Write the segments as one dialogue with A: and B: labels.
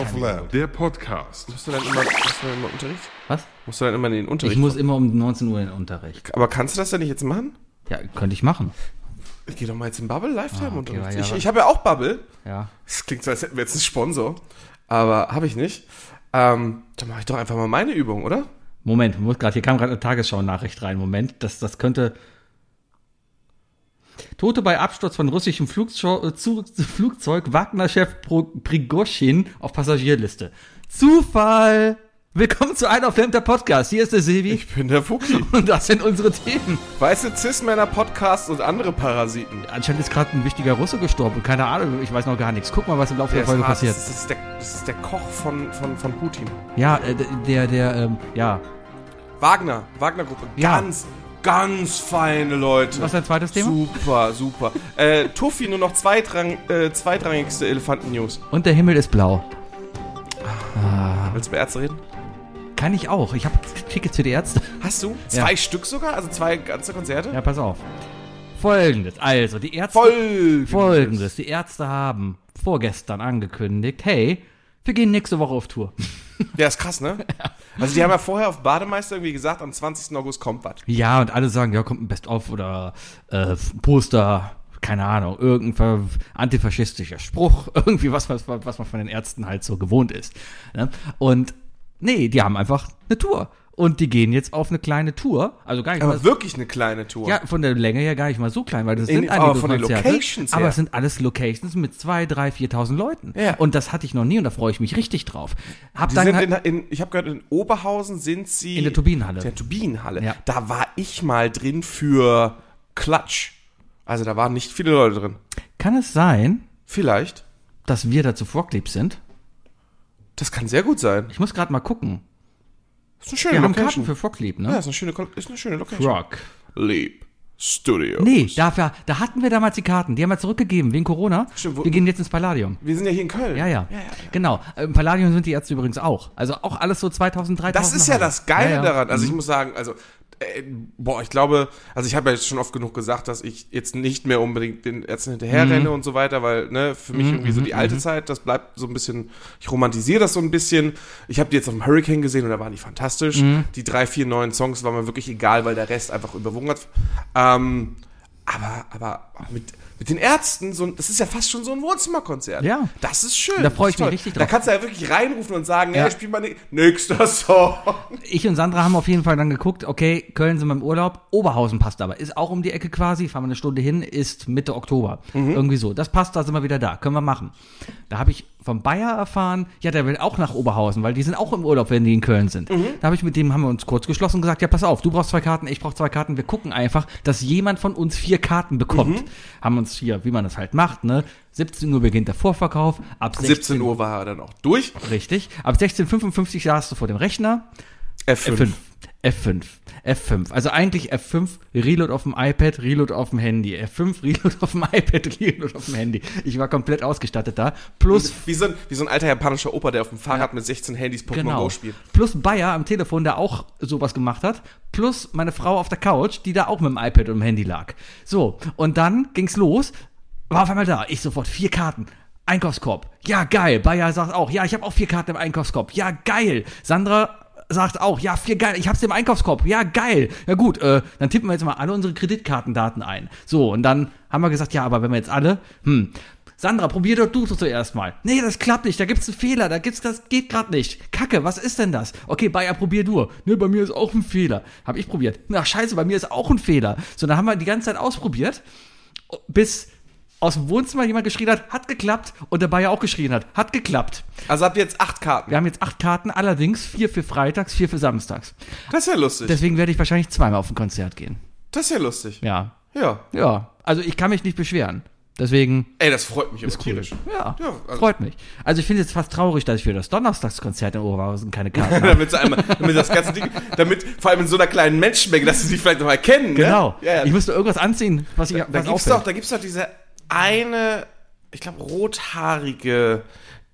A: of Lab.
B: Der Podcast.
C: Musst du dann immer, musst du dann immer Unterricht?
A: Was?
C: Musst du dann immer in den Unterricht?
A: Ich muss immer um 19 Uhr in den Unterricht.
C: Aber kannst du das denn nicht jetzt machen?
A: Ja, könnte ich machen.
C: Ich gehe doch mal jetzt in Bubble Lifetime-Unterricht.
A: Ah, ja,
C: ich
A: aber-
C: ich habe ja auch Bubble.
A: Ja.
C: Das klingt so, als hätten wir jetzt einen Sponsor. Aber habe ich nicht. Ähm, dann mache ich doch einfach mal meine Übung, oder?
A: Moment, muss gerade, hier kam gerade eine Tagesschau-Nachricht rein. Moment, das, das könnte. Tote bei Absturz von russischem Flugschau- äh, zu, zu Flugzeug, Wagner-Chef Pro- Prigoschin auf Passagierliste. Zufall! Willkommen zu Ein auf Film, der Podcast. Hier ist der Silvi
C: Ich bin der Fuki.
A: und das sind unsere Themen.
C: Weiße Cis-Männer, Podcasts und andere Parasiten.
A: Anscheinend ist gerade ein wichtiger Russe gestorben und keine Ahnung, ich weiß noch gar nichts. Guck mal, was im Laufe der, Folge
C: hart.
A: passiert.
C: Das, ist der, das ist der Koch von, von, von Putin.
A: Ja, äh, der, der, ähm, ja.
C: Wagner, Wagner-Gruppe.
A: Ja.
C: Ganz, ganz feine Leute.
A: Was ist dein zweites Thema?
C: Super, super. äh, Tuffy, nur noch zweitrang, äh, zweitrangigste Elefanten-News.
A: Und der Himmel ist blau. Ah.
C: Willst du über Ärzte reden?
A: Kann ich auch. Ich habe Tickets für die Ärzte.
C: Hast du? Zwei Stück sogar? Also zwei ganze Konzerte?
A: Ja, pass auf. Folgendes, also die Ärzte.
C: Folgendes.
A: Folgendes, die Ärzte haben vorgestern angekündigt, hey, wir gehen nächste Woche auf Tour.
C: Ja, ist krass, ne? Also die haben ja vorher auf Bademeister irgendwie gesagt, am 20. August kommt was.
A: Ja, und alle sagen, ja, kommt ein Best-of oder äh, Poster, keine Ahnung, irgendein ver- antifaschistischer Spruch, irgendwie was, was, was man von den Ärzten halt so gewohnt ist. Ne? Und nee, die haben einfach eine Tour. Und die gehen jetzt auf eine kleine Tour, also gar nicht mal
C: Aber wirklich eine kleine Tour.
A: Ja, von der Länge her gar nicht mal so klein, weil das
C: In-
A: sind einige
C: aber von den
A: Konzerte,
C: Locations her.
A: aber es sind alles Locations mit 2, 3, 4.000 Leuten.
C: Ja.
A: Und das hatte ich noch nie und da freue ich mich richtig drauf. Hab
C: Die
A: dann
C: sind
A: halt,
C: in, in, ich habe gehört, in Oberhausen sind sie.
A: In der Turbinenhalle.
C: In der Turbinenhalle.
A: Ja.
C: Da war ich mal drin für Klatsch. Also da waren nicht viele Leute drin.
A: kann es sein,
C: Vielleicht.
A: dass wir dazu vorgeklebt sind?
C: Das kann sehr gut sein.
A: Ich muss gerade mal gucken.
C: Ist eine schöne
A: Wir haben Karten
C: Location.
A: für Vorkleb,
C: ja,
A: ne?
C: ist eine schöne, Ko- ist eine schöne Location.
A: Rock.
C: Leap Studio.
A: Nee, dafür, da hatten wir damals die Karten. Die haben wir zurückgegeben wegen Corona.
C: Stimmt, wo-
A: wir gehen jetzt ins Palladium.
C: Wir sind ja hier in Köln.
A: Ja, ja. Genau. Im Palladium sind die Ärzte übrigens auch. Also auch alles so 2000, 3000.
C: Das ist ja
A: Halle.
C: das Geile
A: Ja, Mhm. ja.
C: daran. Also ich muss sagen, also äh, boah, ich glaube, also ich habe ja jetzt schon oft genug gesagt, dass ich jetzt nicht mehr unbedingt den Ärzten
A: Mhm.
C: hinterherrenne und so weiter, weil ne, für mich irgendwie so die alte Zeit, das bleibt so ein bisschen, ich romantisiere das so ein bisschen. Ich habe die jetzt auf dem Hurricane gesehen und da waren die fantastisch.
A: Mhm.
C: Die drei, vier neuen Songs waren mir wirklich egal, weil der Rest einfach überwogen hat. Ähm, aber, aber mit, mit den Ärzten, so, ein- das ist ja fast schon so ein Wohnzimmerkonzert.
A: Ja.
C: Das ist schön.
A: Da freu ich
C: Das ist
A: mich richtig
C: Da
A: drauf.
C: kannst du ja wirklich reinrufen und sagen,
A: Ja.
C: hey, spiel mal ne, nächster Song.
A: ich und Sandra haben auf jeden Fall dann geguckt, okay, Köln sind wir im Urlaub, Oberhausen passt aber, ist auch um die Ecke quasi, fahren wir eine Stunde hin, ist Mitte Oktober. Irgendwie so. Das passt, da sind wir wieder da, können wir machen. Da habe ich vom Bayer erfahren, ja, der will auch nach Oberhausen, weil die sind auch im Urlaub, wenn die in Köln sind. Da habe ich mit dem, haben wir uns kurz geschlossen und gesagt, ja, pass auf, du brauchst zwei Karten, ich brauche zwei Karten, wir gucken einfach, dass jemand von uns vier Karten bekommt. Haben uns hier, wie man das halt macht, ne, 17 Uhr beginnt der Vorverkauf, ab 16
C: 17 Uhr war er dann auch durch.
A: Richtig. Ab 16.55 saß du vor dem Rechner,
C: F5.
A: F5. F5. F5. Also eigentlich F5, Reload auf dem iPad, Reload auf dem Handy. F5, Reload auf dem iPad, Reload auf dem Handy. Ich war komplett ausgestattet da. Plus,
C: Wie so, ein, wie so ein alter japanischer Opa, der auf dem Fahrrad mit 16 Handys Pokémon
A: genau.
C: Go spielt.
A: Plus Bayer am Telefon, der auch sowas gemacht hat. Plus meine Frau auf der Couch, die da auch mit dem iPad und dem Handy lag. So. Und dann ging's los. War auf einmal da. Ich sofort vier Karten. Einkaufskorb. Ja, geil. Bayer sagt auch, ja, ich habe auch vier Karten im Einkaufskorb. Ja, geil. Sandra sagt auch, ja, vier geil, ich hab's im Einkaufskorb, ja, geil. Ja gut, äh, dann tippen wir jetzt mal alle unsere Kreditkartendaten ein. So, und dann haben wir gesagt, ja, aber wenn wir jetzt alle, hm, Sandra, probier doch du zuerst mal. Nee, das klappt nicht, da gibt's einen Fehler, da gibt's, das geht gerade nicht. Kacke, was ist denn das? Okay, Bayer, probier du. Nee, bei mir ist auch ein Fehler. Hab ich probiert. Na, scheiße, bei mir ist auch ein Fehler. So, dann haben wir die ganze Zeit ausprobiert bis aus dem Wohnzimmer jemand geschrien hat, hat geklappt und der Bayer auch geschrien hat, hat geklappt.
C: Also habt ihr jetzt acht Karten.
A: Wir haben jetzt acht Karten, allerdings vier für freitags, vier für samstags.
C: Das ist ja lustig. Das,
A: Deswegen werde ich wahrscheinlich zweimal auf ein Konzert gehen.
C: ist ja lustig.
A: Ja.
C: Ja.
A: Ja. Also ich kann mich nicht beschweren. Deswegen
C: Ey, das freut mich aber tierisch.
A: Ja,
C: Ja, also-
A: freut mich. Also ich finde es fast traurig, dass ich für das Donnerstagskonzert in Oberhausen keine Karten habe.
C: damit sie einmal, damit das ganze Ding, damit, vor allem in so einer kleinen Menschenmenge, dass sie sich vielleicht noch erkennen.
A: Genau.
C: Ne? Ja, ja.
A: Ich musste irgendwas anziehen, was ich
C: Da
A: was
C: gibt's
A: auffällt.
C: doch, da gibt's doch diese eine, ich glaube, rothaarige,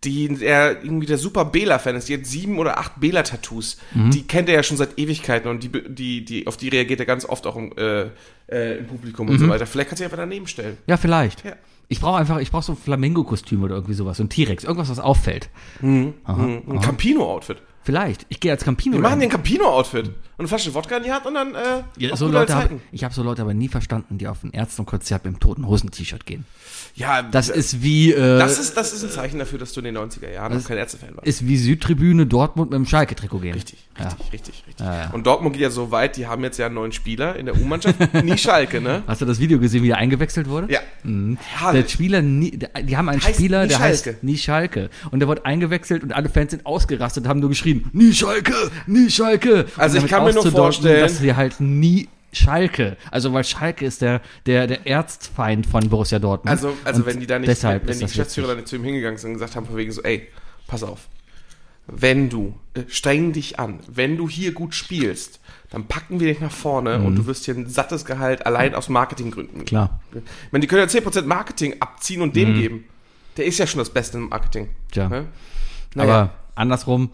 C: die der, irgendwie der super Bela-Fan ist. Die hat sieben oder acht Bela-Tattoos.
A: Mhm.
C: Die kennt er ja schon seit Ewigkeiten und die, be- die, die, auf die
A: Mhm.
C: reagiert er ganz oft auch im, äh, äh, im Publikum und so weiter. Vielleicht kannst du dich einfach daneben stellen.
A: Ja, vielleicht.
C: Ja.
A: Ich brauche einfach, ich brauche so ein Flamingo-Kostüm oder irgendwie sowas, so ein T-Rex, irgendwas, was auffällt. Ah.
C: Ein Campino-Outfit.
A: Vielleicht. Ich gehe als Campino.
C: Wir machen
A: rein.
C: den Campino-Outfit. Und eine Flasche Wodka in die Hand und dann äh,
A: ja,
C: auf
A: so
C: gute
A: Leute hab,
C: Zeiten.
A: ich habe so Leute aber nie verstanden, die auf ein Ärztenkonzert mit dem toten Hosen-T-Shirt gehen.
C: Ja,
A: Das ist wie äh,
C: das, ist, das ist ein Zeichen dafür, dass du in den 90er Jahren noch kein Ärztefan warst.
A: ist wie Südtribüne Dortmund mit dem Schalke-Trikot gehen.
C: Richtig, richtig, richtig, richtig. Und Dortmund geht ja so weit, die haben jetzt ja einen neuen Spieler in der U-Mannschaft. Nie Schalke, ne?
A: Hast du das Video gesehen, wie er eingewechselt wurde?
C: Ja.
A: Mhm. Der
C: Herrlich.
A: Spieler, nie- der- die haben einen
C: Ah. Heißt
A: Spieler,
C: nie
A: der heißt
C: Schalke.
A: Nie Schalke. Und der wurde eingewechselt und alle Fans sind ausgerastet und haben nur geschrien, Nie Schalke, Nie Schalke. Und
C: Also ich
A: damit
C: kann mir nur
A: auszudeuten,
C: vorstellen-
A: dass sie halt nie Schalke, also weil Schalke ist der, der, der Erzfeind von Borussia Dortmund.
C: Also, also
A: Und
C: wenn die da nicht,
A: deshalb
C: wenn, wenn
A: ist
C: die
A: das
C: Geschäftsführer da nicht zu ihm hingegangen sind und gesagt haben, von wegen so, ey, pass auf. Wenn du, äh, streng dich an, wenn du hier gut spielst, dann packen wir dich nach vorne und du wirst hier ein sattes Gehalt allein aus Marketinggründen.
A: Mhm. Klar, Mhm.
C: Ich meine, die können ja 10% Marketing abziehen und dem geben. Der ist ja schon das Beste im Marketing.
A: Tja.
C: Ne?
A: aber
C: Naja,
A: andersrum,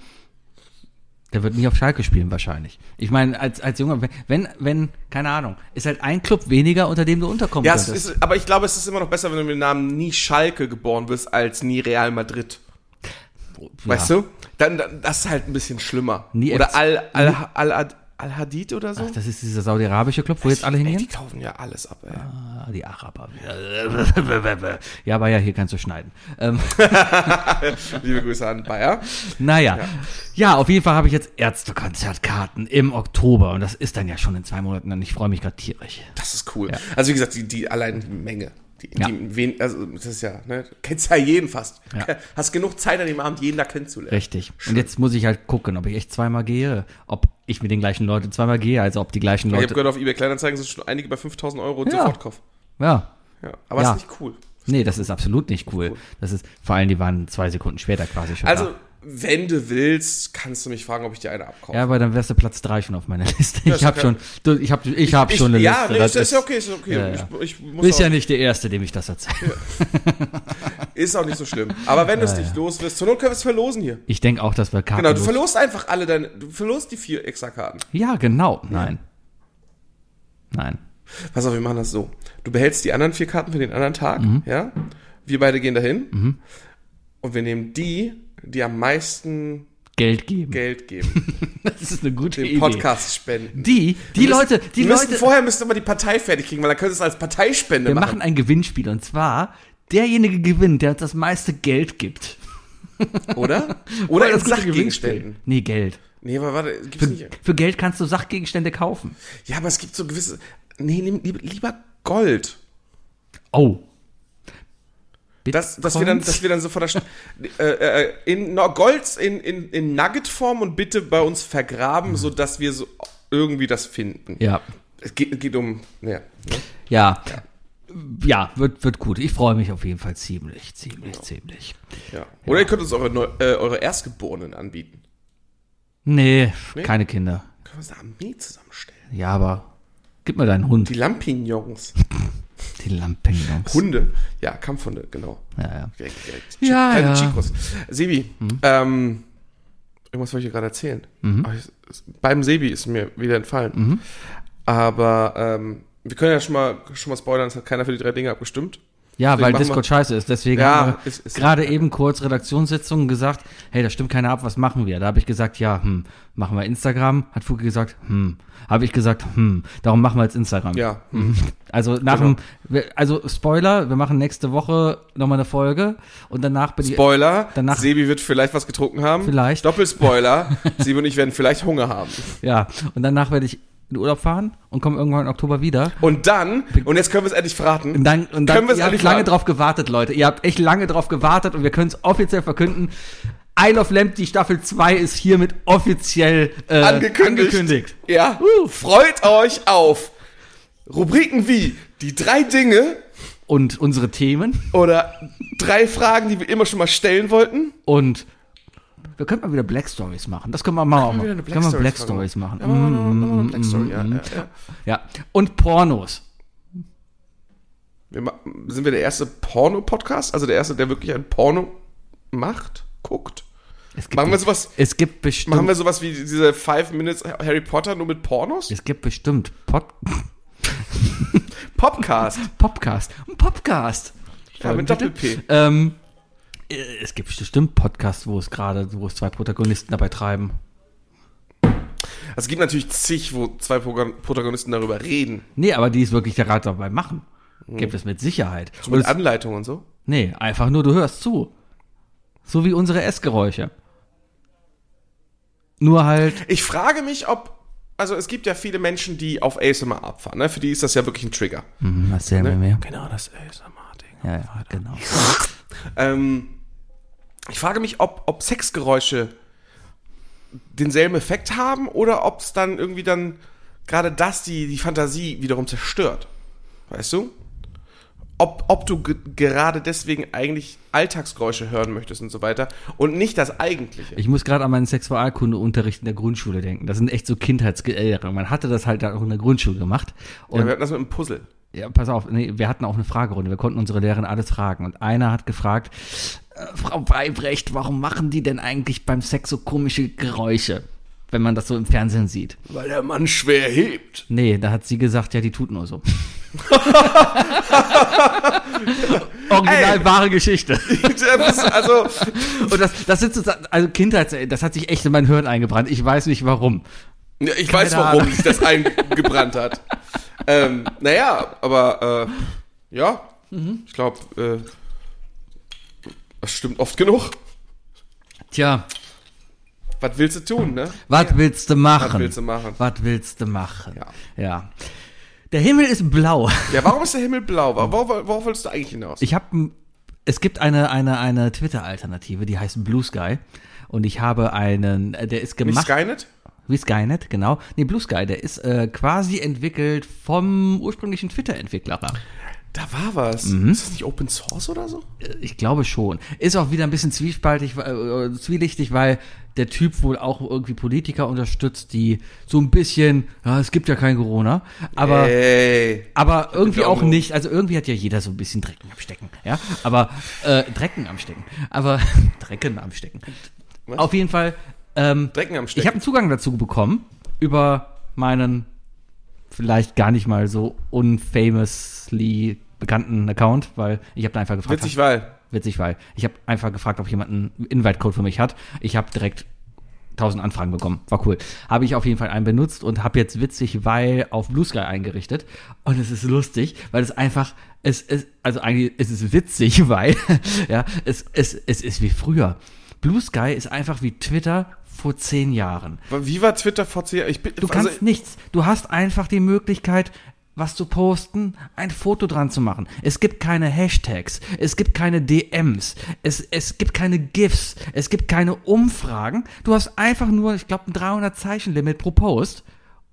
A: der wird nie auf Schalke spielen wahrscheinlich. Ich meine, als, als Junger, wenn, wenn, keine Ahnung, ist halt ein Club weniger, unter dem du unterkommen
C: ja, es
A: könntest.
C: ist, aber ich glaube, es ist immer noch besser, wenn du mit dem Namen nie Schalke geboren wirst, als nie Real Madrid. Weißt du? Dann, dann das ist halt ein bisschen schlimmer.
A: Nie
C: oder
A: FC
C: Al, Al, Al, Al, Al Hadid oder so.
A: Ach, das ist dieser saudi-arabische Club, wo jetzt alle
C: ey,
A: hingehen?
C: die kaufen ja alles ab, ey.
A: Ah, die Araber. Ja, aber ja, hier kannst du schneiden. Ähm,
C: Liebe Grüße an Bayer.
A: naja. Ja. auf jeden Fall habe ich jetzt Ärztekonzertkarten im Oktober und das ist dann ja schon in zwei Monaten und ich freue mich gerade tierisch.
C: Das ist cool. Also wie gesagt, die, die allein die Menge. Die,
A: Ja.
C: die wen, also das ist ja, ne, du kennst ja jeden fast.
A: Ja.
C: Hast genug Zeit an dem Abend, jeden da kennenzulernen.
A: Richtig. Und jetzt muss ich halt gucken, ob ich echt zweimal gehe, ob ich mit den gleichen Leuten zweimal gehe, also ob die gleichen
C: Ich habe
A: Leute.
C: gehört, auf eBay Kleinanzeigen sind schon einige bei 5000 Euro
A: Ja.
C: Sofortkauf.
A: Ja.
C: Ja, aber
A: Ja.
C: ist nicht cool.
A: Nee, das ist absolut nicht cool. Das ist, vor allem, die waren zwei Sekunden später quasi schon.
C: Also,
A: da.
C: wenn du willst, kannst du mich fragen, ob ich dir eine abkaufe.
A: Ja, aber dann wärst du Platz drei schon auf meiner Liste.
C: ist
A: Ich habe
C: okay.
A: schon, du- ich habe, ich habe
C: Ich-
A: schon eine
C: ja,
A: Liste.
C: nee,
A: das
C: ist, ist ja okay, ist okay.
A: Ja, ja.
C: Ich, ich muss
A: Ist
C: auch,
A: ja nicht der Erste, dem ich das erzähle.
C: ist auch nicht so schlimm. Aber wenn du es nicht los wirst, zur Not können wir es verlosen hier.
A: Ich denke auch, dass wir Karten.
C: Genau, du verlost einfach alle deine, du verlost die vier extra Karten.
A: Ja, genau. Nein. Nein.
C: Pass auf, wir machen das so. Du behältst die anderen vier Karten für den anderen Tag,
A: Mhm.
C: ja? Wir beide gehen dahin und wir nehmen die, die am meisten
A: Geld geben.
C: Geld geben,
A: Das ist eine gute
C: den
A: Idee.
C: Podcast spenden.
A: Die, die Leute, die
C: müssen,
A: Leute.
C: vorher müssen immer die Partei fertig kriegen, weil dann können sie es als Parteispende
A: Wir
C: machen.
A: machen ein Gewinnspiel und zwar derjenige gewinnt, der uns das meiste Geld gibt.
C: Oder?
A: Voll
C: Oder in
A: das gute
C: Sachgegenständen.
A: Gewinnspiel. Nee, Geld.
C: Nee, aber warte, gibt's
A: Für,
C: nicht.
A: für Geld kannst du Sachgegenstände kaufen.
C: Ja, aber es gibt so gewisse. Nee, nimm lieber, lieber Gold.
A: Oh.
C: Dass, dass, wir dann,
A: Bitcoins?
C: dass wir dann so von der St äh, äh, in no, Golds in, in, in Nugget-Form und bitte bei uns vergraben, sodass wir so irgendwie das finden.
A: Mhm. ja.
C: Es geht, geht um. Ja.
A: Ja. Ja, wird, wird gut. Ich freue mich auf jeden Fall ziemlich, ziemlich, ziemlich.
C: ja. Oder ihr könnt uns eure, Neu äh, eure Erstgeborenen anbieten.
A: Nee, keine Kinder.
C: Können wir uns eine Armee zusammenstellen?
A: Ja, aber gib mal deinen Hund.
C: Die Lampignons.
A: Die Lampignons.
C: Hunde. Ja, Kampfhunde, genau.
A: Ja, ja.
C: Direkt, direkt.
A: Äh, Ja,
C: Kleine
A: ja.
C: äh,
A: Hm?
C: Chicos. Sebi, ähm, irgendwas wollte ich dir gerade erzählen.
A: Mhm.
C: Aber ich, es- beim Sebi ist mir wieder entfallen. Aber ähm, wir können ja schon mal, schon mal spoilern, es hat keiner für die drei Dinge abgestimmt.
A: Ja,
C: Deswegen
A: weil
C: machen
A: Discord scheiße ist. Deswegen
C: Ja,
A: haben wir
C: ist- ist-
A: gerade eben kurz Redaktionssitzungen gesagt, hey, da stimmt keiner ab, was machen wir? Da habe ich gesagt, ja, hm, machen wir Instagram. Hat Fuki gesagt, hm. Habe ich gesagt, hm, darum machen wir jetzt Instagram.
C: Ja, hm.
A: Also nach
C: Genau.
A: dem, wir- also Spoiler, wir machen nächste Woche nochmal eine Folge und danach bin ich,
C: Spoiler,
A: Danach-
C: Sebi wird vielleicht was getrunken haben.
A: Vielleicht.
C: Doppelspoiler, Sebi und ich werden vielleicht Hunger haben.
A: ja, und danach werde ich in Urlaub fahren und komme irgendwann im Oktober wieder.
C: Und dann, und jetzt können wir es endlich verraten,
A: Und dann, und dann
C: Können wir es
A: ihr habt
C: endlich
A: lange
C: verraten?
A: drauf gewartet, Leute. Ihr habt echt lange drauf gewartet und wir können es offiziell verkünden. Isle of Lamp, die Staffel 2 ist hiermit offiziell äh,
C: angekündigt.
A: angekündigt.
C: Ja. Freut euch auf Rubriken wie die drei Dinge
A: Und unsere Themen
C: oder drei Fragen, die wir immer schon mal stellen wollten.
A: und wir könnten mal wieder Black Stories machen. Das können wir mal auch mal. Können wir Black Stories machen. Mhm.
C: Ja, machen wir noch- noch eine Black Story, ja, ja, ja.
A: Ja. Und Pornos.
C: Wir ma- Sind wir der erste Porno-Podcast? Also der erste, der wirklich ein Porno macht, guckt?
A: Es gibt,
C: Machen wir sowas,
A: es gibt
C: machen
A: bestimmt,
C: wir sowas wie diese Five Minutes Harry Potter nur mit Pornos?
A: es gibt bestimmt Pod
C: Podcast.
A: Popcast. Ein Popcast.
C: Ja, mit
A: Folgentitel.
C: Doppel-P.
A: Ähm, äh, es gibt bestimmt Podcasts, wo es gerade, wo es zwei Protagonisten dabei treiben.
C: Also es gibt natürlich zig, wo zwei Program- Protagonisten darüber reden.
A: Nee, aber die ist wirklich der Rat dabei machen. Gibt es mit Sicherheit. Und
C: So Mhm. mit
A: es,
C: Anleitung und so.
A: nee, einfach nur du hörst zu. So wie unsere Essgeräusche. Nur halt,
C: Ich frage mich, ob. Also es gibt ja viele Menschen, die auf ASMR abfahren. Ne? Für die ist das ja wirklich ein Trigger.
A: hm, erzähl mir mehr.
C: Mhm, Genau, das ASMR-Ding.
A: Ja, ja, genau.
C: Ähm, ich frage mich, ob, ob Sexgeräusche denselben Effekt haben oder ob es dann irgendwie dann gerade das die, die Fantasie wiederum zerstört. Weißt du? Ob, ob du ge gerade deswegen eigentlich Alltagsgeräusche hören möchtest und so weiter und nicht das eigentliche.
A: Ich muss gerade an meinen Sexualkundeunterricht in der Grundschule denken. Das sind echt so Kindheitserinnerungen. Man hatte das halt auch in der Grundschule gemacht.
C: ja,
A: Und
C: wir hatten das mit einem Puzzle.
A: Ja, pass auf, nee, wir hatten auch eine Fragerunde. Wir konnten unsere Lehrerin alles fragen. Und einer hat gefragt, äh, Frau Weibrecht, warum machen die denn eigentlich beim Sex so komische Geräusche, wenn man das so im Fernsehen sieht?
C: Weil der Mann schwer hebt.
A: Nee, da hat sie gesagt, ja, die tut nur so. Original
C: Ey.
A: wahre Geschichte.
C: Das ist also,
A: Und das, das sind so, also Kindheits, das hat sich echt in mein Hirn eingebrannt. Ich weiß nicht warum.
C: Ja, ich weiß,
A: Keine
C: warum
A: Ahnung.
C: sich das eingebrannt hat. ähm, naja, aber äh, ja,
A: Mhm.
C: ich glaube, äh, das stimmt oft genug.
A: Tja,
C: Was willst du tun, ne?
A: was willst du machen?
C: Was willst du machen?
A: Was willst du machen?
C: Ja.
A: ja. Der Himmel ist blau.
C: Ja, warum ist der Himmel blau? Wa- Worauf, worauf willst du eigentlich hinaus?
A: Ich habe, es gibt eine eine eine Twitter-Alternative, die heißt Blue Sky. Und ich habe einen, äh, der ist
C: Nicht
A: gemacht,
C: Skynet?
A: wie Skynet, genau. Nee, Blue Sky, der ist äh, quasi entwickelt vom ursprünglichen Twitter-Entwickler.
C: Da war was.
A: Mhm.
C: Ist das nicht Open Source oder so?
A: Äh, Ich glaube schon. Ist auch wieder ein bisschen zwiespaltig, äh, äh, zwielichtig, weil der Typ wohl auch irgendwie Politiker unterstützt, die so ein bisschen, ja, es gibt ja kein Corona, aber Äh.
C: Ey.
A: Aber irgendwie auch
C: Daumen hoch.
A: nicht. Also irgendwie hat ja jeder so ein bisschen Drecken am Stecken. Ja, aber äh, Drecken am Stecken. Aber Drecken am Stecken.
C: Was?
A: Auf jeden Fall. Ähm,
C: Drecken am Stecken.
A: ich habe einen Zugang dazu bekommen über meinen vielleicht gar nicht mal so unfamously bekannten Account, weil ich habe da einfach gefragt.
C: Witzig, weil.
A: Witzig, weil ich habe einfach gefragt, ob jemand einen Invite-Code für mich hat. Ich habe direkt 1000 Anfragen bekommen. War cool. Habe ich auf jeden Fall einen benutzt und habe jetzt witzig, weil auf Blue Sky eingerichtet. Und es ist lustig, weil es einfach, es ist, also eigentlich, es ist witzig, weil, ja, es, es, es ist wie früher. Blue Sky ist einfach wie Twitter vor zehn Jahren.
C: Wie war Twitter vor zehn Jahren? Ich bin, also,
A: Du kannst nichts. Du hast einfach die Möglichkeit, was zu posten, ein Foto dran zu machen. Es gibt keine Hashtags, es gibt keine DMs, es, es gibt keine GIFs, es gibt keine Umfragen. Du hast einfach nur, ich glaube, ein 300-Zeichen-Limit pro Post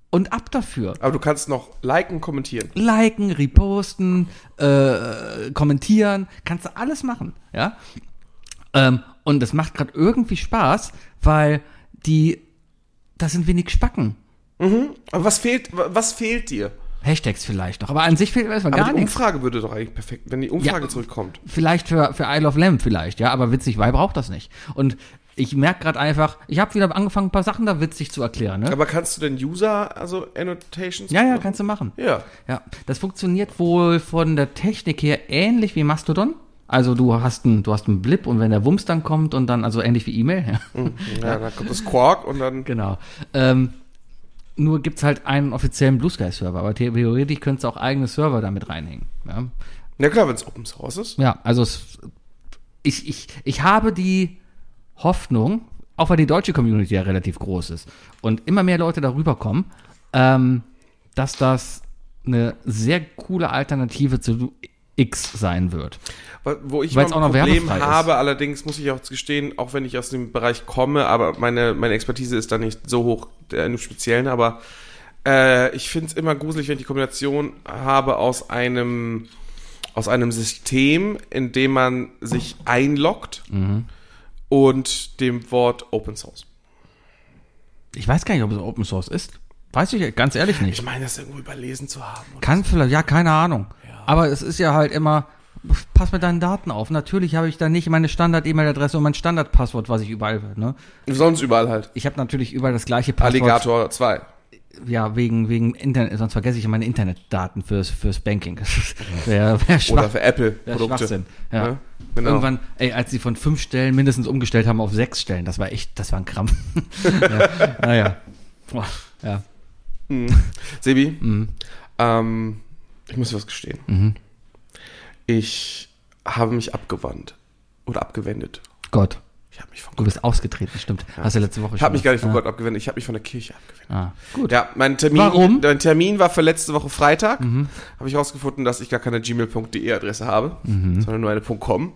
A: und ab dafür.
C: aber du kannst noch liken, kommentieren.
A: Liken, reposten, äh, kommentieren, kannst du alles machen, ja. Ähm, und das macht gerade irgendwie Spaß, weil die, das sind wenig Spacken.
C: Aber was fehlt, wa- was fehlt dir?
A: Hashtags vielleicht noch, aber an sich fehlt erstmal
C: Aber
A: gar
C: die
A: nichts.
C: Umfrage würde doch eigentlich perfekt, wenn die Umfrage
A: Ja.
C: zurückkommt.
A: Vielleicht für, für Isle of Lamb vielleicht, ja, aber witzig, weil braucht das nicht. Und ich merke gerade einfach, ich habe wieder angefangen, ein paar Sachen da witzig zu erklären. Ne?
C: Aber kannst du denn User, also Annotations?
A: Ja, ja,
C: machen?
A: kannst du machen.
C: Ja.
A: Ja, das funktioniert wohl von der Technik her ähnlich wie Mastodon. Also du hast einen, du hast einen Blip und wenn der Wumms dann kommt und dann, also ähnlich wie E-Mail, ja.
C: Mhm. Ja, dann kommt das Quark und dann.
A: Genau. Ähm, nur gibt's halt einen offiziellen Blue Sky Server, aber theoretisch könntest du auch eigene Server damit reinhängen. Ja.
C: Na klar, wenn es Open Source ist.
A: Ja, also es, ich, ich, ich habe die Hoffnung, auch weil die deutsche Community ja relativ groß ist und immer mehr Leute darüber kommen, ähm, dass das eine sehr coole Alternative zu X sein wird.
C: Wa- Wo ich
A: Weil's
C: immer
A: auch noch
C: Problem
A: werbefrei ist.
C: habe, allerdings muss ich auch gestehen, auch wenn ich aus dem Bereich komme, aber meine, meine Expertise ist da nicht so hoch äh, im Speziellen, aber äh, ich finde es immer gruselig, wenn ich die Kombination habe aus einem, aus einem System, in dem man sich einloggt
A: Mhm.
C: und dem Wort Open Source.
A: Ich weiß gar nicht, ob es Open Source ist. Weiß ich ganz ehrlich
C: Ich
A: nicht.
C: meine, das irgendwo überlesen zu haben. oder?
A: Kann vielleicht, ja, keine Ahnung. Aber es ist ja halt immer, pass mit deinen Daten auf. Natürlich habe ich da nicht meine Standard-E-Mail-Adresse und mein Standard-Passwort, was ich überall, ne?
C: Sonst überall halt.
A: Ich habe natürlich überall das gleiche Passwort.
C: Alligator 2.
A: ja, wegen, wegen Internet, sonst vergesse ich meine Internetdaten fürs, fürs Banking. Wäre wär
C: Oder
A: schwach,
C: für
A: wär
C: Apple-Produkte.
A: Schwachsinn. Ja.
C: Ne? Genau.
A: Irgendwann, ey, als sie von fünf Stellen mindestens umgestellt haben auf sechs Stellen, das war echt, das war ein Krampf. ja, naja. Boah, Ja.
C: Sebi,
A: Mhm.
C: ähm, ich muss dir was gestehen. Ich habe mich abgewandt oder abgewendet.
A: Gott,
C: Ich habe mich von
A: du
C: Gott,
A: bist ausgetreten, stimmt. Hast du letzte Woche
C: ich habe mich gar nicht von
A: ja.
C: Gott abgewendet, ich habe mich von der Kirche abgewendet.
A: Ah, gut.
C: Ja, mein Termin,
A: Warum? Mhm.
C: mein Termin war für letzte Woche Freitag. Habe ich herausgefunden, dass ich gar keine gmail.de Adresse habe,
A: Mhm.
C: sondern nur eine .com.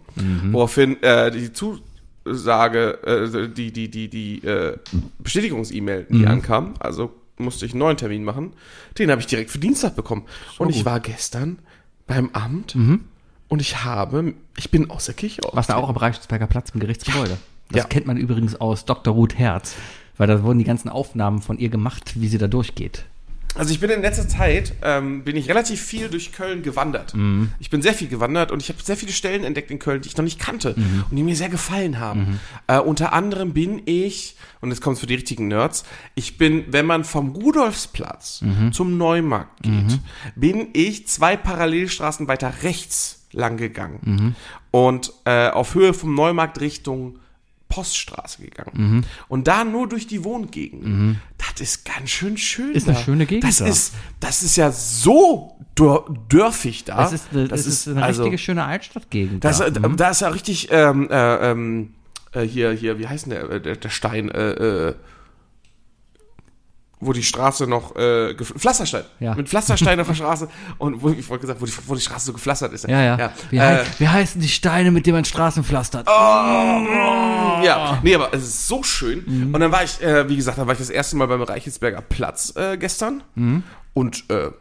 C: Woraufhin äh, die Zusage, äh, die, die, die, die äh, Bestätigungs-E-Mail,
A: Mhm.
C: die ankam, also musste ich einen neuen Termin machen. Den habe ich direkt für Dienstag bekommen. und ich
A: gut. Mhm.
C: war gestern beim Amt und ich habe, ich bin aus der Kirche
A: Warst du auch am Reichsberger Platz im Gerichtsgebäude? Das
C: Ja.
A: kennt man übrigens aus Dr. Ruth Herz, weil da wurden die ganzen Aufnahmen von ihr gemacht, wie sie da durchgeht.
C: Also ich bin in letzter Zeit, ähm, bin ich relativ viel durch Köln gewandert. Ich bin sehr viel gewandert und ich habe sehr viele Stellen entdeckt in Köln, die ich noch nicht kannte und die mir sehr gefallen haben. Äh, unter anderem bin ich, und jetzt kommt für die richtigen Nerds, ich bin, wenn man vom Rudolfsplatz zum Neumarkt geht, bin ich zwei Parallelstraßen weiter rechts lang gegangen und äh, auf Höhe vom Neumarkt Richtung Poststraße gegangen. Und da nur durch die Wohngegend. Das ist ganz schön schön.
A: Ist eine
C: da.
A: schöne Gegend
C: Das
A: da.
C: ist, das ist ja so dör dörfig da.
A: Das ist, eine- das ist eine
C: Ah, also,
A: richtige schöne Altstadtgegend.
C: Das,
A: da. Mhm.
C: äh, da ist ja richtig, ähm, äh, ähm, äh, hier, hier, wie heißt denn der, äh, der, der Stein, äh, äh, wo die Straße noch, äh, gef- Pflasterstein.
A: Ja.
C: Mit Pflasterstein auf der Straße. Und wo, ich wollte gesagt, wo die, wo die Straße so gepflastert ist.
A: ja, ja. Wie,
C: äh, Oh.
A: hei wie heißen die Steine, mit denen man Straßen pflastert?
C: Ja, nee, aber es ist so schön.
A: Mhm.
C: Und dann war ich, äh, wie gesagt, dann war ich das erste Mal beim Reichelsberger Platz äh, gestern.
A: Mhm.
C: Und äh,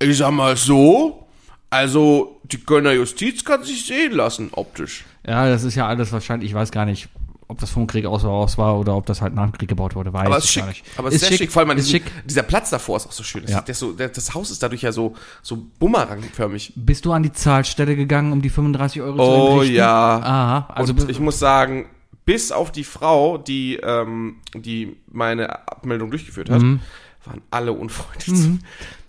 C: ich sag mal so, also die Kölner Justiz kann sich sehen lassen, optisch.
A: Ja, das ist ja alles wahrscheinlich, ich weiß gar nicht, ob das vom Krieg aus, aus war oder ob das halt nach dem Krieg gebaut wurde, weiß
C: Aber es ist
A: ich
C: schick.
A: gar nicht.
C: Aber es ist, sehr schick, vor allem an
A: ist
C: diesem,
A: schick.
C: dieser Platz davor ist auch so schön. Das,
A: Ja.
C: ist, der ist so, der, das Haus ist dadurch ja so, so bumerangförmig.
A: Bist du an die Zahlstelle gegangen, um die 35 Euro zu
C: Oh
A: entrichten?
C: ja.
A: Aha, also
C: und ich muss sagen, bis auf die Frau, die, ähm, die meine Abmeldung durchgeführt hat, waren alle unfreundlich. zu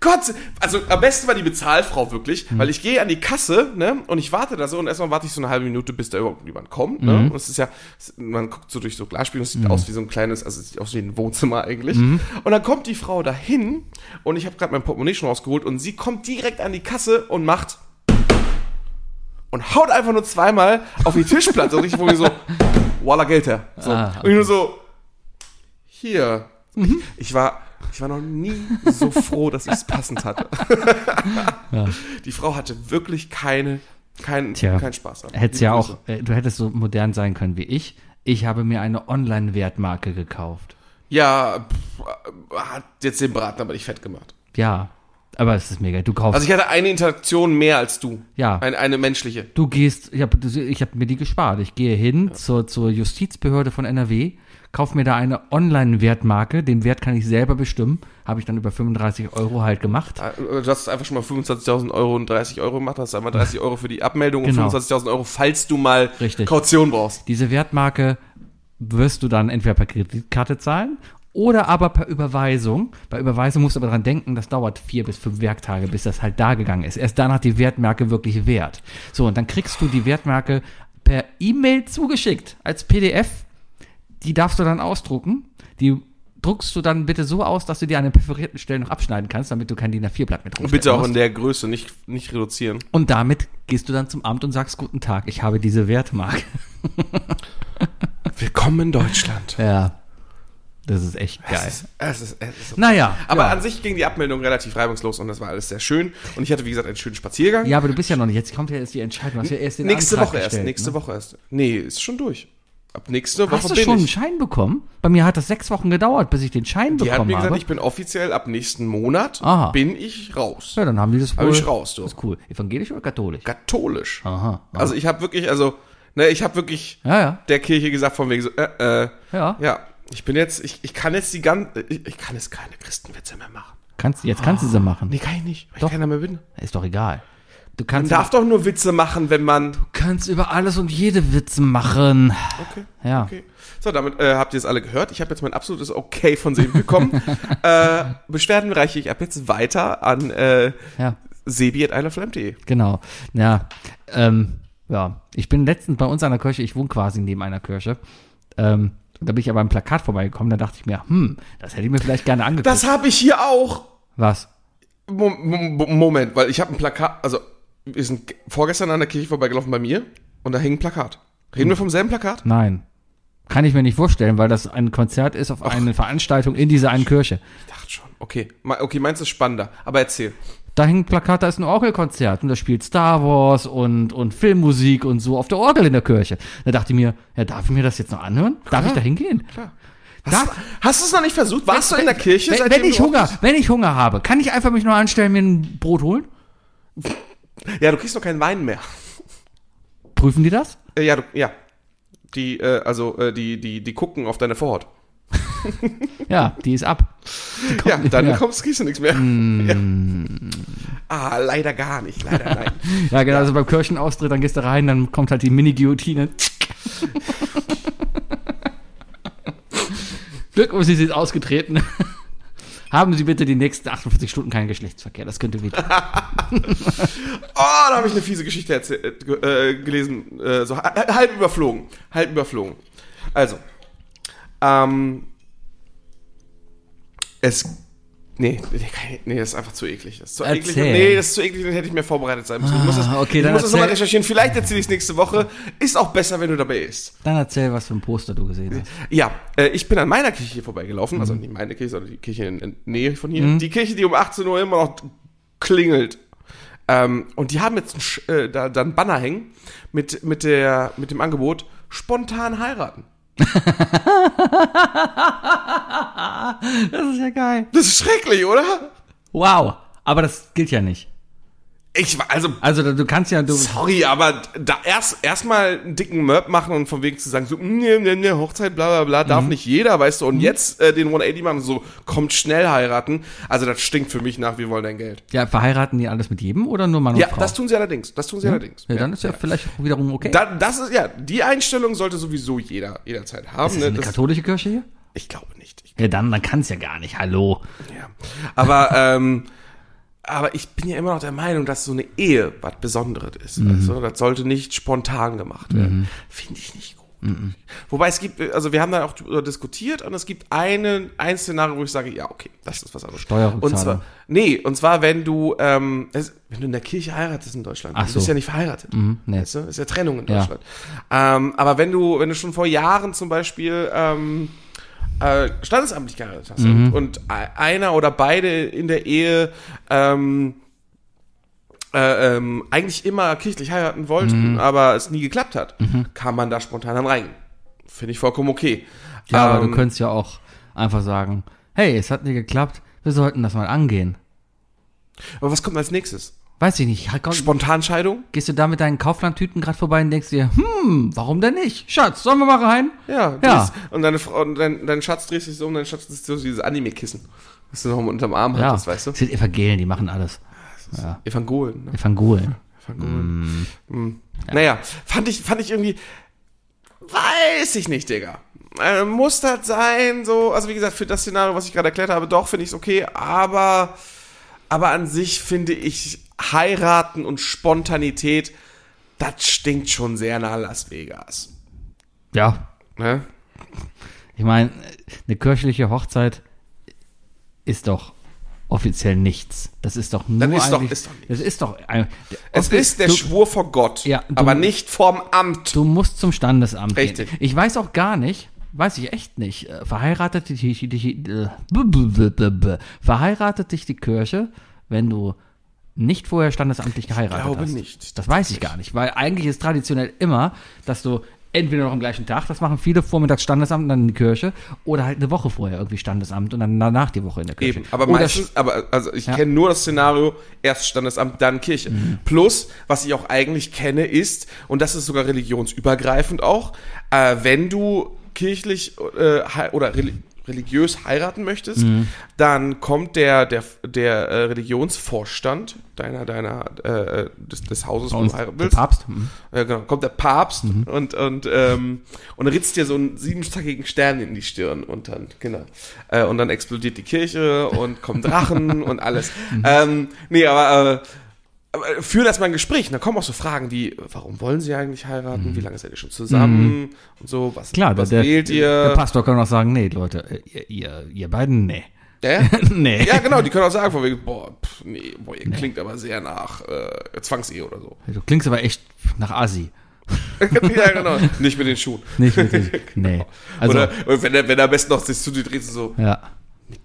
C: Gott, sei- also am besten war die Bezahlfrau wirklich, weil ich gehe an die Kasse ne, und ich warte da so und erstmal warte ich so eine halbe Minute, bis da überhaupt jemand kommt. Ne? Und es ist ja, es- man guckt so durch so Glasspiegel und es sieht aus wie so ein kleines, also es sieht aus wie ein Wohnzimmer eigentlich. Und dann kommt die Frau dahin und ich habe gerade mein Portemonnaie schon rausgeholt und sie kommt direkt an die Kasse und macht und haut einfach nur zweimal auf die Tischplatte. Und ich wurde so, voila, Geld her. So.
A: Ah, Mhm.
C: Und ich nur so, hier. Ich war, ich war noch nie so froh, dass ich es passend hatte. Die Frau hatte wirklich keine, keinen,
A: Tja.
C: keinen Spaß. daran.
A: hättest
C: Liebe
A: ja
C: Grüße.
A: auch, äh, du hättest so modern sein können wie ich. Ich habe mir eine Online-Wertmarke gekauft.
C: Ja, pff, hat jetzt den Braten aber nicht fett gemacht.
A: Ja, aber es ist mega. Du kaufst,
C: Also ich hatte eine Interaktion mehr als du.
A: Ja.
C: Eine, eine menschliche.
A: du gehst, ich habe ich hab mir die gespart. Ich gehe hin zur, zur Justizbehörde von NRW, kauf mir da eine Online-Wertmarke. Den Wert kann ich selber bestimmen. Habe ich dann über 35 Euro halt gemacht.
C: Ah, Du hast einfach schon mal 25.000 Euro und 30 Euro gemacht, hast einmal 30 Euro für die Abmeldung
A: Genau.
C: und 25.000 Euro, falls du mal
A: Richtig.
C: Kaution brauchst.
A: Diese Wertmarke wirst du dann entweder per Kreditkarte zahlen oder aber per Überweisung. Bei Überweisung musst du aber dran denken, das dauert vier bis fünf Werktage, bis das halt da gegangen ist. Erst danach die Wertmarke wirklich wert. So, und dann kriegst du die Wertmarke per E-Mail zugeschickt als PDF. Die darfst du dann ausdrucken. Die druckst du dann bitte so aus, dass du dir an den perforierten Stellen noch abschneiden kannst, damit du kein DIN A4-Blatt mit
C: Und
A: rumschleppen
C: bitte auch
A: musst.
C: in der Größe, nicht, nicht reduzieren.
A: Und damit gehst du dann zum Amt und sagst, guten Tag, ich habe diese Wertmarke.
C: Willkommen in Deutschland.
A: Ja. Das ist echt geil.
C: Es ist, es ist, es ist so.
A: Naja.
C: Aber
A: ja.
C: an sich ging die Abmeldung relativ reibungslos und das war alles sehr schön. Und ich hatte, wie gesagt, einen schönen Spaziergang.
A: ja, aber du bist ja noch nicht. Jetzt kommt ja erst die Entscheidung. Du Hast ja erst den
C: nächste
A: Antrag
C: Woche erst,
A: gestellt,
C: nächste
A: ne?
C: Woche erst. Nee, ist schon durch. Ab nächste Woche
A: Hast du
C: bin
A: schon einen
C: ich.
A: Schein bekommen? Bei mir hat das sechs Wochen gedauert, bis ich den Schein
C: Die hat
A: bekommen
C: mir gesagt,
A: habe.
C: ich bin offiziell ab nächsten Monat
A: Aha.
C: bin ich raus.
A: ja, dann haben die das
C: Hab ich raus, du.
A: Das ist Ah. cool. Evangelisch oder katholisch?
C: Katholisch.
A: Aha.
C: Also ich habe wirklich, also, ne, ich habe wirklich
A: Ja, ja.
C: der Kirche gesagt von wegen so, äh, äh,
A: Ja.
C: ja, ich bin jetzt, ich, ich kann jetzt die ganze, ich, ich kann jetzt keine Christenwitze mehr machen.
A: Kannst, jetzt kannst du sie machen.
C: Nee, Ah, kann ich nicht, weil
A: Doch.
C: ich keiner mehr bin.
A: Ist doch egal. Du kannst.
C: Man darf doch nur Witze machen, wenn man
A: kannst über alles und jede Witze machen.
C: Okay.
A: Ja.
C: Okay. So, damit äh, habt ihr es alle gehört. Ich habe jetzt mein absolutes Okay von Sebi bekommen. äh, Beschwerden reiche ich ab jetzt weiter an äh,
A: Ja,
C: sebi at isleoflamp.de.
A: genau. Ja, ähm, ja. Ich bin letztens bei uns an der Kirche, ich wohne quasi neben einer Kirche. Ähm, und da bin ich aber am Plakat vorbeigekommen, da dachte ich mir, hm, das hätte ich mir vielleicht gerne angeguckt.
C: Das habe ich hier auch.
A: Was?
C: Mo- Mo- Moment, weil ich habe ein Plakat, also wir sind vorgestern an der Kirche vorbeigelaufen bei mir und da hing ein Plakat. Reden wir vom selben Plakat?
A: Nein. Kann ich mir nicht vorstellen, weil das ein Konzert ist auf eine Veranstaltung in dieser einen Kirche.
C: Ich dachte schon. Okay, Ma- okay, meins ist spannender, aber erzähl.
A: Da hängt ein Plakat, da ist ein Orgelkonzert und da spielt Star Wars und, und Filmmusik und so auf der Orgel in der Kirche. Da dachte ich mir, ja, darf ich mir das jetzt noch anhören? Darf ich da hingehen?
C: Hast,
A: Darf-
C: hast du es noch nicht versucht? Warst du in der Kirche?
A: Wenn,
C: seitdem
A: wenn ich
C: du-
A: Hunger, wenn ich Hunger habe, kann ich einfach mich nur anstellen, mir ein Brot holen?
C: Ja, du kriegst noch keinen Wein mehr.
A: Prüfen die das?
C: Äh, Ja, du, ja. Die, äh, also, äh, die, die, die gucken auf deine Vorhaut.
A: Ja, die ist ab. Die kommt
C: Ja,
A: nicht
C: dann
A: mehr.
C: kommst, kriegst du nichts mehr.
A: Mm.
C: Ja. Ah, leider gar nicht, leider nein.
A: Ja, genau, also beim Kirchenaustritt, dann gehst du rein, dann kommt halt die Mini-Guillotine. Glück, um sie sind ausgetreten. Haben Sie bitte die nächsten 48 Stunden keinen Geschlechtsverkehr. Das könnte wieder.
C: Oh, da habe ich eine fiese Geschichte erzähl- äh, ge- äh, gelesen, äh, so ha- halb überflogen, halb überflogen. Also, ähm, es, nee, nee, das ist einfach zu eklig. Das ist zu eklig.
A: Erzähl.
C: Nee, das ist zu eklig, dann hätte ich mir vorbereitet sein müssen. Ich muss das,
A: Ah, okay,
C: ich
A: dann
C: muss das nochmal
A: erzähl.
C: recherchieren. Vielleicht erzähle ich es nächste Woche. Ist auch besser, wenn du dabei bist.
A: Dann erzähl, was für ein Poster du gesehen hast.
C: Ja, äh, ich bin an meiner Kirche hier vorbeigelaufen, also nicht meine Kirche, sondern die Kirche in, in Nähe von hier. Die Kirche, die um 18 Uhr immer noch klingelt. Ähm, und die haben jetzt ein, Sch- äh, da, da einen Banner hängen mit, mit, der, mit dem Angebot spontan heiraten.
A: Das ist ja geil.
C: Das ist schrecklich, oder?
A: Wow. Aber das gilt ja nicht.
C: Ich war, also,
A: Also du kannst ja, du,
C: sorry, aber da erst erstmal einen dicken Mörb machen und von wegen zu sagen, so, mm, ne, ne, ne, Hochzeit, bla bla bla, darf nicht jeder, weißt du, und jetzt äh, den 180 machen, so, kommt schnell heiraten. Also, das stinkt für mich nach, wir wollen dein Geld.
A: ja, verheiraten die alles mit jedem oder nur Mann und
C: Ja,
A: Frau?
C: das tun sie allerdings. Das tun sie allerdings.
A: ja, dann ist ja, vielleicht wiederum okay.
C: Da, das ist ja die Einstellung sollte sowieso jeder jederzeit haben.
A: ist das
C: Ne?
A: eine
C: Das,
A: katholische Kirche hier?
C: ich glaube nicht. Ich,
A: Ja, dann, dann kann es ja gar nicht. Hallo.
C: ja. Aber ähm, aber ich bin ja immer noch der Meinung, dass so eine Ehe was Besonderes ist.
A: Mhm.
C: Also, das sollte nicht spontan gemacht werden. Finde ich nicht gut.
A: Mhm.
C: Wobei es gibt, also wir haben da auch drüber diskutiert und es gibt einen, ein Szenario, wo ich sage, ja, okay, das ist was anderes.
A: Steuerrückzahlung.
C: Und zwar, nee, und zwar, wenn du, ähm, es, wenn du in der Kirche heiratest in Deutschland,
A: Ach
C: du
A: so. Mhm.
C: bist ja nicht verheiratet.
A: nee.
C: Weißt du? Ist ja Trennung in
A: Ja.
C: Deutschland. Ähm, aber wenn du, wenn du schon vor Jahren zum Beispiel ähm, äh, standesamtlich geheiratet hast
A: Mhm.
C: und, und e- einer oder beide in der Ehe ähm, äh, ähm, eigentlich immer kirchlich heiraten wollten,
A: Mhm.
C: aber es nie geklappt hat, kann man da spontan dann rein. Finde ich vollkommen okay.
A: Ja, aber
C: Ähm,
A: du könntest ja auch einfach sagen, hey, es hat nicht geklappt, wir sollten das mal angehen.
C: aber was kommt als nächstes?
A: Weiß ich nicht, halt, komm,
C: Spontanscheidung?
A: gehst du da mit deinen Kauflandtüten gerade vorbei und denkst dir, hm, warum denn nicht? Schatz, sollen wir mal rein?
C: Ja,
A: Ja.
C: drehst- Und deine Frau, und dein, dein Schatz dreht sich so um, dein Schatz ist so dieses Anime-Kissen, das du noch unterm Arm
A: Ja,
C: hattest, weißt du?
A: das sind Evangelien, die machen alles.
C: Evangolen, ne?
A: Evangelien.
C: Vergoren. Mm. Naja, fand ich, fand ich irgendwie, weiß ich nicht, Digga. Äh, muss das sein, so, also wie gesagt, für das Szenario, was ich gerade erklärt habe, doch, finde ich es okay, aber, aber an sich finde ich heiraten und Spontanität, das stinkt schon sehr nach Las Vegas.
A: Ja,
C: Ne?
A: ich meine, eine kirchliche Hochzeit ist doch offiziell nichts. Das ist doch nur
C: ist doch-
A: eigentlich-
C: ist doch nichts.
A: Das ist doch ein,
C: Es
A: Offi-
C: ist der
A: du,
C: Schwur vor Gott,
A: Ja, du-
C: aber nicht vorm Amt.
A: Du musst zum Standesamt
C: Richtig.
A: gehen. Ich weiß auch gar nicht, weiß ich echt nicht, äh, verheiratet dich die, die, äh, b- b- b- b- b- verheiratet dich die Kirche, wenn du nicht vorher standesamtlich geheiratet hast.
C: glaube nicht.
A: Das weiß ich gar nicht, weil eigentlich ist traditionell immer, dass du entweder noch am gleichen Tag, das machen viele vormittags Standesamt und dann in die Kirche, oder halt eine Woche vorher irgendwie Standesamt und dann danach die Woche in der Kirche.
C: Eben, aber
A: Oder
C: meistens, aber also ich kenne nur das Szenario, erst Standesamt, dann Kirche. Plus, was ich auch eigentlich kenne, ist, und das ist sogar religionsübergreifend auch, äh, wenn du kirchlich äh, hei- oder reli- religiös heiraten möchtest, dann kommt der, der, der äh, Religionsvorstand deiner, deiner, äh, des, des Hauses, wo du heiraten
A: der
C: willst.
A: Papst. Mhm.
C: Ja, genau. Kommt der Papst und, und, ähm, und ritzt dir so einen siebenzackigen Stern in die Stirn und dann, genau. Äh, und dann explodiert die Kirche und kommen Drachen und alles.
A: Mhm.
C: Ähm, nee, aber, äh, aber führ das mal ein Gespräch. Und dann kommen auch so Fragen wie, warum wollen sie eigentlich heiraten? Wie lange seid ihr schon zusammen? Und so, was,
A: Mhm. Klar,
C: was
A: der,
C: wählt
A: der
C: ihr?
A: Pastor kann auch sagen, nee, Leute, äh, ihr, ihr, ihr beiden, nee.
C: Äh?
A: nee.
C: Ja, genau, die können auch sagen, von wegen, boah, pff, nee, boah, ihr klingt aber sehr nach äh, Zwangsehe oder so.
A: Du Also, klingst aber echt nach Asi.
C: ja, genau. Nicht mit den Schuhen.
A: Nicht wirklich. Nee. Also,
C: Genau. oder und wenn er, wenn er am besten noch sich zu dir dreht, so,
A: ja.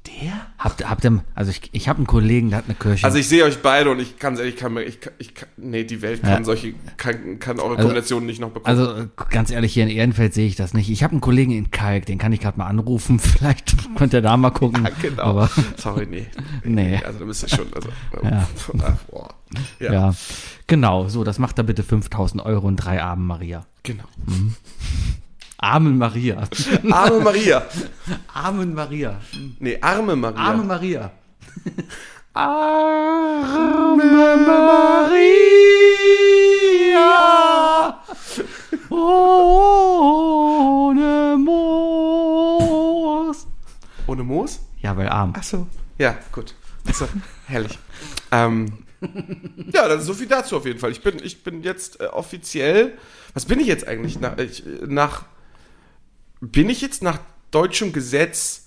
C: der?
A: Habt, habt ihr, also ich, ich habe einen Kollegen, der hat eine Kirche.
C: Also ich sehe euch beide und ich kann ehrlich, ich kann mir, ich, kann, ich kann, nee, die Welt kann
A: Ja.
C: solche, kann, kann eure Kombinationen nicht noch bekommen.
A: Also äh, ganz ehrlich, hier in Ehrenfeld sehe ich das nicht. Ich habe einen Kollegen in Kalk, den kann ich gerade mal anrufen. Vielleicht könnt ihr da mal gucken.
C: ja, genau.
A: Aber,
C: Sorry, nee.
A: Nee.
C: Also da müsst ihr schon, also,
A: Ja.
C: ach, boah. Ja,
A: ja. Genau, so, das macht da bitte 5000 Euro und drei Armen Maria.
C: genau.
A: Armen Maria.
C: Arme Maria.
A: Armen Maria.
C: Nee, arme Maria.
A: Arme Maria.
C: arme Maria.
A: Ohne Moos.
C: Ohne Moos?
A: Ja, weil arm.
C: Ach so. Ja, gut. So, herrlich. ähm, ja, dann so viel dazu auf jeden Fall. Ich bin, ich bin jetzt äh, offiziell. Was bin ich jetzt eigentlich? Nach, ich, äh, nach. Bin ich jetzt nach deutschem Gesetz.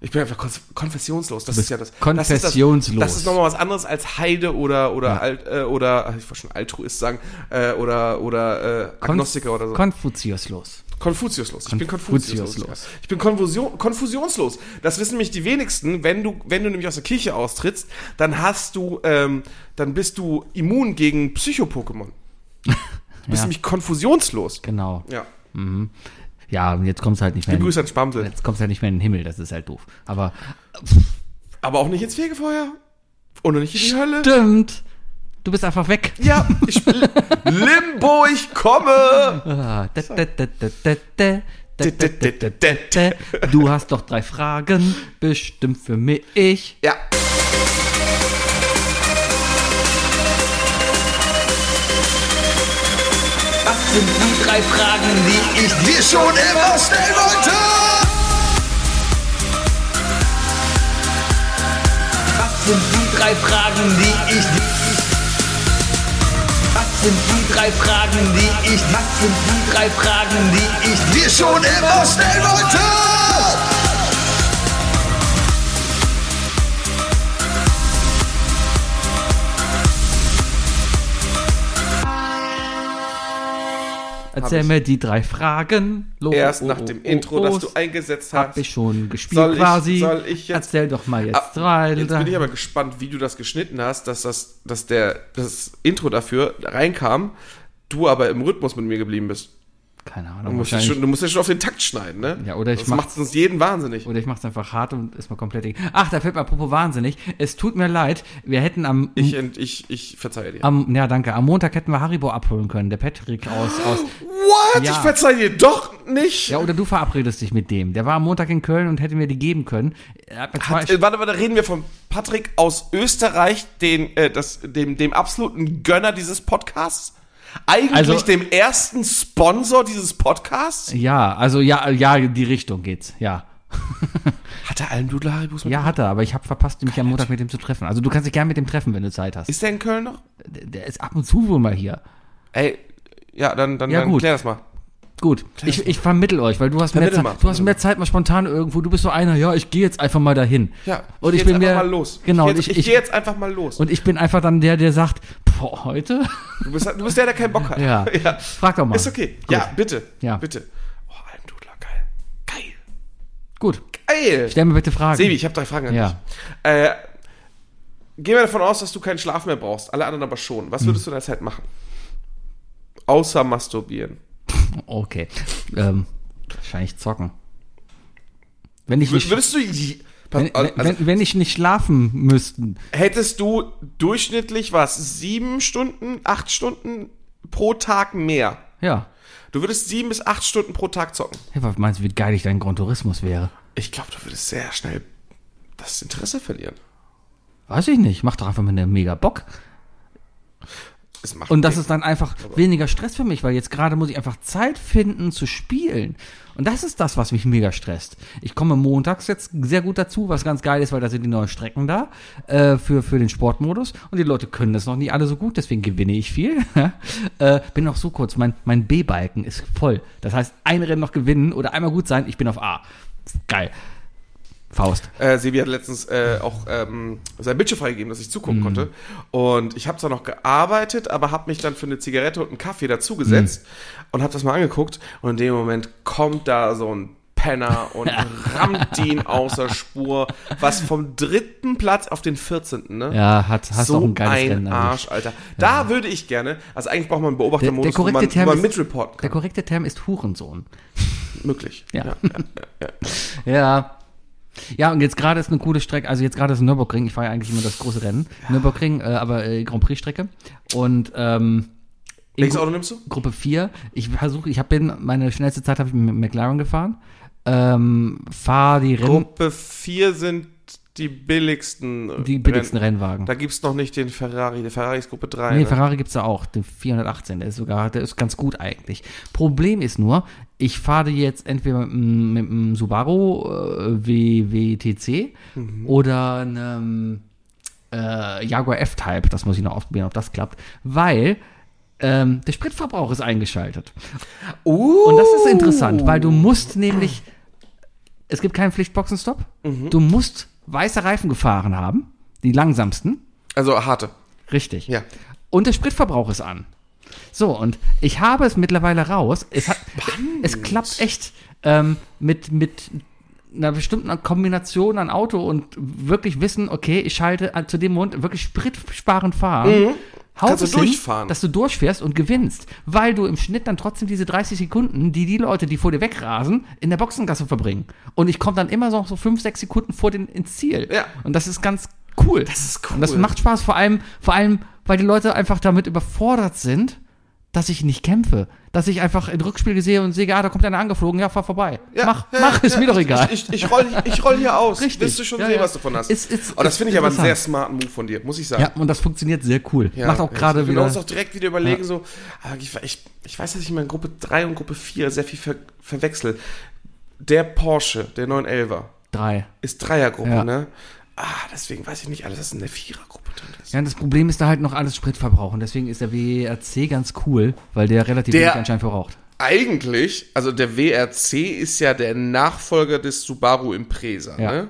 C: Ich bin einfach konf konfessionslos. Das ist ja das.
A: konfessionslos.
C: Das ist, das, das ist nochmal was anderes als Heide oder oder
A: Ja.
C: alt, äh, oder ach, ich wollte schon Altruist sagen äh, oder oder äh, Agnostiker oder so.
A: Konfuziuslos.
C: Konfuziuslos. Ich bin
A: Konfuziuslos.
C: konfuziuslos. Ich bin Konfusion, konfusionslos. Das wissen nämlich die wenigsten. Wenn du, wenn du nämlich aus der Kirche austrittst, dann hast du, ähm, dann bist du immun gegen Psycho-Pokémon. Du bist
A: Ja.
C: nämlich konfusionslos.
A: Genau.
C: Ja.
A: Ja, und jetzt kommst du halt nicht mehr.
C: Liebe
A: in-
C: Grüße an Spamsel.
A: Jetzt kommst du halt nicht mehr in den Himmel, das ist halt doof. Aber
C: Aber auch nicht ins Fegefeuer. Und auch nicht in die Hölle.
A: stimmt. Du bist einfach weg.
C: Ja, ich bin Limbo, ich komme.
A: Ah, da, da, da, da, da, da, da, da, da, da, da, da. Du hast doch drei Fragen, bestimmt für mich.
C: Ja.
B: Was sind die drei Fragen, die ich dir schon immer stellen wollte? Was sind die drei Fragen, die ich dir... Was sind die drei Fragen, die ich... Was sind die drei Fragen, die ich dir schon immer stellen wollte?
A: Erzähl
C: ich.
A: mir die drei Fragen. Lo-
C: Erst
A: oh,
C: nach
A: oh,
C: dem
A: oh,
C: Intro, das
A: oh.
C: du eingesetzt
A: Hab
C: hast.
A: ich schon gespielt
C: Soll ich-
A: quasi.
C: soll ich jetzt-
A: Erzähl doch mal jetzt halt
C: Ah,
A: drei.
C: Jetzt
A: drei.
C: bin ich aber gespannt, wie du das geschnitten hast, dass das, dass der, das Intro dafür reinkam, du aber im Rhythmus mit mir geblieben bist.
A: Keine
C: Du
A: Ahnung.
C: musst, ja
A: wahrscheinlich-
C: schon, du musst ja schon auf den Takt schneiden, ne?
A: Ja, oder ich
C: das
A: mach-
C: macht uns jeden wahnsinnig.
A: Oder ich mach's einfach hart und ist mal komplett. egal. Ach, da fällt mir apropos wahnsinnig. Es tut mir leid, wir hätten am.
C: Ich, ent- ich, ich verzeihe dir.
A: am, ja, danke. Am Montag hätten wir Haribo abholen können. Der Patrick aus, aus.
C: What?
A: Ja.
C: Ich verzeihe dir doch nicht.
A: Ja, oder du verabredest dich mit dem. Der war am Montag in Köln und hätte mir die geben können. Er hat mir zwei
C: Äh, warte, warte, reden wir von Patrick aus Österreich, den, äh, das, dem, dem absoluten Gönner dieses Podcasts. Eigentlich
A: Also-
C: dem ersten Sponsor dieses Podcasts.
A: ja, also ja, ja, in die Richtung geht's. Ja.
C: Hat er allen Dudel Haribus mit?
A: Ja, hat er, aber ich habe verpasst, mich am Montag mit dem zu treffen. Also du kannst dich gerne mit dem treffen, wenn du Zeit hast.
C: Ist der in Köln noch?
A: Der der ist ab und zu wohl mal hier.
C: Ey, ja, dann, dann,
A: Ja,
C: dann
A: gut.
C: klär das mal.
A: Gut, ich, ich vermittel euch, weil du hast, mehr
C: Vermittel
A: Zeit,
C: mal,
A: du hast mehr Zeit mal spontan irgendwo. Du bist so einer, ja, ich gehe jetzt einfach mal dahin.
C: Ja,
A: und
C: geh
A: ich bin
C: jetzt
A: mir
C: einfach mal los.
A: Genau,
C: ich, geh
A: und
C: jetzt- ich, gehe jetzt einfach mal los.
A: und ich bin einfach dann der, der sagt, boah, heute?
C: du, bist, du bist der, der keinen Bock hat.
A: Ja.
C: ja.
A: Frag doch mal.
C: Ist okay. Ja, bitte.
A: Ja.
C: Bitte. Oh, Almdudler, geil. Geil.
A: Gut,
C: Geil.
A: stell mir bitte Fragen.
C: Sebi, ich habe drei Fragen an
A: Ja.
C: dich. Äh, gehen wir davon aus, dass du keinen Schlaf mehr brauchst, alle anderen aber schon.
A: Hm.
C: Was würdest du in der Zeit machen? Außer masturbieren.
A: Okay. Ähm, wahrscheinlich zocken. Wenn ich
C: Wür-
A: nicht,
C: Würdest du. je- Pass-
A: wenn,
C: also,
A: wenn, wenn ich nicht schlafen müssten,
C: hättest du durchschnittlich was? Sieben Stunden, acht Stunden pro Tag mehr?
A: ja.
C: Du würdest sieben bis acht Stunden pro Tag zocken.
A: Hey, was meinst du, wie geil ich dein Gran Turismus wäre?
C: Ich glaube, du würdest sehr schnell das Interesse verlieren.
A: Weiß ich nicht. Mach doch einfach mal eine mega Bock.
C: Es macht
A: Und das
C: Ding.
A: ist dann einfach weniger Stress für mich, weil jetzt gerade muss ich einfach Zeit finden zu spielen. Und das ist das, was mich mega stresst. Ich komme montags jetzt sehr gut dazu, was ganz geil ist, weil da sind die neuen Strecken da äh, für, für den Sportmodus. Und die Leute können das noch nicht alle so gut, deswegen gewinne ich viel. äh, bin noch so kurz, mein, mein B-Balken ist voll. Das heißt, ein Rennen noch gewinnen oder einmal gut sein, ich bin auf A. Geil. Faust.
C: Äh, Sebi hat letztens äh, auch ähm, sein Bildschirm freigegeben, dass ich zugucken konnte. Und ich habe zwar noch gearbeitet, aber habe mich dann für eine Zigarette und einen Kaffee dazugesetzt und habe das mal angeguckt. Und in dem Moment kommt da so ein Penner und rammt ihn außer Spur, was vom dritten Platz auf den 14. Ne?
A: Ja, hat, hast
C: so
A: auch ein geiles
C: ein
A: Rennen. erwischt.
C: Arsch, Alter. Da würde ich gerne, also eigentlich braucht man einen Beobachtermodus,
A: Der- der
C: wo man,
A: korrekte
C: wo man
A: Term ist-
C: mitreporten
A: Der
C: kann.
A: korrekte Term ist Hurensohn.
C: Möglich.
A: Ja. Ja. Ja, und jetzt gerade ist eine coole Strecke, also jetzt gerade ist Nürburgring, ich fahre ja eigentlich immer das große Rennen, Nürburgring, äh, aber äh, Grand Prix-Strecke. Und ähm, in
C: Welches
A: Gru
C: Auto nimmst du?
A: Gruppe 4, ich versuche, ich habe bin, meine schnellste Zeit habe ich mit McLaren gefahren, ähm, fahre die Rennen,
C: Gruppe 4 sind die billigsten. äh,
A: die billigsten Rennwagen.
C: Da gibt's noch nicht den Ferrari. Der Ferrari ist Gruppe 3.
A: Nee,
C: ne?
A: Ferrari gibt's da auch, den 418, der ist sogar, der ist ganz gut eigentlich. Problem ist nur, ich fahre jetzt entweder mit, dem- mit einem Subaru äh, W- WTC oder einem äh, Jaguar F-Type, das muss ich noch ausprobieren, ob das klappt, weil ähm, der Spritverbrauch ist eingeschaltet. Und das ist interessant, weil du musst nämlich, es gibt keinen Pflichtboxenstopp, du musst weiße Reifen gefahren haben, die langsamsten,
C: Also harte.
A: richtig.
C: Ja.
A: Und der Spritverbrauch ist an. So, und ich habe es mittlerweile raus. Es, hat, es klappt echt ähm, mit, mit einer bestimmten Kombination an Auto und wirklich wissen, okay, ich schalte an- zu dem Mund wirklich spritsparend fahren. Haut
C: Mhm. Kannst du
A: es hin,
C: durchfahren.
A: dass du durchfährst und gewinnst, weil du im Schnitt dann trotzdem diese 30 Sekunden, die die Leute, die vor dir wegrasen, in der Boxengasse verbringen. Und ich komme dann immer noch so 5, 6 Sekunden vor den ins Ziel.
C: Ja.
A: Und das ist ganz cool.
C: Das ist
A: Und das
C: cool.
A: macht Spaß, vor allem, vor allem, weil die Leute einfach damit überfordert sind, dass ich nicht kämpfe. Dass ich einfach in Rückspiel sehe und sehe, ah, da kommt einer angeflogen, ja, fahr vorbei. mach, mach, ist mir doch egal.
C: Ich, ich, ich, roll, ich roll hier aus.
A: Richtig.
C: Wirst du schon
A: Ja,
C: sehen,
A: ja.
C: was du davon hast.
A: Ist- ist-
C: oh, das
A: ist
C: finde ich aber einen sehr
A: interessant.
C: smarten Move von dir, muss ich sagen.
A: ja, und das funktioniert sehr cool.
C: Ja,
A: macht auch gerade
C: wir Wir
A: wieder.
C: uns auch direkt wieder überlegen, so, aber ich, ich, ich weiß, dass ich in Gruppe 3 und Gruppe 4 sehr viel ver, verwechsel. Der Porsche, der 911er,
A: drei.
C: ist Dreiergruppe,
A: Ja.
C: ne? Ah, deswegen weiß ich nicht alles, was in der Vierergruppe drin ist.
A: Ja, und das Problem ist da halt noch alles Spritverbrauch. Und deswegen ist der WRC ganz cool, weil der relativ
C: Der-
A: wenig anscheinend verbraucht.
C: eigentlich, also der WRC ist ja der Nachfolger des Subaru Impreza,
A: Ja.
C: ne?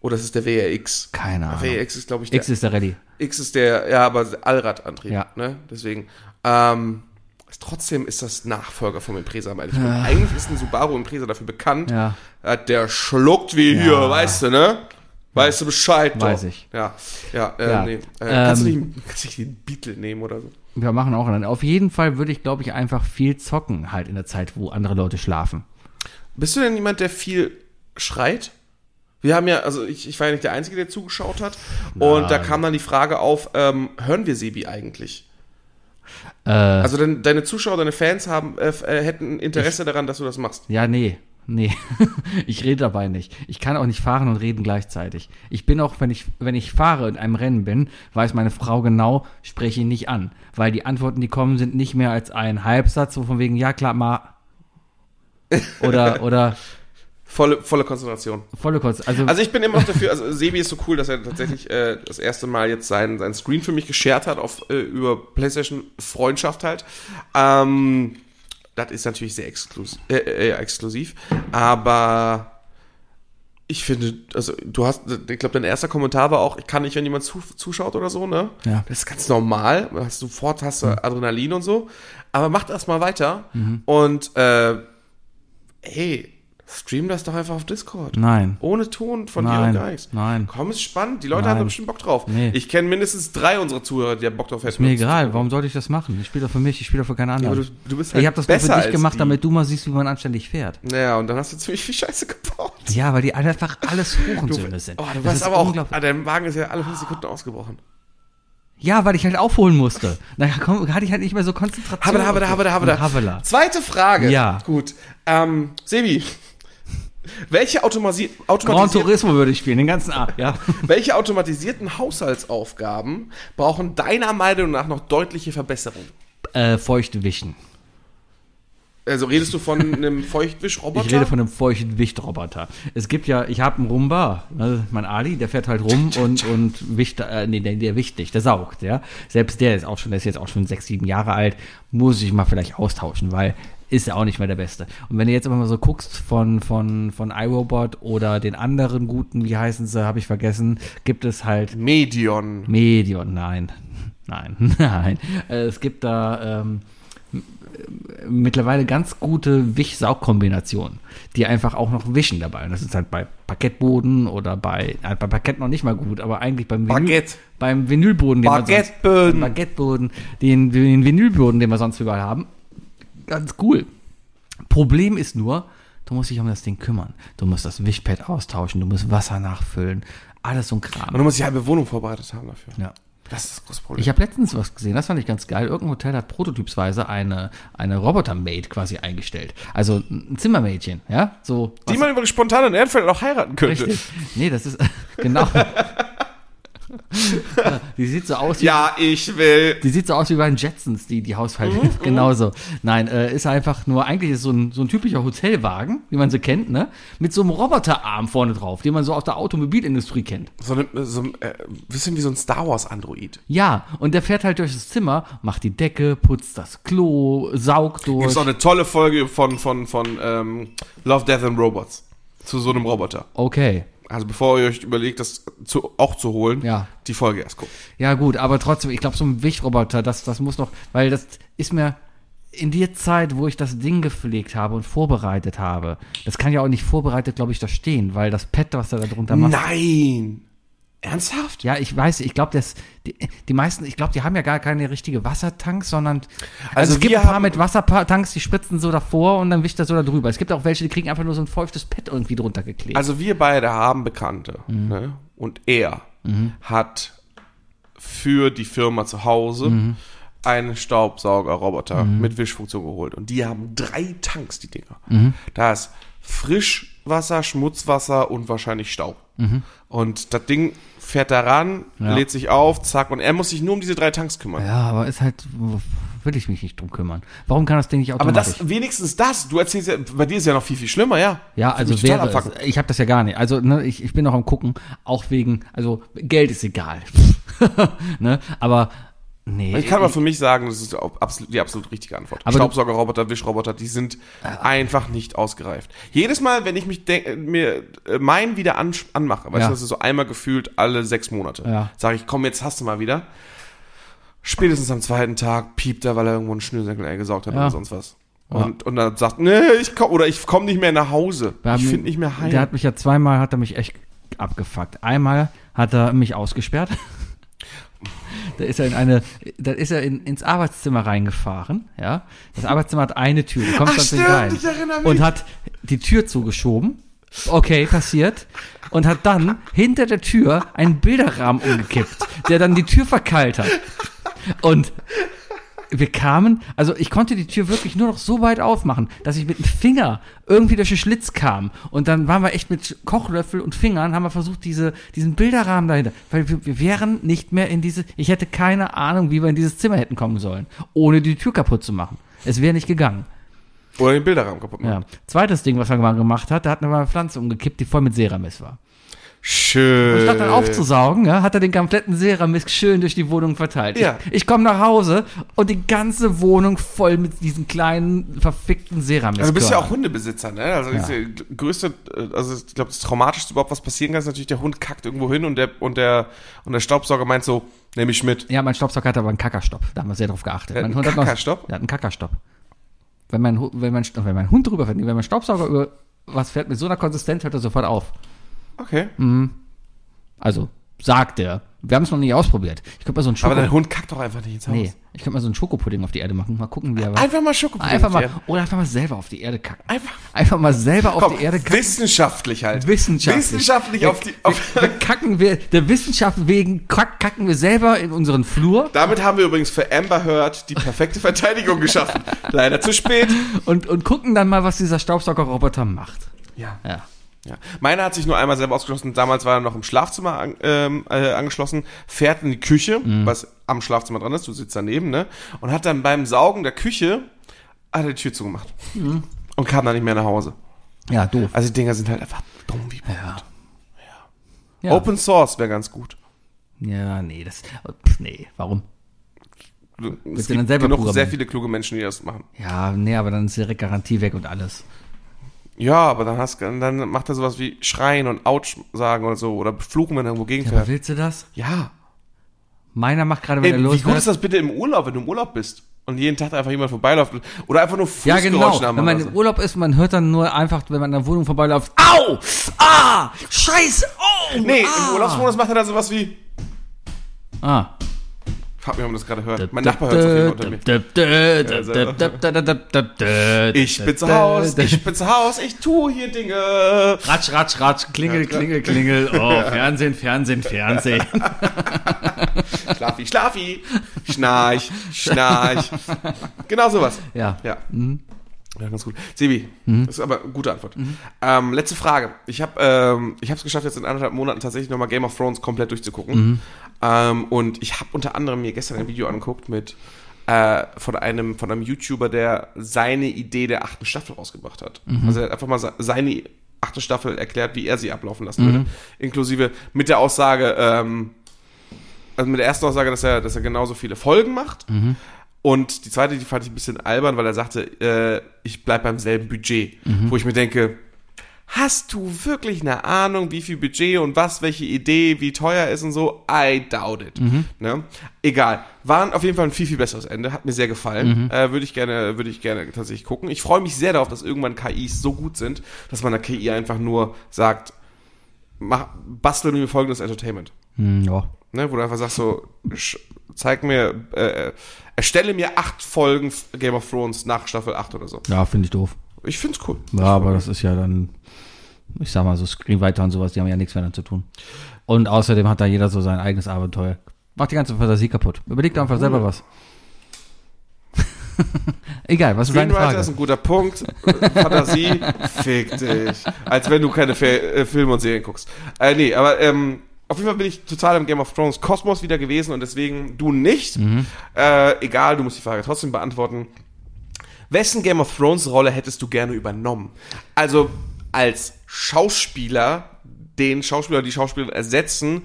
C: Oder das ist der WRX.
A: Keine Ahnung.
C: WRX ist, glaube ich, der
A: X
C: X ist,
A: ist der Rallye.
C: der, ja, aber Allradantrieb,
A: Ja.
C: ne? Deswegen, ähm, ist- trotzdem ist das Nachfolger vom Impreza, meine ich. Und Eigentlich ist ein Subaru Impreza dafür bekannt,
A: Ja.
C: äh, der schluckt wie hier, weißt du, ne? Weißt du Bescheid? doch.
A: Weiß ich.
C: Ja, ja, äh,
A: Ja.
C: nee. Äh, kannst, du
A: Ähm.
C: nicht, kannst du nicht den Beetle nehmen oder so?
A: Wir machen auch einen. Auf jeden Fall würde ich, glaube ich, einfach viel zocken, halt in der Zeit, wo andere Leute schlafen.
C: Bist du denn jemand, der viel schreit? Wir haben ja, also ich, ich war ja nicht der Einzige, der zugeschaut hat. Und da kam dann die Frage auf, ähm, hören wir Sebi eigentlich?
A: Äh,
C: also dein, deine Zuschauer, deine Fans haben, äh, f- äh, hätten Interesse daran, dass du das machst.
A: Ja, nee. Nee, ich rede dabei nicht. Ich kann auch nicht fahren und reden gleichzeitig. Ich bin auch, wenn ich, wenn ich fahre und in einem Rennen bin, weiß meine Frau genau, spreche ihn nicht an. Weil die Antworten, die kommen, sind nicht mehr als ein Halbsatz, so von wegen, ja klar, mal. Oder, oder
C: Volle, volle Konzentration.
A: volle kurz. Also,
C: Also ich bin immer noch dafür, also Sebi ist so cool, dass er tatsächlich äh, das erste Mal jetzt sein, sein Screen für mich geshared hat auf, äh, über PlayStation Freundschaft halt. Ähm, das ist natürlich sehr exklus äh, äh, exklusiv, aber ich finde, also du hast, ich glaube, dein erster Kommentar war auch, ich kann nicht, wenn jemand zu, zuschaut oder so, ne?
A: Ja. Mhm.
C: Das ist ganz normal, hast sofort hast du Adrenalin und so, aber macht erst mal weiter und äh, hey, stream das doch einfach auf Discord.
A: nein.
C: Ohne Ton von
A: Nein,
C: dir und gar nichts.
A: nein.
C: Komm, ist spannend. Die Leute
A: Nein.
C: haben da bestimmt Bock drauf.
A: Nee.
C: Ich kenne mindestens drei unserer Zuhörer, die da Bock drauf hätten.
A: Mir egal, warum sollte ich das machen? Ich spiele doch für mich, ich spiele doch für keine anderen.
C: aber du- du bist
A: ich
C: halt
A: habe das nur
C: besser
A: für dich
C: als
A: gemacht,
C: die.
A: damit du mal siehst, wie man anständig fährt.
C: Naja, und dann hast du ziemlich viel Scheiße gebaut.
A: Ja, weil die alle einfach alles Hurensöhne sind.
C: Oh, du
A: Das
C: warst
A: ist
C: aber auch,
A: unglaublich.
C: ah, dein Wagen ist ja alle fünf Sekunden ausgebrochen.
A: Ja, weil ich halt aufholen musste. Na komm, hatte ich halt nicht mehr so Konzentration.
C: Habela, habela, habela, habela.
A: Habela.
C: Zweite Frage.
A: Ja.
C: Gut. Ähm, Sebi, welche, automasi
A: Gran
C: automatisier
A: Turismo würde ich spielen, den ganzen Abend, ja.
C: welche automatisierten Haushaltsaufgaben brauchen deiner Meinung nach noch deutliche Verbesserung?
A: äh, feucht wischen.
C: Also redest du von einem Feuchtwischroboter?
A: Ich rede von einem feuchten Wichtroboter. Es gibt ja, ich habe einen Rumba, ne, mein Ali, der fährt halt rum und, und wicht, äh, nee, der, der wicht nicht, der saugt, ja. Selbst der ist auch schon, der ist jetzt auch schon sechs, sieben Jahre alt, muss ich mal vielleicht austauschen, weil ist ja auch nicht mehr der Beste. Und wenn du jetzt aber mal so guckst von, von, von iRobot oder den anderen guten, wie heißen sie, habe ich vergessen, gibt es halt
C: Medion.
A: Medion, nein. Nein, nein. Äh, Es gibt da ähm, m- äh, mittlerweile ganz gute Wich-Saug-Kombinationen, die einfach auch noch wischen dabei. Und das ist halt bei Parkettboden oder bei, äh, bei Parkett noch nicht mal gut, aber eigentlich beim,
C: Baguette.
A: beim Vinylboden, den wir sonst,
C: Baguetteböden.
A: Baguetteboden, den, den Vinylboden, den wir sonst überall haben. Ganz cool. Problem ist nur, du musst dich um das Ding kümmern. Du musst das Wischpad austauschen, du musst Wasser nachfüllen, alles so ein Kram.
C: Und du musst die halbe halt Wohnung vorbereitet haben dafür.
A: ja.
C: Das ist das große Problem.
A: Ich habe letztens was gesehen, das fand ich ganz geil. Irgendein Hotel hat prototypsweise eine, eine Roboter-Maid quasi eingestellt. Also ein Zimmermädchen, ja? So. was-
C: die man übrigens spontan in Erdfeld auch heiraten könnte.
A: richtig. Nee, das ist. Genau. Ja, die sieht so aus wie.
C: Ja, ich will.
A: Die sieht so aus wie bei den Jetsons, die, die Haushalterin.
C: Mhm,
A: Genauso. Nein, äh, ist einfach nur, eigentlich ist so ein, so ein typischer Hotelwagen, wie man sie kennt, ne? Mit so einem Roboterarm vorne drauf, den man so aus der Automobilindustrie kennt.
C: So ein so, ein, äh, bisschen wie so ein Star Wars-Android.
A: Ja, und der fährt halt durch das Zimmer, macht die Decke, putzt das Klo, saugt durch.
C: Gibt auch eine tolle Folge von, von, von ähm, Love, Death and Robots. Zu so einem Roboter.
A: Okay.
C: Also bevor ihr euch überlegt, das zu, auch zu holen,
A: Ja.
C: die Folge erst gucken.
A: Ja, gut, aber trotzdem, ich glaube, so ein Wichtroboter, das, das muss noch, weil das ist mir in der Zeit, wo ich das Ding gepflegt habe und vorbereitet habe, das kann ja auch nicht vorbereitet, glaube ich, da stehen, weil das Pad, was er da drunter macht.
C: Nein! Ernsthaft?
A: Ja, ich weiß, ich glaube, das, die, die meisten, ich glaube, die haben ja gar keine richtige Wassertanks, sondern also,
C: Also
A: es gibt
C: wir
A: ein paar
C: haben-
A: mit Wassertanks, die spritzen so davor und dann wischt er so da drüber. Es gibt auch welche, die kriegen einfach nur so ein feuchtes Pad irgendwie drunter geklebt.
C: Also wir beide haben Bekannte.
A: Mhm.
C: Ne? Und er hat für die Firma zu Hause
A: Mhm.
C: einen Staubsaugerroboter mit Wischfunktion geholt. Und die haben drei Tanks, die Dinger.
A: Mhm.
C: Da ist Frischwasser, Schmutzwasser und wahrscheinlich Staub.
A: Mhm.
C: Und das Ding fährt da ran, lädt sich auf, zack. Und er muss sich nur um diese drei Tanks kümmern.
A: ja, aber ist halt, will ich mich nicht drum kümmern. Warum kann das Ding nicht
C: Aber
A: automatisch?
C: das, wenigstens das, du erzählst ja, bei dir ist ja noch viel, viel schlimmer, ja.
A: Ja,
C: Find
A: also
C: ich total
A: wäre
C: abfucken.
A: es, ich habe das ja gar nicht. Also ne, ich, ich bin noch am gucken, auch wegen, also Geld ist egal. ne, aber nee.
C: Ich kann mal für mich sagen, das ist auch absolut, die absolut richtige Antwort.
A: Aber du-
C: Staubsaugerroboter, Wischroboter, die sind einfach nicht ausgereift. Jedes Mal, wenn ich mich denk, mir äh, meinen wieder an, anmache, weißt
A: Ja.
C: du, das ist so einmal gefühlt alle sechs Monate,
A: Ja.
C: sage ich, komm, jetzt hast du mal wieder. Spätestens am zweiten Tag piept er, weil er irgendwo einen Schnürsenkel eingesaugt hat
A: Ja.
C: oder sonst was. Und, und dann sagt, nee, ich komm, oder ich komme nicht mehr nach Hause.
A: wir haben-
C: ich finde nicht mehr heim.
A: Der hat mich ja zweimal, hat er mich echt abgefuckt. Einmal hat er mich ausgesperrt. Da ist er in eine, da ist er in, ins Arbeitszimmer reingefahren, ja. Das Arbeitszimmer hat eine Tür, du kommst
C: Ach,
A: sonst nicht
C: stimmt,
A: rein.
C: ich erinnere mich.
A: Und hat die Tür zugeschoben. Okay, passiert. Und hat dann hinter der Tür einen Bilderrahmen umgekippt, der dann die Tür verkeilt hat. Und wir kamen, also ich konnte die Tür wirklich nur noch so weit aufmachen, dass ich mit dem Finger irgendwie durch den Schlitz kam. Und dann waren wir echt mit Kochlöffel und Fingern, haben wir versucht, diese, diesen Bilderrahmen dahinter, weil wir, wir wären nicht mehr in diese, ich hätte keine Ahnung, wie wir in dieses Zimmer hätten kommen sollen, ohne die Tür kaputt zu machen. Es wäre nicht gegangen.
C: oder den Bilderrahmen kaputt machen.
A: Ja. Zweites Ding, was er mal gemacht hat, da hat er mal eine Pflanze umgekippt, die voll mit Seramis war.
C: Schön.
A: Statt dann aufzusaugen, ja, hat er den kompletten Seramisk schön durch die Wohnung verteilt.
C: Ja.
A: Ich, ich komme nach Hause und die ganze Wohnung voll mit diesen kleinen, verfickten Seramisk.
C: Also du bist ja auch Hundebesitzer, ne? Also das größte, äh, also ich glaube, das Traumatischste überhaupt, was passieren kann, ist natürlich, der Hund kackt irgendwo hin und der und der und der Staubsauger meint so, nehme ich mit.
A: Ja, mein Staubsauger hatte aber einen Kackerstopp. Da haben wir sehr drauf geachtet.
C: Der hat
A: mein
C: einen
A: Hund noch-
C: Kackerstopp?
A: Der hat einen Kackerstopp. Wenn mein, Hu- wenn, mein, St- wenn mein Hund drüber fährt, nee, wenn mein Staubsauger über was
C: Mhm.
A: fährt mit so einer Konsistenz, hört er sofort auf.
C: Okay.
A: Also, sagt er. Wir haben es noch nicht ausprobiert. Ich könnte mal so einen
C: Aber
A: Schoko.
C: dein Hund kackt doch einfach nicht ins Haus.
A: Mhm. nee, ich könnte mal so einen Schokopudding auf die Erde machen. Mal gucken, wie er war.
C: Einfach mal Schokopudding
A: Einfach
C: auf die
A: mal,
C: Erde.
A: oder einfach mal selber auf die Erde kacken.
C: Einfach-
A: einfach mal selber auf
C: Komm,
A: die Erde kacken.
C: wissenschaftlich halt.
A: Wissenschaftlich.
C: Wissenschaftlich auf die. Auf,
A: Wir kacken wir, der Wissenschaft wegen kack- kacken wir selber in unseren Flur
C: damit haben wir übrigens für Amber Heard die perfekte Verteidigung geschaffen. Leider zu spät.
A: und, und gucken dann mal, was dieser Staubsaugerroboter macht.
C: Ja.
A: Ja.
C: Ja. Meiner hat sich nur einmal selber ausgeschlossen. Damals war er noch im Schlafzimmer an, ähm, äh, angeschlossen, fährt in die Küche,
A: Mhm.
C: was am Schlafzimmer dran ist, du sitzt daneben, ne? Und hat dann beim Saugen der Küche hat er die Tür zugemacht.
A: Mhm.
C: Und kam dann nicht mehr nach Hause.
A: Ja, doof.
C: Also die Dinger sind halt einfach dumm wie
A: Ja. Ja.
C: Open Source wäre ganz gut.
A: ja, nee, das. Pff, nee, warum?
C: Es
A: du dann selber programmieren?
C: sehr viele kluge Menschen, die das machen.
A: Ja, nee, aber dann ist direkt Garantie weg und alles.
C: Ja, aber dann, hast, dann macht er sowas wie schreien und Autsch sagen oder so oder fluchen, wenn er irgendwo
A: Aber
C: gegenfährt.
A: willst du das?
C: Ja.
A: Meiner macht gerade, wenn
C: Ey,
A: er
C: wie gut ist
A: losfährt.
C: das bitte im Urlaub, wenn du im Urlaub bist und jeden Tag einfach jemand vorbeiläuft oder einfach nur
A: Ja,
C: Fußgeräusche
A: genau.
C: haben
A: Wenn man
C: oder
A: im
C: so.
A: Urlaub ist, man hört dann nur einfach, wenn man an der Wohnung vorbeiläuft, Au! Ah! Scheiße! Oh!
C: Nee,
A: ah.
C: im Urlaubsmodus macht er dann sowas wie
A: Ah.
C: Frag mich, ob man das gerade hört. Mein Nachbar hört es auf jeden Fall unter mir. Also. Ich bin zu Hause, ich bin zu Hause, ich tue hier Dinge.
A: Ratsch, ratsch, ratsch, klingel, klingel, klingel. Oh, Fernsehen, Fernsehen, Fernsehen.
C: Schlafi, schlafi, schnarch, schnarch. Genau sowas.
A: Ja.
C: Ja. Ja, ganz gut. Sebi, das ist aber eine gute Antwort. Ähm, letzte Frage. Ich habe ähm, ich es geschafft, jetzt in anderthalb Monaten tatsächlich nochmal Game of Thrones komplett durchzugucken. Ähm, und ich habe unter anderem mir gestern ein Video angeguckt mit äh, von einem von einem YouTuber, der seine Idee der achten Staffel rausgebracht hat. Also er hat einfach mal se- seine achte Staffel erklärt, wie er sie ablaufen lassen würde. Inklusive mit der Aussage, ähm, also mit der ersten Aussage, dass er, dass er genauso viele Folgen macht. Und die zweite, die fand ich ein bisschen albern, weil er sagte, äh, ich bleib beim selben Budget. Wo ich mir denke, hast du wirklich eine Ahnung, wie viel Budget und was, welche Idee, wie teuer ist und so? I doubt it. Ne? Egal. Waren auf jeden Fall ein viel, viel besseres Ende. Hat mir sehr gefallen. Äh, würde ich gerne, würde ich gerne tatsächlich gucken. Ich freue mich sehr darauf, dass irgendwann KIs so gut sind, dass man der KI einfach nur sagt, mach, bastel mir folgendes Entertainment
A: Hm, ja.
C: ne, wo du einfach sagst so, sch- zeig mir, äh, erstelle mir acht Folgen F- Game of Thrones nach Staffel 8 oder so.
A: Ja, finde ich doof.
C: Ich find's cool.
A: Ja, aber das ist ja dann, ich sag mal, so Screenwriter und sowas, die haben ja nichts mehr damit zu tun. Und außerdem hat da jeder so sein eigenes Abenteuer. Macht die ganze Fantasie kaputt. Überleg doch einfach selber was. Egal, was ist deine
C: Screenwriter ist
A: Frage?
C: ein guter Punkt. Äh, Fantasie, fick dich. Als wenn du keine Fe äh, Filme und Serien guckst. Äh, nee, aber ähm, auf jeden Fall bin ich total im Game of Thrones Kosmos wieder gewesen und deswegen du nicht.
A: Mhm.
C: Äh, egal, du musst die Frage trotzdem beantworten. Wessen Game of Thrones Rolle hättest du gerne übernommen? Also als Schauspieler den Schauspieler, die Schauspielerin ersetzen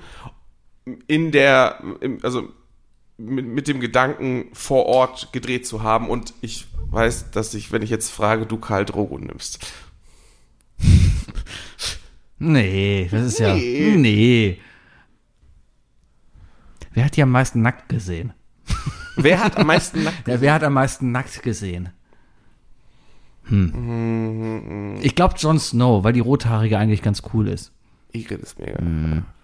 C: in der, im, also mit, mit dem Gedanken vor Ort gedreht zu haben und ich weiß, dass ich, wenn ich jetzt frage, du Karl Drogo nimmst.
A: Nee, das ist ja.
C: Nee.
A: Nee. Wer hat die am meisten nackt gesehen?
C: Wer hat am meisten nackt?
A: Ja, wer hat am meisten nackt gesehen?
C: Mhm.
A: Hm. Ich glaube Jon Snow, weil die Rothaarige eigentlich ganz cool ist.
C: Igrit ist mega.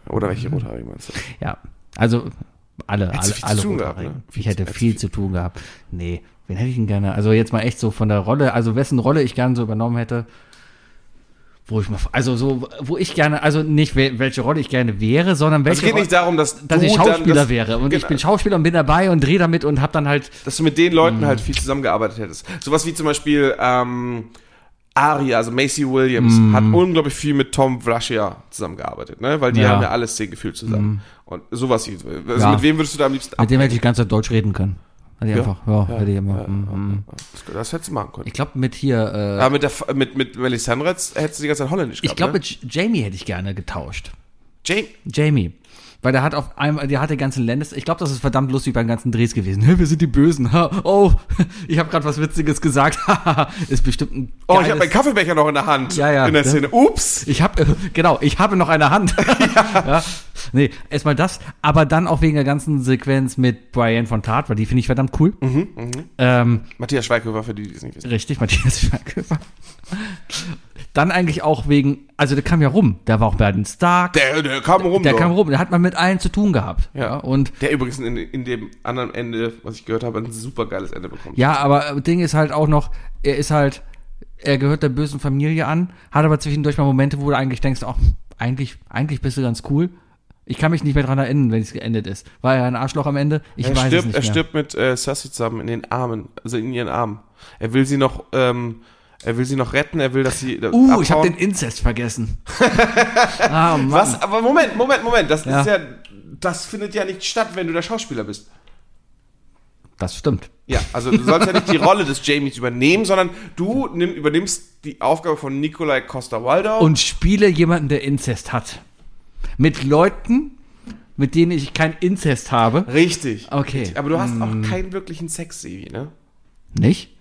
C: Oder welche Rothaarige meinst du?
A: Ja, also alle, alle,
C: Hättest du viel
A: alle
C: zu tun gehabt,
A: Rothaarigen.
C: ne?
A: Ich hätte
C: Hättest
A: viel
C: viel-
A: zu tun gehabt. Nee, wen hätte ich denn gerne? Also jetzt mal echt so von der Rolle, also wessen Rolle ich gerne so übernommen hätte, wo ich mal, also so, wo ich gerne, also nicht wel- welche Rolle ich gerne wäre, sondern
C: Es
A: welche
C: geht Also nicht
A: Rolle,
C: darum, dass,
A: dass
C: du
A: ich
C: dann-
A: Schauspieler
C: dass-
A: wäre. Und ich
C: Genau.
A: bin Schauspieler und bin dabei und drehe damit und hab dann halt,
C: dass du mit den Leuten halt viel zusammengearbeitet hättest. Sowas wie zum Beispiel ähm, Aria, also Macy Williams, hat unglaublich viel mit Tom Vlaschia zusammengearbeitet, ne? Weil die
A: Ja.
C: haben ja alles Szenen gefühlt zusammen. Und sowas hier. Also
A: Ja.
C: mit wem würdest du da am liebsten
A: mit dem hätte ich die ganze Zeit Deutsch reden können. Hätte ich
C: Ja,
A: einfach, ja, hätte ich immer.
C: ja,
A: mm, mm.
C: Das, das hättest du machen können.
A: Ich glaube mit hier, äh,
C: Aber mit, der, F- mit, mit Melisandre hättest hättest du die ganze Zeit Holländisch ne?
A: ich glaube mit Jamie hätte ich gerne getauscht.
C: Jane,
A: Jamie. Weil der hat auf einmal, der hat den ganzen Lannister, ich glaube, das ist verdammt lustig beim ganzen Drehs gewesen. Hä, wir sind die Bösen. Ha, oh, ich habe gerade was Witziges gesagt. ist bestimmt ein
C: Oh, ich habe meinen
A: geiles-
C: Kaffeebecher noch in der Hand.
A: Ja, ne? ja.
C: In der
A: Ja.
C: Szene. Ups.
A: ich habe äh, genau, ich habe noch eine Hand. ja. Nee, erstmal das, aber dann auch wegen der ganzen Sequenz mit Brian von Tart, weil die finde ich verdammt cool.
C: Mhm,
A: Ähm,
C: Matthias Schweighöfer, für die, die es nicht wissen.
A: richtig, Matthias Schweighöfer. Dann eigentlich auch wegen, also der kam ja rum, der war auch bei den Stark, der,
C: Der, der kam rum. doch.
A: kam rum, der hat man mit allen zu tun gehabt.
C: Ja.
A: Und
C: Der übrigens in, in dem anderen Ende, was ich gehört habe, ein super geiles Ende bekommt.
A: Ja, aber Ding ist halt auch noch, er ist halt, er gehört der bösen Familie an, hat aber zwischendurch mal Momente, wo du eigentlich denkst, ach, eigentlich, eigentlich bist du ganz cool. Ich kann mich nicht mehr dran erinnern, wenn es geendet ist. War er ein Arschloch am Ende? Ich
C: er
A: weiß
C: stirbt,
A: es nicht
C: er
A: mehr.
C: stirbt mit äh, Cersei zusammen in den Armen, also in ihren Armen. Er will sie noch, ähm, er will sie noch retten, er will, dass sie.
A: Uh, ich habe den Inzest vergessen. ah, Mann.
C: Was? Aber Moment, Moment, Moment. Das
A: Ja.
C: ist ja, das findet ja nicht statt, wenn du der Schauspieler bist.
A: Das stimmt.
C: Ja, also du sollst ja nicht die Rolle des Jamies übernehmen, sondern du nimm, übernimmst die Aufgabe von Nikolai Costa-Waldau.
A: Und spiele jemanden, der Inzest hat. Mit Leuten, mit denen ich keinen Inzest habe.
C: Richtig.
A: Okay.
C: Richtig. Aber du hast auch keinen wirklichen Sex, Sevi, ne?
A: Nicht?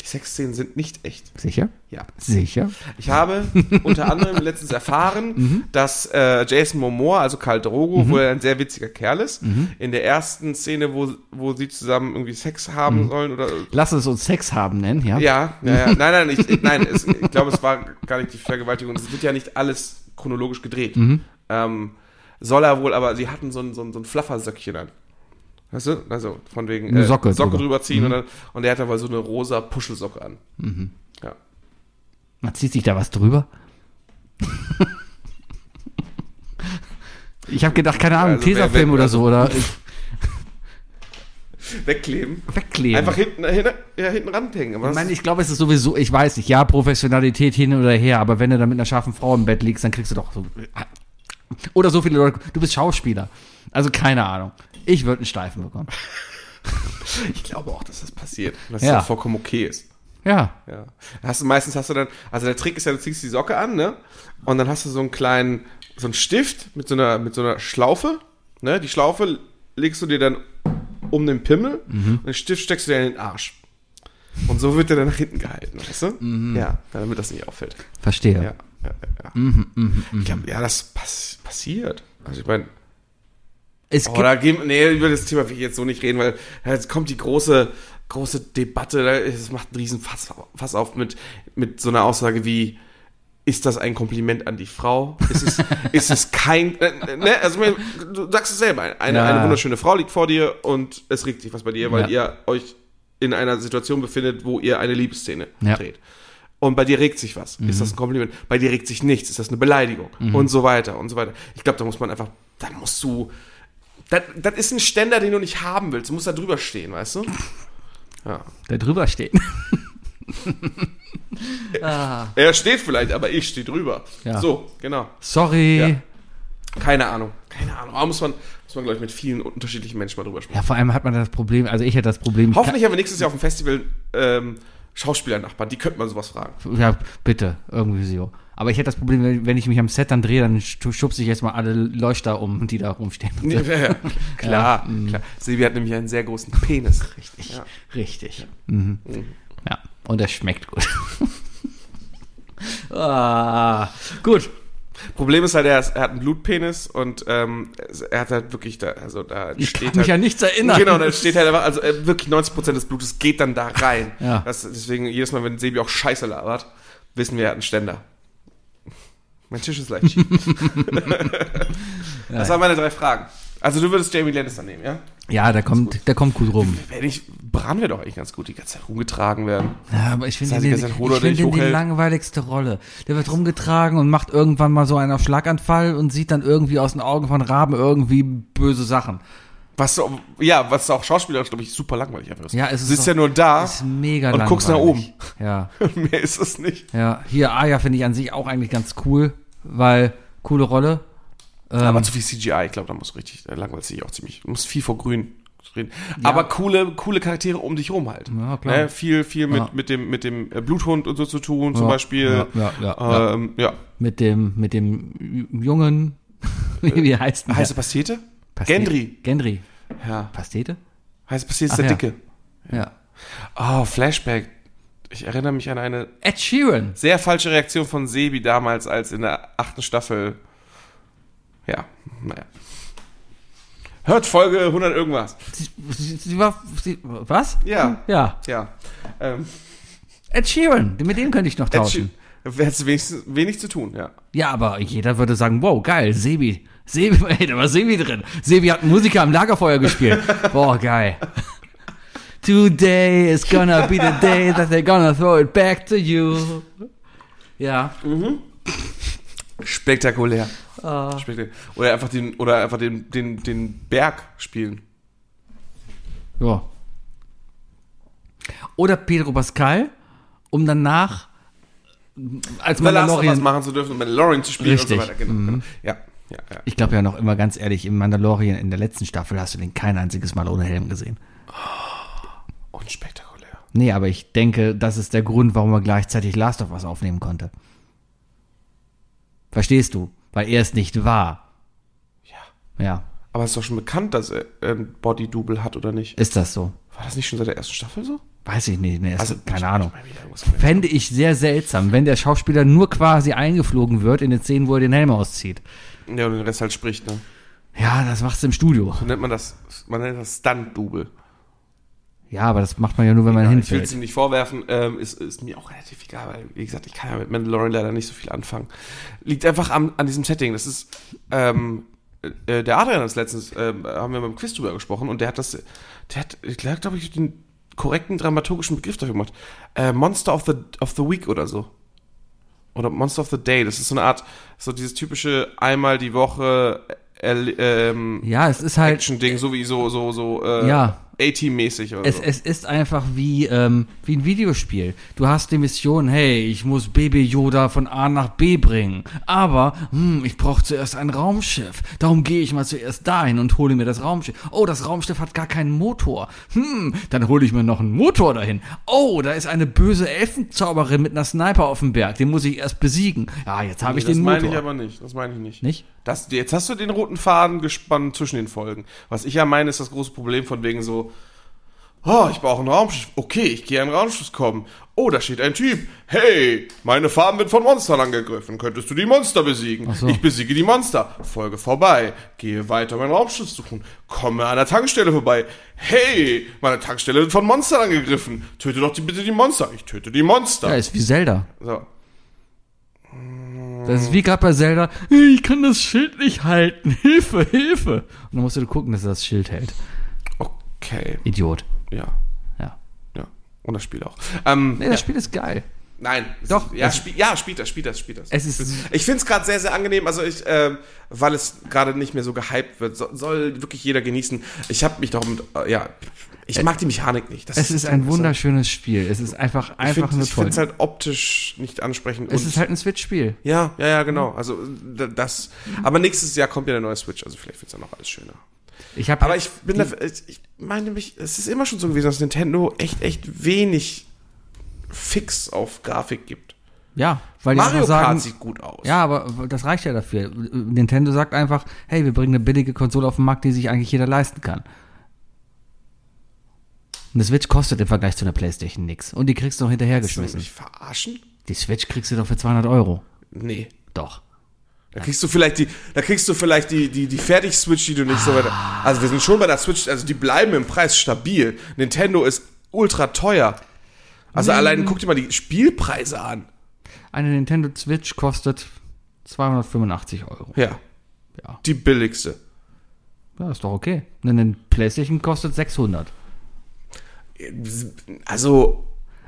C: Die Sexszenen sind nicht echt.
A: Sicher?
C: Ja.
A: Sicher.
C: Ich habe unter anderem letztens erfahren, dass äh, Jason Momoa, also Karl Drogo, wohl ein sehr witziger Kerl ist, in der ersten Szene, wo, wo sie zusammen irgendwie Sex haben sollen oder.
A: Lass es uns Sex haben nennen, ja?
C: Ja, ja, ja. nein, nein, ich, ich- nein, es, ich glaube, es war gar nicht die Vergewaltigung. Es wird ja nicht alles chronologisch gedreht.
A: Mhm.
C: Ähm, soll er wohl, aber sie hatten so ein, so ein, so ein Flaffersöckchen an. Weißt du? Also von wegen
A: Eine Socke Mhm.
C: Socke
A: drüber.
C: drüber ziehen und, dann, und er hat aber so eine rosa Puschelsocke an.
A: Mhm.
C: Ja.
A: Man zieht sich da was drüber. ich habe gedacht, keine Ahnung,
C: Also wer-
A: Tesafilm
C: wer- also,
A: oder so oder äh,
C: Wegkleben.
A: wegkleben.
C: Einfach hinten, äh, hinten, ja, hinten ranhängen. Aber
A: ich
C: das
A: meine,
C: ist-
A: ich glaube, es ist sowieso, ich weiß nicht, ja, Professionalität hin oder her, aber wenn du da mit einer scharfen Frau im Bett liegst, dann kriegst du doch so. Oder so viele Leute, du bist Schauspieler. Also keine Ahnung. Ich würde einen Steifen bekommen.
C: ich glaube auch, dass das passiert. Dass
A: Ja.
C: das auch vollkommen okay ist.
A: Ja.
C: Ja. Hast du, meistens hast du dann, also der Trick ist ja, du ziehst die Socke an, ne? Und dann hast du so einen kleinen, so einen Stift mit so einer, mit so einer Schlaufe, ne? Die Schlaufe legst du dir dann um den Pimmel und den Stift steckst du dir in den Arsch. Und so wird der dann nach hinten gehalten, weißt du? Ja, damit das nicht auffällt.
A: Verstehe.
C: Ja, ja, ja. ja. Ich glaube, ja, das pass passiert. Also ich meine,
A: Es
C: Oh,
A: gibt,
C: da gehen, nee, über das Thema will ich jetzt so nicht reden, weil jetzt kommt die große, große Debatte, da- es macht einen riesen Fass, Fass auf mit, mit so einer Aussage wie, ist das ein Kompliment an die Frau? Ist es, ist es kein, äh, ne, also mir- du sagst es selber, eine,
A: Ja.
C: eine wunderschöne Frau liegt vor dir und es regt sich was bei dir, weil
A: Ja.
C: ihr euch in einer Situation befindet, wo ihr eine Liebesszene
A: Ja. Mhm.
C: dreht. Und bei dir regt sich was. Ist das ein Kompliment? Bei dir regt sich nichts. Ist das eine Beleidigung? Und so weiter und so weiter. Ich glaube, da muss man einfach, da musst du, das, das ist ein Ständer, den du nicht haben willst. Du musst da drüber stehen, weißt du? Ja.
A: der drüber steht.
C: Er steht vielleicht, aber ich stehe drüber.
A: Ja.
C: So, genau.
A: Sorry.
C: Ja. Keine Ahnung. Keine Ahnung. Aber muss man, muss man glaube ich, mit vielen unterschiedlichen Menschen mal drüber sprechen.
A: ja, vor allem hat man das Problem, also ich hätte das Problem.
C: Hoffentlich haben wir nächstes Jahr auf dem Festival ähm, Schauspielernachbarn. Die könnte man sowas fragen.
A: Ja, bitte, irgendwie so. Aber ich hätte das Problem, wenn- wenn ich mich am Set dann drehe, dann stu- schubse ich erstmal alle Leuchter um, die da rumstehen.
C: Nee, ja, ja. Klar, klar. Sebi hat nämlich einen sehr großen Penis.
A: Mhm. Richtig.
C: Ja.
A: Richtig. Ja. Mhm. ja, und das schmeckt gut. ah, gut.
C: Problem ist halt, er, ist, er hat einen Blutpenis und ähm, er hat halt wirklich da, also da
A: Ich kann
C: steht
A: mich an
C: halt,
A: nichts erinnern.
C: Genau, dann steht halt einfach, also äh, wirklich 90% des Blutes geht dann da rein.
A: Ja.
C: Das, deswegen, jedes Mal, wenn Sebi auch Scheiße labert, wissen wir, er hat einen Ständer. Mein Tisch ist leicht schief. das waren meine drei Fragen. Also du würdest Jamie Lannister nehmen, ja?
A: Ja, da kommt, da kommt gut rum.
C: Wenn ich, Bran wäre doch eigentlich ganz gut, die ganze Zeit rumgetragen werden.
A: Ja, aber ich finde
C: Das heißt, die
A: den, ich
C: ganze Zeit Hodor,
A: find
C: der dich
A: den die
C: hochhält.
A: langweiligste Rolle. Der wird rumgetragen und macht irgendwann mal so einen auf Schlaganfall und sieht dann irgendwie aus den Augen von Raben irgendwie böse Sachen.
C: Was so- ja, was auch schauspielerisch, glaube ich, super langweilig einfach ist.
A: Ja, es ist
C: Sitzt
A: doch-
C: ja nur da
A: Ist mega
C: Ah. und
A: langweilig.
C: guckst nach oben.
A: Ja.
C: Mehr ist es nicht.
A: Ja, hier Aya finde ich an sich auch eigentlich ganz cool, weil coole Rolle. Ähm,
C: Aber zu viel CGI, ich glaube, da muss richtig, äh, langweilt sich auch ziemlich. Du musst viel vor Grün reden. Aber coole, coole Charaktere um dich rum halt.
A: Ja, klar.
C: Ne? Viel, viel mit,
A: Ja.
C: mit dem, mit dem äh, Bluthund und so zu tun, zum
A: Ja,
C: Beispiel.
A: ja, ja, ja,
C: ähm, ja.
A: mit dem mit dem Jungen, wie heißt der?
C: Heiße Pastete?
A: Pastete.
C: Gendry.
A: Gendry.
C: Ja.
A: Pastete?
C: Heiße Pastete ist
A: Ach
C: der
A: ja.
C: Dicke.
A: Ja.
C: Oh, Flashback. Ich erinnere mich an eine
A: Ed Sheeran.
C: sehr falsche Reaktion von Sebi damals, als in der achten Staffel Ja, naja. Hört Folge 100 irgendwas.
A: Sie, sie, sie war. Sie, was?
C: Ja.
A: Ja.
C: Ja. Ähm,
A: Ed Sheeran, mit dem könnte ich noch
C: Ed
A: tauschen.
C: Sheeran. Hättest wenigstens wenig zu tun, ja.
A: Ja, aber jeder würde sagen, wow, geil, Sebi. Sebi, ey, da war Sebi drin. Sebi hat einen Musiker am Lagerfeuer gespielt. Boah, geil. Today is gonna be the day that they're gonna throw it back to you. Ja,
C: Spektakulär.
A: Ah.
C: Spektakulär. Oder einfach den, oder einfach den, den, den Berg spielen.
A: ja. Oder Pedro Pascal, um danach als
C: The Last of Us
A: Mandalorian
C: machen zu dürfen, um Mandalorian zu spielen
A: Richtig. Mhm.
C: und so weiter. Genau, genau. Ja. Ja, ja.
A: Ich glaube ja noch immer ganz ehrlich, im Mandalorian in der letzten Staffel hast du den kein einziges Mal ohne Helm gesehen.
C: Unspektakulär.
A: Nee, aber ich denke, das ist der Grund, warum er gleichzeitig Last of Us aufnehmen konnte. Verstehst du? Weil er es nicht war. Ja. Ja,
C: Aber es ist doch schon bekannt, dass er ein Body-Double hat, oder nicht?
A: ist das so?
C: War das nicht schon seit der ersten Staffel so?
A: Weiß ich nicht. Nee, also, keine
C: ich-
A: Ahnung.
C: ich meine, wieder irgendwas-
A: Fände ich sehr seltsam, wenn der Schauspieler nur quasi eingeflogen wird in den Szenen, wo er den Helm auszieht.
C: Ja, und den Rest halt spricht, ne?
A: Ja, das macht's im Studio.
C: So nennt man das, man nennt das Stunt-Double.
A: Ja, aber das macht man ja nur, wenn man
C: Ich will es
A: hinfällt.
C: ihm nicht vorwerfen, ähm, ist, ist mir auch relativ egal, weil, wie gesagt, ich kann ja mit Mandalorian leider nicht so viel anfangen. Liegt einfach am, an diesem Setting. Das ist, ähm, äh, der Adrian hat es letztens, ähm, haben wir beim Quiz drüber gesprochen und der hat das, der hat, ich glaube ich, den korrekten dramaturgischen Begriff dafür gemacht. Äh, Monster of the, of the Week oder so. Oder Monster of the Day. Das ist so eine Art, so dieses typische einmal die Woche, erl- ähm,
A: Ja, es ist halt.
C: Action-Ding, so wie so, so, so, äh,
A: Ja.
C: A-Team-mäßig oder
A: Es,
C: so.
A: es ist einfach wie, ähm, wie ein Videospiel. Du hast die Mission, hey, ich muss Baby Yoda von A nach B bringen. Aber, hm, ich brauche zuerst ein Raumschiff. Darum gehe ich mal zuerst dahin und hole mir das Raumschiff. Oh, das Raumschiff hat gar keinen Motor. Hm, dann hole ich mir noch einen Motor dahin. Oh, da ist eine böse Elfenzauberin mit einer Sniper auf dem Berg. Den muss ich erst besiegen. Ja, jetzt habe ich
C: das
A: den Motor.
C: meine ich aber nicht. Das meine ich nicht.
A: Nicht?
C: Das, jetzt hast du den roten Faden gespannt zwischen den Folgen. Was ich ja meine, ist das große Problem von wegen so, oh, ich brauche ein Raumschiff. Okay, ich gehe ein Raumschiff kommen. Oh, da steht ein Typ. Hey, meine Farm wird von Monstern angegriffen. Könntest du die Monster besiegen?
A: so.
C: Ich besiege die Monster. Folge vorbei. Gehe weiter mein Raumschiff suchen. Komme an der Tankstelle vorbei. Hey, meine Tankstelle wird von Monstern angegriffen. Töte doch die, bitte die Monster. Ich töte die Monster.
A: ja, ist wie Zelda.
C: So. Mhm.
A: Das ist wie gerade bei Zelda, ich kann das Schild nicht halten. Hilfe, Hilfe. Und dann musst du gucken, dass er das Schild hält.
C: Okay.
A: Idiot.
C: Ja.
A: Ja.
C: Ja, und das Spiel auch. Ähm,
A: Nee, das Spiel ist geil.
C: nein, es
A: Doch,
C: Ist, ja,
A: es-
C: spiel, ja, spielt das, spielt das, spielt das.
A: Es ist-
C: ich finde es gerade sehr, sehr angenehm, also ich, ähm, weil es gerade nicht mehr so gehypt wird, so, soll wirklich jeder genießen. Ich habe mich darum, äh, ja, ich mag die Mechanik nicht. Das halt
A: Es ist ein wunderschönes Spiel. Es ist einfach,
C: Ich
A: einfach
C: finde
A: nur toll.
C: es halt optisch nicht ansprechend.
A: es ist halt Mhm. ein Switch-Spiel.
C: ja, ja, ja, genau. Also d- das. Aber nächstes Jahr kommt ja der neue Switch, also vielleicht wird es dann noch alles schöner.
A: Ich habe
C: Aber ich bin dafür, ich ich meine mich, es ist immer schon so gewesen, dass Nintendo echt, echt wenig Fix auf Grafik gibt.
A: ja, weil die
C: Mario
A: einfach sagen,
C: Kart sieht gut aus.
A: ja, aber das reicht ja dafür. Nintendo sagt einfach, hey, wir bringen eine billige Konsole auf den Markt, die sich eigentlich jeder leisten kann. Eine Switch kostet im Vergleich zu einer Playstation nichts. Und die kriegst du noch
C: Willst du
A: hinterhergeschmissen.
C: mich verarschen?
A: Die Switch kriegst du doch für 200 Euro.
C: Nee.
A: Doch.
C: Da kriegst du vielleicht die, da kriegst du vielleicht die, die, die Fertig-Switch, die du nicht
A: Ah.
C: so weiter. Also wir sind schon bei der Switch, also die bleiben im Preis stabil. Nintendo ist ultra teuer. Also allein guck dir mal die Spielpreise an.
A: Eine Nintendo Switch kostet 285 Euro.
C: Ja.
A: Ja.
C: Die billigste.
A: Ja, ist doch okay. Eine Playstation kostet 600.
C: Also,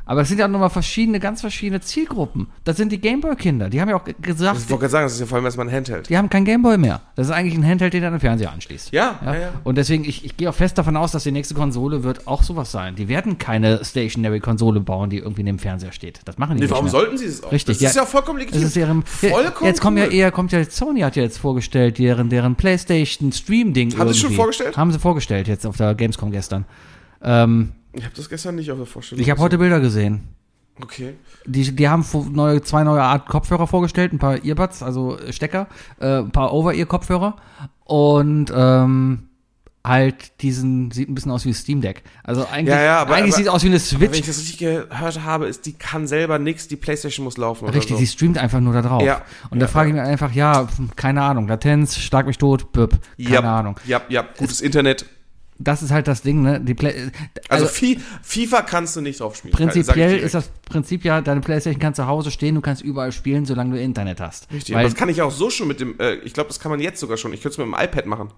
A: Aber es sind ja auch nochmal verschiedene, ganz verschiedene Zielgruppen. Das sind die Gameboy-Kinder. Die haben ja auch ge-
C: ich
A: gesagt,
C: wollte gerade sagen, das ist ja vor allem erstmal ein Handheld.
A: die haben kein Gameboy mehr. Das ist eigentlich ein Handheld, den du an den Fernseher anschließt.
C: Ja, ja, ja.
A: Und deswegen, ich, ich gehe auch fest davon aus, dass die nächste Konsole wird auch sowas sein. Die werden keine Stationary-Konsole bauen, die irgendwie neben dem Fernseher steht. Das machen die
C: Nee,
A: nicht
C: warum
A: mehr.
C: sollten sie es auch?
A: Richtig,
C: Das ist ja vollkommen legitim.
A: Das ist deren,
C: vollkommen
A: jetzt kommen ja
C: cool.
A: eher, kommt ja jetzt, Sony hat ja jetzt vorgestellt, deren, deren PlayStation Stream-Ding.
C: Haben sie es schon
A: irgendwie.
C: vorgestellt?
A: Haben sie vorgestellt jetzt auf der Gamescom gestern. Ähm,
C: Ich habe das gestern nicht auf der Vorstellung.
A: ich habe heute Bilder gesehen.
C: gesehen. Okay.
A: Die, die haben vor- neue, zwei neue Art Kopfhörer vorgestellt, ein paar Earbuds, also äh, Stecker, äh, ein paar Over-Ear-Kopfhörer und ähm, halt diesen, sieht ein bisschen aus wie ein Steam Deck. Also eigentlich,
C: Ja, ja, aber-
A: eigentlich
C: aber-
A: sieht es aus wie eine
C: Wenn ich
A: Switch.
C: das richtig gehört habe, ist, die kann selber nichts, die Playstation muss laufen
A: Richtig,
C: oder
A: die
C: so.
A: streamt einfach nur da drauf.
C: Ja.
A: Und da frage ich mich einfach, ja, hm, keine Ahnung, Latenz, schlag mich tot, büpp, keine
C: Ja,
A: Ahnung.
C: Ja, ja, gutes Internet.
A: Das ist halt das Ding, ne? Die Play
C: Also, Fi- FIFA kannst du nicht drauf spielen. sag ich
A: Prinzipiell
C: direkt.
A: ist das Prinzip ja, deine Playstation kann zu Hause stehen, du kannst überall spielen, solange du Internet hast.
C: Richtig, aber
A: Weil,
C: das kann ich auch so schon mit dem, äh, ich glaube, das kann man jetzt sogar schon. Ich könnte es mit dem iPad machen.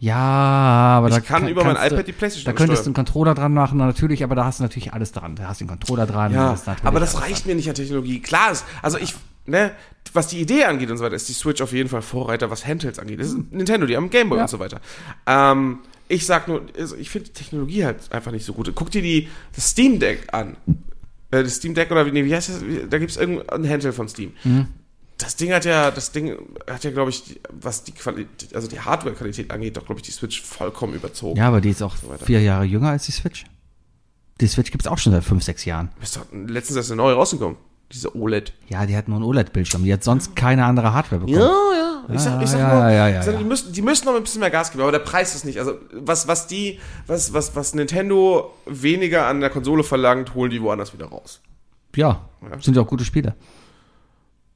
A: ja, aber da
C: Ich kann über mein
A: kannst
C: iPad die Playstation
A: Da könntest du
C: steuern.
A: einen Controller dran machen, natürlich, aber da hast du natürlich alles dran. Da hast du den Controller dran. da
C: Ja,
A: hast du natürlich
C: aber das
A: alles
C: reicht mir nicht an Technologie. Klar ist, also ich, ne, was die Idee angeht und so weiter, ist die Switch auf jeden Fall Vorreiter, was Handhelds angeht. Das ist Nintendo, die haben Gameboy und so weiter. Ähm, ich sag nur, also ich finde die Technologie halt einfach nicht so gut. Guck dir die, das Steam Deck an. Äh, Das Steam Deck oder wie, nee, wie heißt das? Wie- Da gibt es irgendein Handheld von Steam. Das Ding hat ja, das Ding hat ja, glaube ich, die- was die Qualität, also die Hardware-Qualität angeht, doch, glaube ich, die Switch vollkommen überzogen.
A: Ja, aber die ist auch
C: weiter.
A: vier Jahre jünger als die Switch. Die Switch gibt's auch schon seit fünf, sechs Jahren.
C: Ist doch letztens erst eine neue rausgekommen. Diese E OLED.
A: Ja, die hat nur einen OLED-Bildschirm. Die hat sonst keine andere Hardware bekommen.
C: Ja, ja. Ich sag, ich sag
A: Ah, ja,
C: nur,
A: ja, ja,
C: ich sag,
A: ja.
C: Die, müssen, die müssen noch ein bisschen mehr Gas geben, aber der Preis ist nicht. Also, was, was die, was, was, was Nintendo weniger an der Konsole verlangt, holen die woanders wieder raus.
A: Ja, sind ja auch gute Spiele.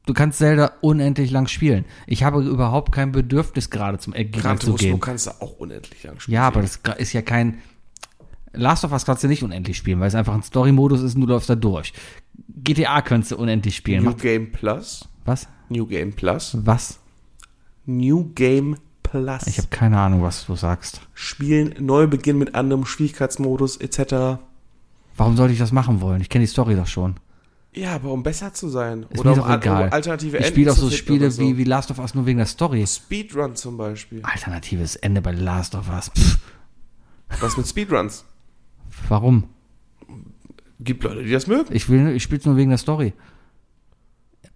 A: Du kannst Zelda unendlich lang spielen. Ich habe überhaupt kein Bedürfnis, gerade zum Endgegner
C: Gran
A: zu
C: Turismo
A: gehen.
C: kannst du auch unendlich lang spielen.
A: Ja, aber das gra- ist ja kein. Last of Us kannst du nicht unendlich spielen, weil es einfach ein Story-Modus ist und du läufst da durch. GTA kannst du unendlich spielen.
C: New
A: Macht-
C: Game Plus.
A: Was?
C: New Game Plus.
A: Was?
C: New Game Plus.
A: Ich habe keine Ahnung, was du sagst.
C: Spielen, Neubeginn mit anderem Schwierigkeitsmodus etc.
A: Warum sollte ich das machen wollen? Ich kenne die Story doch schon.
C: Ja, aber um besser zu sein.
A: Ist mir doch
C: an-
A: egal.
C: um alternative
A: ich
C: Enden
A: spiele auch
C: zu
A: so
C: finden
A: Spiele
C: oder so.
A: Wie, wie Last of Us nur wegen der Story.
C: Speedrun zum Beispiel.
A: Alternatives Ende bei Last of Us. Pff,
C: Was mit Speedruns?
A: warum?
C: Gibt Leute, die das mögen.
A: Ich, will- ich spiele es nur wegen der Story.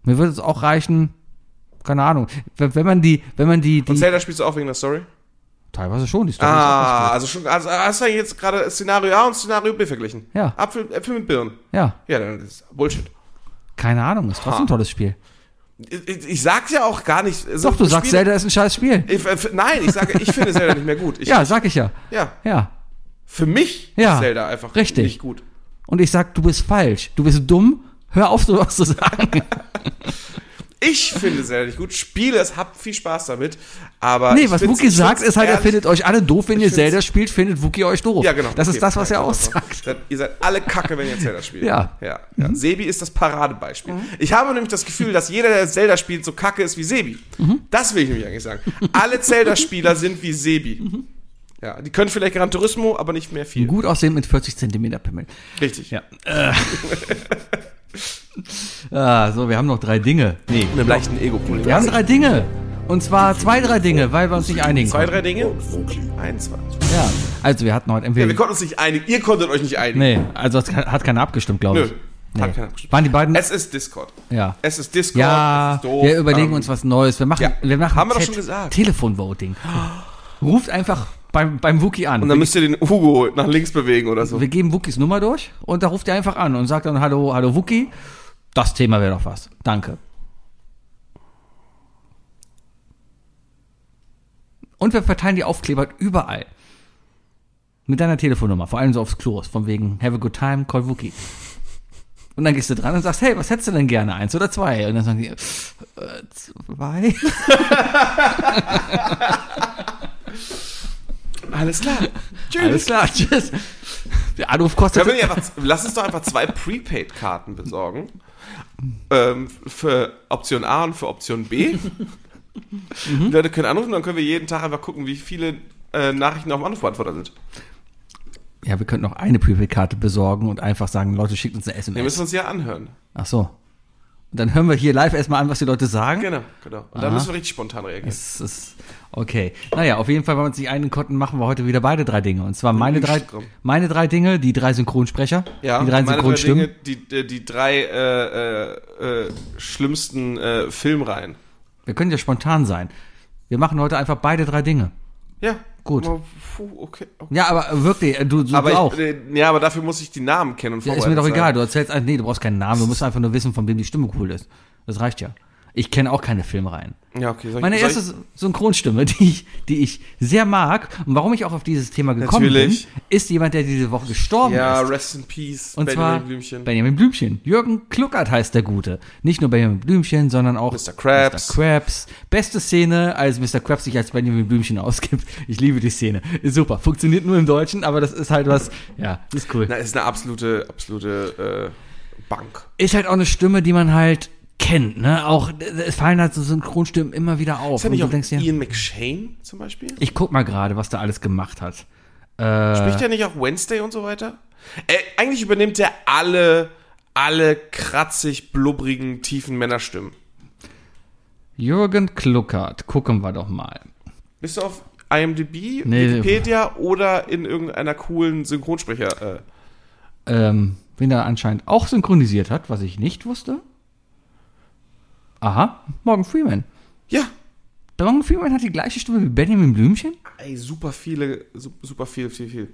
A: Mir würde es auch reichen, keine Ahnung. Wenn wenn man die, wenn man die,
C: Und
A: die
C: Zelda spielst du auch wegen der Story?
A: teilweise schon, die Story ist auch ganz
C: Ah, also schon, also hast du jetzt gerade Szenario A und Szenario B verglichen?
A: Ja.
C: Apfel, Äpfel mit Birnen.
A: gut. Ja,
C: Ja, dann ist Bullshit.
A: keine Ahnung, ist trotzdem ein tolles Spiel.
C: Ich, ich- ich sag's ja auch gar nicht. Also,
A: Doch, du sagst,
C: Spiele-
A: Zelda ist ein scheiß Spiel.
C: Ich, äh, f- nein, ich sage, ich finde Zelda nicht mehr gut. Ich,
A: Ja, sag ich ja.
C: ja.
A: Ja.
C: Für mich
A: Ja.
C: ist Zelda einfach
A: Richtig.
C: nicht gut.
A: Und ich sag, du bist falsch. Du bist dumm. Hör auf, sowas zu sagen.
C: Ich finde Zelda nicht gut. Spiele es, hab viel Spaß damit. Aber
A: Nee,
C: ich
A: was
C: find's-
A: Wookie
C: ich
A: sagt,
C: find's
A: ist halt, er
C: ehrlich-
A: findet euch alle doof, wenn ihr
C: find's-
A: Zelda spielt, findet Wookie euch doof.
C: Ja, genau.
A: Das
C: Okay,
A: ist das, was
C: nein,
A: er
C: genau.
A: aussagt.
C: Seid- Ihr seid alle kacke, wenn ihr Zelda spielt.
A: Ja. Mhm.
C: ja, ja. Sebi ist das Paradebeispiel. Ich habe nämlich das Gefühl, dass jeder, der Zelda spielt, so kacke ist wie Sebi.
A: Mhm.
C: Das will ich nämlich eigentlich sagen. Alle Zelda-Spieler sind wie Sebi. Ja, die können vielleicht Gran Turismo, aber nicht mehr viel.
A: Mhm. Gut aussehen mit 40 Zentimeter Pimmel.
C: Richtig. Ja.
A: Ah, so, wir haben noch drei Dinge. Nee.
C: Mit einem leichten Ego-Problem. Also,
A: Wir haben drei Dinge. Und zwar zwei, drei Dinge, weil wir uns nicht einigen
C: Zwei,
A: konnten.
C: drei Dinge? Eins, zwei.
A: Ja. Also, wir hatten heute
C: Ja, wir
A: entweder.
C: konnten uns nicht einigen. Ihr konntet euch nicht einigen.
A: Nee, also hat, hat keiner abgestimmt, glaube
C: Nö.
A: ich.
C: Hat
A: Nee.
C: keiner abgestimmt.
A: Waren die beiden.
C: Es ist Discord.
A: ja.
C: Es ist Discord.
A: Ja,
C: es ist doof.
A: wir überlegen
C: Ähm,
A: uns was Neues. Wir machen,
C: ja.
A: wir machen
C: Haben wir doch
A: Te-
C: schon gesagt.
A: Telefonvoting. Ruft einfach beim, beim Wookie an.
C: Und dann müsst ihr den Hugo nach links bewegen oder so.
A: wir geben Wookies Nummer durch und da ruft er einfach an und sagt dann Hallo, hallo Wookie, das Thema wäre doch was. Danke. Und wir verteilen die Aufkleber überall. Mit deiner Telefonnummer, vor allem so aufs Klos, von wegen Have a good time, call Wookie. Und dann gehst du dran und sagst, hey, was hättest du denn gerne? Eins oder zwei? Und dann sagen die, äh, zwei?
C: Alles klar. Tschüss.
A: Alles klar, tschüss. Der Anruf
C: Können
A: kostet.
C: wir nicht einfach, lass uns doch einfach zwei Prepaid-Karten besorgen. Ähm, für Option A und für Option B.
A: Mhm.
C: Die Leute können anrufen, dann können wir jeden Tag einfach gucken, wie viele äh, Nachrichten auf dem Anrufbeantworter sind.
A: Ja, wir könnten noch eine Prepaid-Karte besorgen und einfach sagen, Leute, schickt uns eine SMS.
C: Wir müssen uns ja anhören.
A: Ach so. Und dann hören wir hier live erstmal an, was die Leute sagen.
C: Genau, genau. Und dann müssen wir richtig spontan reagieren.
A: Das ist okay. Naja, auf jeden Fall, weil wir uns nicht einen konnten, machen wir heute wieder beide drei Dinge. Und zwar meine drei,
C: Instagram.
A: meine drei Dinge, die drei Synchronsprecher, die drei
C: meine drei
A: Synchronstimmen.
C: Dinge, die, die, die drei äh, äh, äh, schlimmsten äh, Filmreihen.
A: Wir können ja spontan sein. Wir machen heute einfach beide drei Dinge.
C: Ja.
A: Gut.
C: Puh, okay. okay.
A: Ja, aber wirklich, äh, du, du,
C: Aber
A: du
C: ich,
A: auch.
C: äh, ja, aber dafür muss ich die Namen kennen und
A: ja, ist mir
C: vorbereitet
A: doch
C: sein.
A: egal. Du erzählst, nee, du brauchst keinen Namen. Du musst einfach nur wissen, von wem die Stimme cool ist. Das reicht ja. Ich kenne auch keine Filmreihen.
C: Ja, okay. Soll ich-
A: Meine
C: soll
A: erste Synchronstimme, die ich, die ich sehr mag und warum ich auch auf dieses Thema gekommen
C: Natürlich.
A: bin, ist jemand, der diese Woche gestorben
C: Ich? Ja,
A: ist.
C: rest in peace,
A: Und zwar
C: Blümchen.
A: Benjamin Blümchen. Jürgen Kluckert heißt der Gute. Nicht nur Benjamin Blümchen, sondern auch
C: Mr. Krabs.
A: Mr. Krabs. Beste Szene, als Mr. Krabs sich als Benjamin Blümchen ausgibt. Ich liebe die Szene. Ist super. Funktioniert nur im Deutschen, aber das ist halt was, ja, ist cool.
C: Na, ist eine absolute, absolute äh, Bank.
A: Ist halt auch eine Stimme, die man halt kennt, ne? Auch, es fallen halt so Synchronstimmen immer wieder auf.
C: Ist ja nicht
A: du
C: auch
A: denkst Äh. dir,
C: Ian McShane zum Beispiel?
A: ich guck mal gerade, was der alles gemacht hat.
C: Spricht er nicht auch Wednesday und so weiter? Äh, eigentlich übernimmt er alle, alle kratzig, blubbrigen, tiefen Männerstimmen.
A: Jürgen Kluckert. Gucken wir doch mal.
C: Bist du auf IMDb,
A: Nee.
C: Wikipedia oder in irgendeiner coolen Synchronsprecher? Äh,
A: ähm, wen er anscheinend auch synchronisiert hat, was ich nicht wusste. Aha, Morgan Freeman.
C: ja.
A: Der Morgan Freeman hat die gleiche Stimme wie Benjamin Blümchen.
C: Ey, super viele, su- super viel, viel, viel.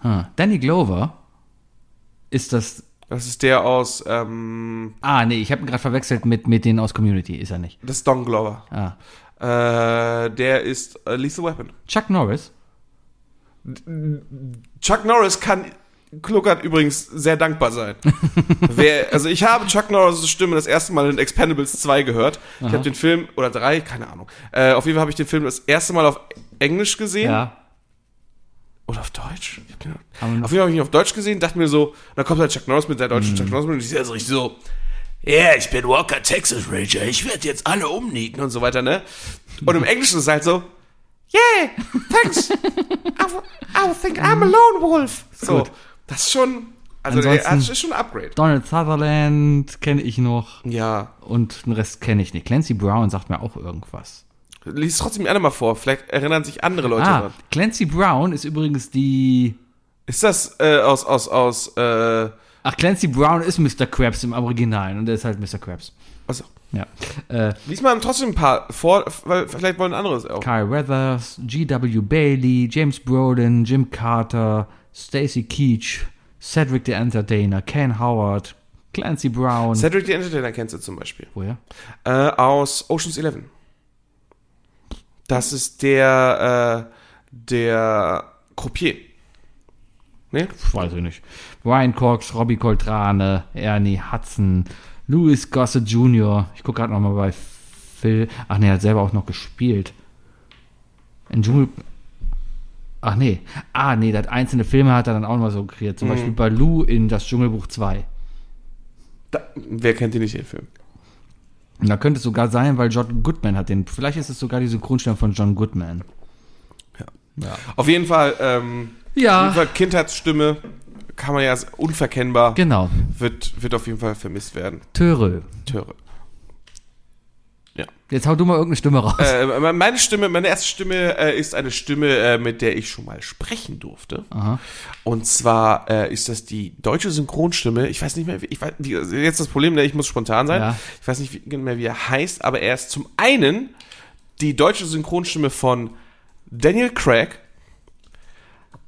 A: Ah, Danny Glover ist das.
C: Das ist der aus, ähm,
A: Ah, nee, ich habe ihn gerade verwechselt mit, mit denen aus Community, ist er nicht.
C: das ist Don Glover.
A: Ah.
C: Äh, der ist äh, Lethal Weapon.
A: Chuck Norris.
C: Chuck Norris kann Kluckert übrigens sehr dankbar sein. Wer, also ich habe Chuck Norris' Stimme das erste Mal in Expendables 2 gehört. Ich habe den Film, oder 3, keine Ahnung. Äh, auf jeden Fall habe ich den Film das erste Mal auf Englisch gesehen. Oder auf Deutsch? Ich hab keine Ahnung.
A: Aber-
C: Auf jeden Fall habe ich ihn auf Deutsch gesehen, dachte mir so, dann kommt halt Chuck Norris mit der
A: Mhm.
C: deutschen Chuck Norris mit und ich sehe so richtig so, yeah, ich bin Walker Texas Ranger, ich werde jetzt alle umnieten und so weiter, ne? Und im Englischen ist es halt so, yeah, thanks, I, w- I think I'm a lone wolf. So,
A: Gut.
C: das ist schon, also der,
A: Ansonsten-
C: das ist schon ein Upgrade.
A: Donald Sutherland kenne ich noch
C: Ja,
A: und den Rest kenne ich nicht. Clancy Brown sagt mir auch irgendwas.
C: lies trotzdem gerne mal vor, vielleicht erinnern sich andere Leute
A: Ah,
C: daran.
A: Clancy Brown ist übrigens die
C: Ist das äh, aus, aus, aus, äh,
A: Ach, Clancy Brown ist Mr. Krabs im Original und er ist halt Mr. Krabs.
C: also,
A: Ja. Äh,
C: lies mal trotzdem ein paar vor, weil vielleicht wollen andere es auch.
A: Kyle Weathers, G.W. Bailey, James Brolin, Jim Carter, Stacy Keach, Cedric the Entertainer, Ken Howard, Clancy Brown.
C: Cedric the Entertainer kennst du zum Beispiel.
A: Woher?
C: Äh, aus Ocean's Eleven. Das ist der, äh, der Croupier. Ne?
A: Pff, Weiß ich nicht. Ryan Cox, Robbie Coltrane, Ernie Hudson, Louis Gossett Jr. Ich gucke gerade nochmal bei Phil. Ach nee, er hat selber auch noch gespielt. In Dschungel. Ach nee. Ah nee, das einzelne Filme hat er dann auch nochmal so kreiert. Zum Beispiel bei Lou in Das Dschungelbuch 2.
C: Da, wer kennt den nicht, den Film?
A: Und da könnte es sogar sein, weil John Goodman hat den. Vielleicht ist es sogar die Synchronstimme von John Goodman.
C: Auf jeden Fall, ähm, auf jeden
A: Ja,
C: Fall Kindheitsstimme kann man ja als unverkennbar,
A: genau.
C: wird, wird auf jeden Fall vermisst werden.
A: Törö.
C: Töre.
A: Jetzt hau du mal irgendeine Stimme raus.
C: Äh, meine Stimme, meine erste Stimme äh, ist eine Stimme, äh, mit der ich schon mal sprechen durfte. Und zwar äh, ist das die deutsche Synchronstimme. Ich weiß nicht mehr, wie, ich weiß, wie, jetzt das Problem, ne, ich muss spontan sein.
A: Ja.
C: Ich weiß nicht wie, mehr, wie er heißt, aber er ist zum einen die deutsche Synchronstimme von Daniel Craig,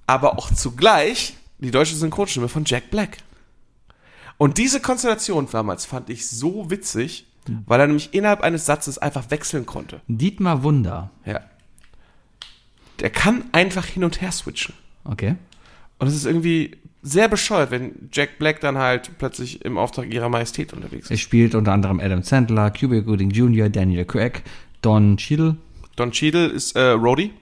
C: aber auch zugleich die deutsche Synchronstimme von Jack Black. Und diese Konstellation damals fand ich so witzig, weil er nämlich innerhalb eines Satzes einfach wechseln konnte.
A: Dietmar Wunder.
C: Ja. Der kann einfach hin und her switchen.
A: Okay.
C: Und es ist irgendwie sehr bescheuert, wenn Jack Black dann halt plötzlich im Auftrag ihrer Majestät unterwegs ist.
A: Es spielt unter anderem Adam Sandler, Cuba Gooding Jr., Daniel Craig, Don Cheadle.
C: Don Cheadle ist äh, Rhodey.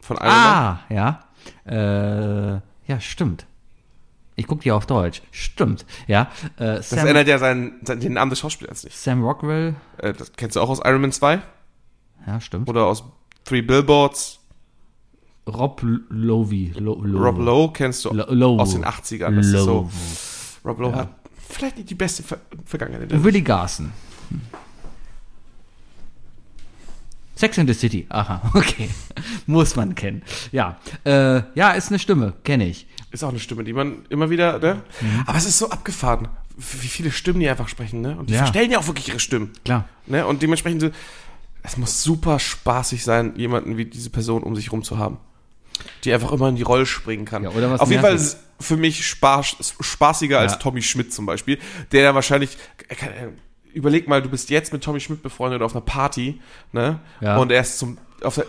C: Von Iron Man.
A: Ah, ja. Äh, ja, stimmt. Ich gucke die auf Deutsch. Stimmt. Ja. Äh,
C: Das
A: Sam,
C: ändert ja seinen, seinen, den Namen des Schauspielers nicht.
A: Sam Rockwell.
C: Äh, das kennst du auch aus Iron Man 2
A: Ja, stimmt.
C: oder aus Three Billboards.
A: Rob Lowy. Lo, Lo,
C: Rob Lowe kennst du
A: Lo- Lowe.
C: aus den 80ern. Das ist
A: Lowe.
C: so. Rob Lowe hat vielleicht nicht die beste Ver Vergangenheit.
A: Und Willy Garson. Sex in the City. Aha, okay. Muss man kennen. Ja. Äh, ja, ist eine Stimme. Kenne ich.
C: Ist auch eine Stimme, die man immer wieder, ne? Aber es ist so abgefahren, wie viele Stimmen die einfach sprechen, ne? Und die
A: Ja.
C: verstellen ja auch wirklich ihre Stimmen.
A: Klar.
C: Ne? Und dementsprechend, so, es muss super spaßig sein, jemanden wie diese Person um sich rum zu haben. Die einfach immer in die Rolle springen kann.
A: Ja, oder was
C: Auf jeden Fall
A: Nerviges.
C: ist es für mich spaß, spaßiger als
A: Ja.
C: Tommy Schmidt zum Beispiel, der ja wahrscheinlich, äh, keine Ahnung, überleg mal, du bist jetzt mit Tommy Schmidt befreundet auf einer Party, ne?
A: Ja.
C: Und er ist zum, auf der-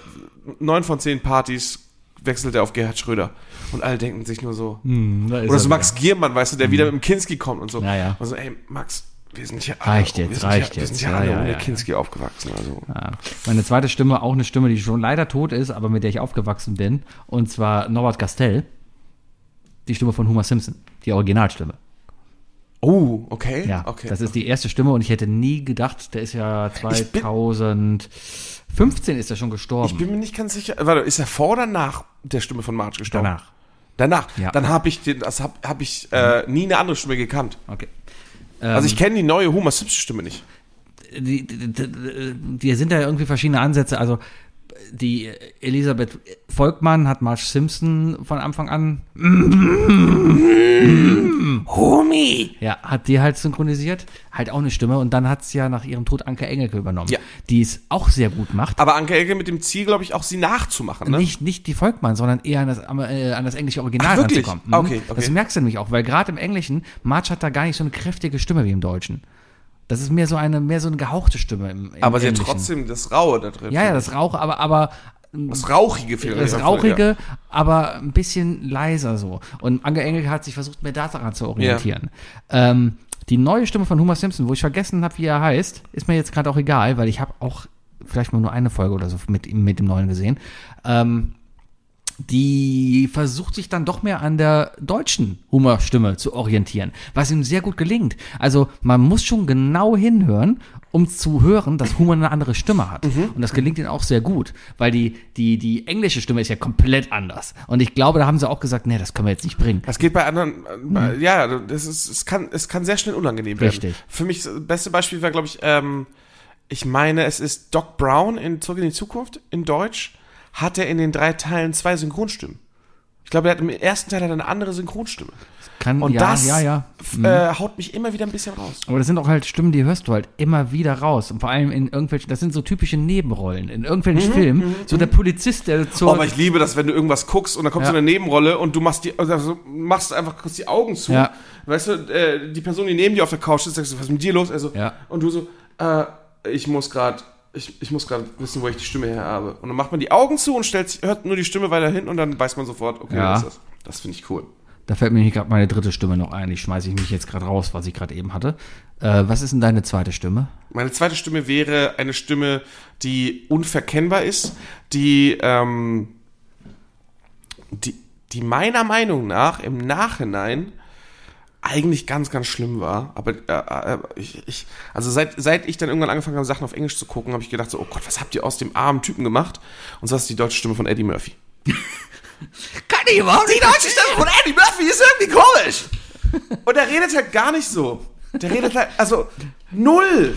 C: neun von zehn Partys wechselt er auf Gerhard Schröder. Und alle denken sich nur so,
A: Hm, da ist
C: oder so
A: er Mhm.
C: Max Giermann, weißt du, der wieder mit dem Kinski kommt und so.
A: Ja, ja.
C: Und so, ey, Max, wir sind hier
A: Reicht
C: alle,
A: jetzt,
C: wir sind hier,
A: reicht
C: wir sind
A: jetzt.
C: hier
A: Ja,
C: alle
A: ja,
C: ohne
A: ja, ja.
C: Kinski aufgewachsen. Also.
A: Ja. Äh, Meine zweite Stimme, auch eine Stimme, die schon leider tot ist, aber mit der ich aufgewachsen bin. Und zwar Norbert Gastel. Die Stimme von Homer Simpson. Die Originalstimme.
C: Oh, okay.
A: Ja,
C: okay.
A: das ist die erste Stimme und ich hätte nie gedacht, der ist ja
C: Ich bin-
A: 2015 ist er schon gestorben.
C: ich bin mir nicht ganz sicher. Warte, ist er vor oder nach der Stimme von Marge gestorben?
A: Danach.
C: Danach.
A: Ja. Mhm.
C: Dann habe ich den, das habe hab ich äh, nie eine andere Stimme gekannt.
A: Okay. Ähm.
C: also ich kenne die neue Homer Simpson Stimme nicht.
A: die, die, die, die sind da irgendwie verschiedene Ansätze. Also die Elisabeth Volkmann hat Marge Simpson von Anfang an. Homie! Ja, hat die halt synchronisiert. Halt auch eine Stimme. Und dann hat es ja nach ihrem Tod Anke Engelke übernommen,
C: Ja.
A: die es auch sehr gut macht.
C: Aber Anke Elke mit dem Ziel, glaube ich, auch sie nachzumachen. Ne?
A: Nicht, nicht die Volkmann, sondern eher an das, am- äh, an das englische Original
C: Ach, wirklich?
A: ranzukommen. Mhm.
C: Ah, okay, okay.
A: Das merkst du nämlich auch, weil gerade im Englischen, Marge hat da gar nicht so eine kräftige Stimme wie im Deutschen. Das ist mehr so eine, mehr so eine gehauchte Stimme im, im
C: Aber sie hat
A: Englischen.
C: trotzdem das Raue da drin.
A: Ja, ja, das Rauch, aber, aber
C: das Rauchige fehlt.
A: das
C: Ja,
A: Rauchige, aber ein bisschen leiser so. Und Anke Engelke hat sich versucht, mehr daran zu orientieren. Ähm, die neue Stimme von Homer Simpson, wo ich vergessen habe, wie er heißt, ist mir jetzt gerade auch egal, weil ich habe auch vielleicht mal nur eine Folge oder so mit, ihm- mit dem neuen gesehen. Ähm, die versucht sich dann doch mehr an der deutschen Humorstimme zu orientieren, was ihm sehr gut gelingt. Also man muss schon genau hinhören, um zu hören, dass Humor eine andere Stimme hat.
C: Mhm.
A: Und das gelingt ihm auch sehr gut, weil die, die, die englische Stimme ist ja komplett anders. Und ich glaube, da haben sie auch gesagt, nee, das können wir jetzt nicht bringen.
C: Das geht bei anderen, äh, bei, ja, das ist, es kann, es kann sehr schnell unangenehm werden.
A: Mhm. Richtig.
C: Für mich, das beste Beispiel war, glaube ich, ähm, ich meine, es ist Doc Brown in Zurück in die Zukunft, in Deutsch, hat er in den drei Teilen zwei Synchronstimmen. Ich glaube, er hat im ersten Teil hat er eine andere Synchronstimme.
A: Kann,
C: Und
A: Mhm, ja,
C: das
A: ja, ja. Mhm.
C: f- Äh, haut mich immer wieder ein bisschen raus.
A: Aber das sind auch halt Stimmen, die hörst du halt immer wieder raus. Und vor allem in irgendwelchen, das sind so typische Nebenrollen. In irgendwelchen Filmen, so der Polizist, der
C: Mhm, Oh,
A: zur,
C: aber ich liebe das, wenn du irgendwas guckst und dann kommt
A: Ja.
C: so eine Nebenrolle und du machst die, also machst einfach kurz die Augen zu.
A: Ja.
C: Weißt du, äh, die Person, die neben dir auf der Couch sitzt, sagst du, was ist mit dir los? Also,
A: Ja.
C: Und du so, äh, ich muss gerade, ich, ich muss gerade wissen, wo ich die Stimme her habe. Und dann macht man die Augen zu und stellt, sich- hört nur die Stimme weiter hin und dann weiß man sofort, okay,
A: Ja.
C: das ist das. Das finde ich cool.
A: Da fällt mir gerade meine dritte Stimme noch ein. Ich schmeiße ich mich jetzt gerade raus, was ich gerade eben hatte. Äh, was ist denn deine zweite Stimme?
C: Meine zweite Stimme wäre eine Stimme, die unverkennbar ist, die, ähm, die, die meiner Meinung nach im Nachhinein eigentlich ganz, ganz schlimm war. Aber äh, äh, ich, ich, also seit, seit ich dann irgendwann angefangen habe, Sachen auf Englisch zu gucken, habe ich gedacht so, oh Gott, was habt ihr aus dem armen Typen gemacht? Und so ist die deutsche Stimme von Eddie Murphy.
A: Kann ich überhaupt nicht Deutsch?
C: Stimme von Eddie Murphy ist irgendwie komisch. Und er redet halt gar nicht so. Der redet halt, also null.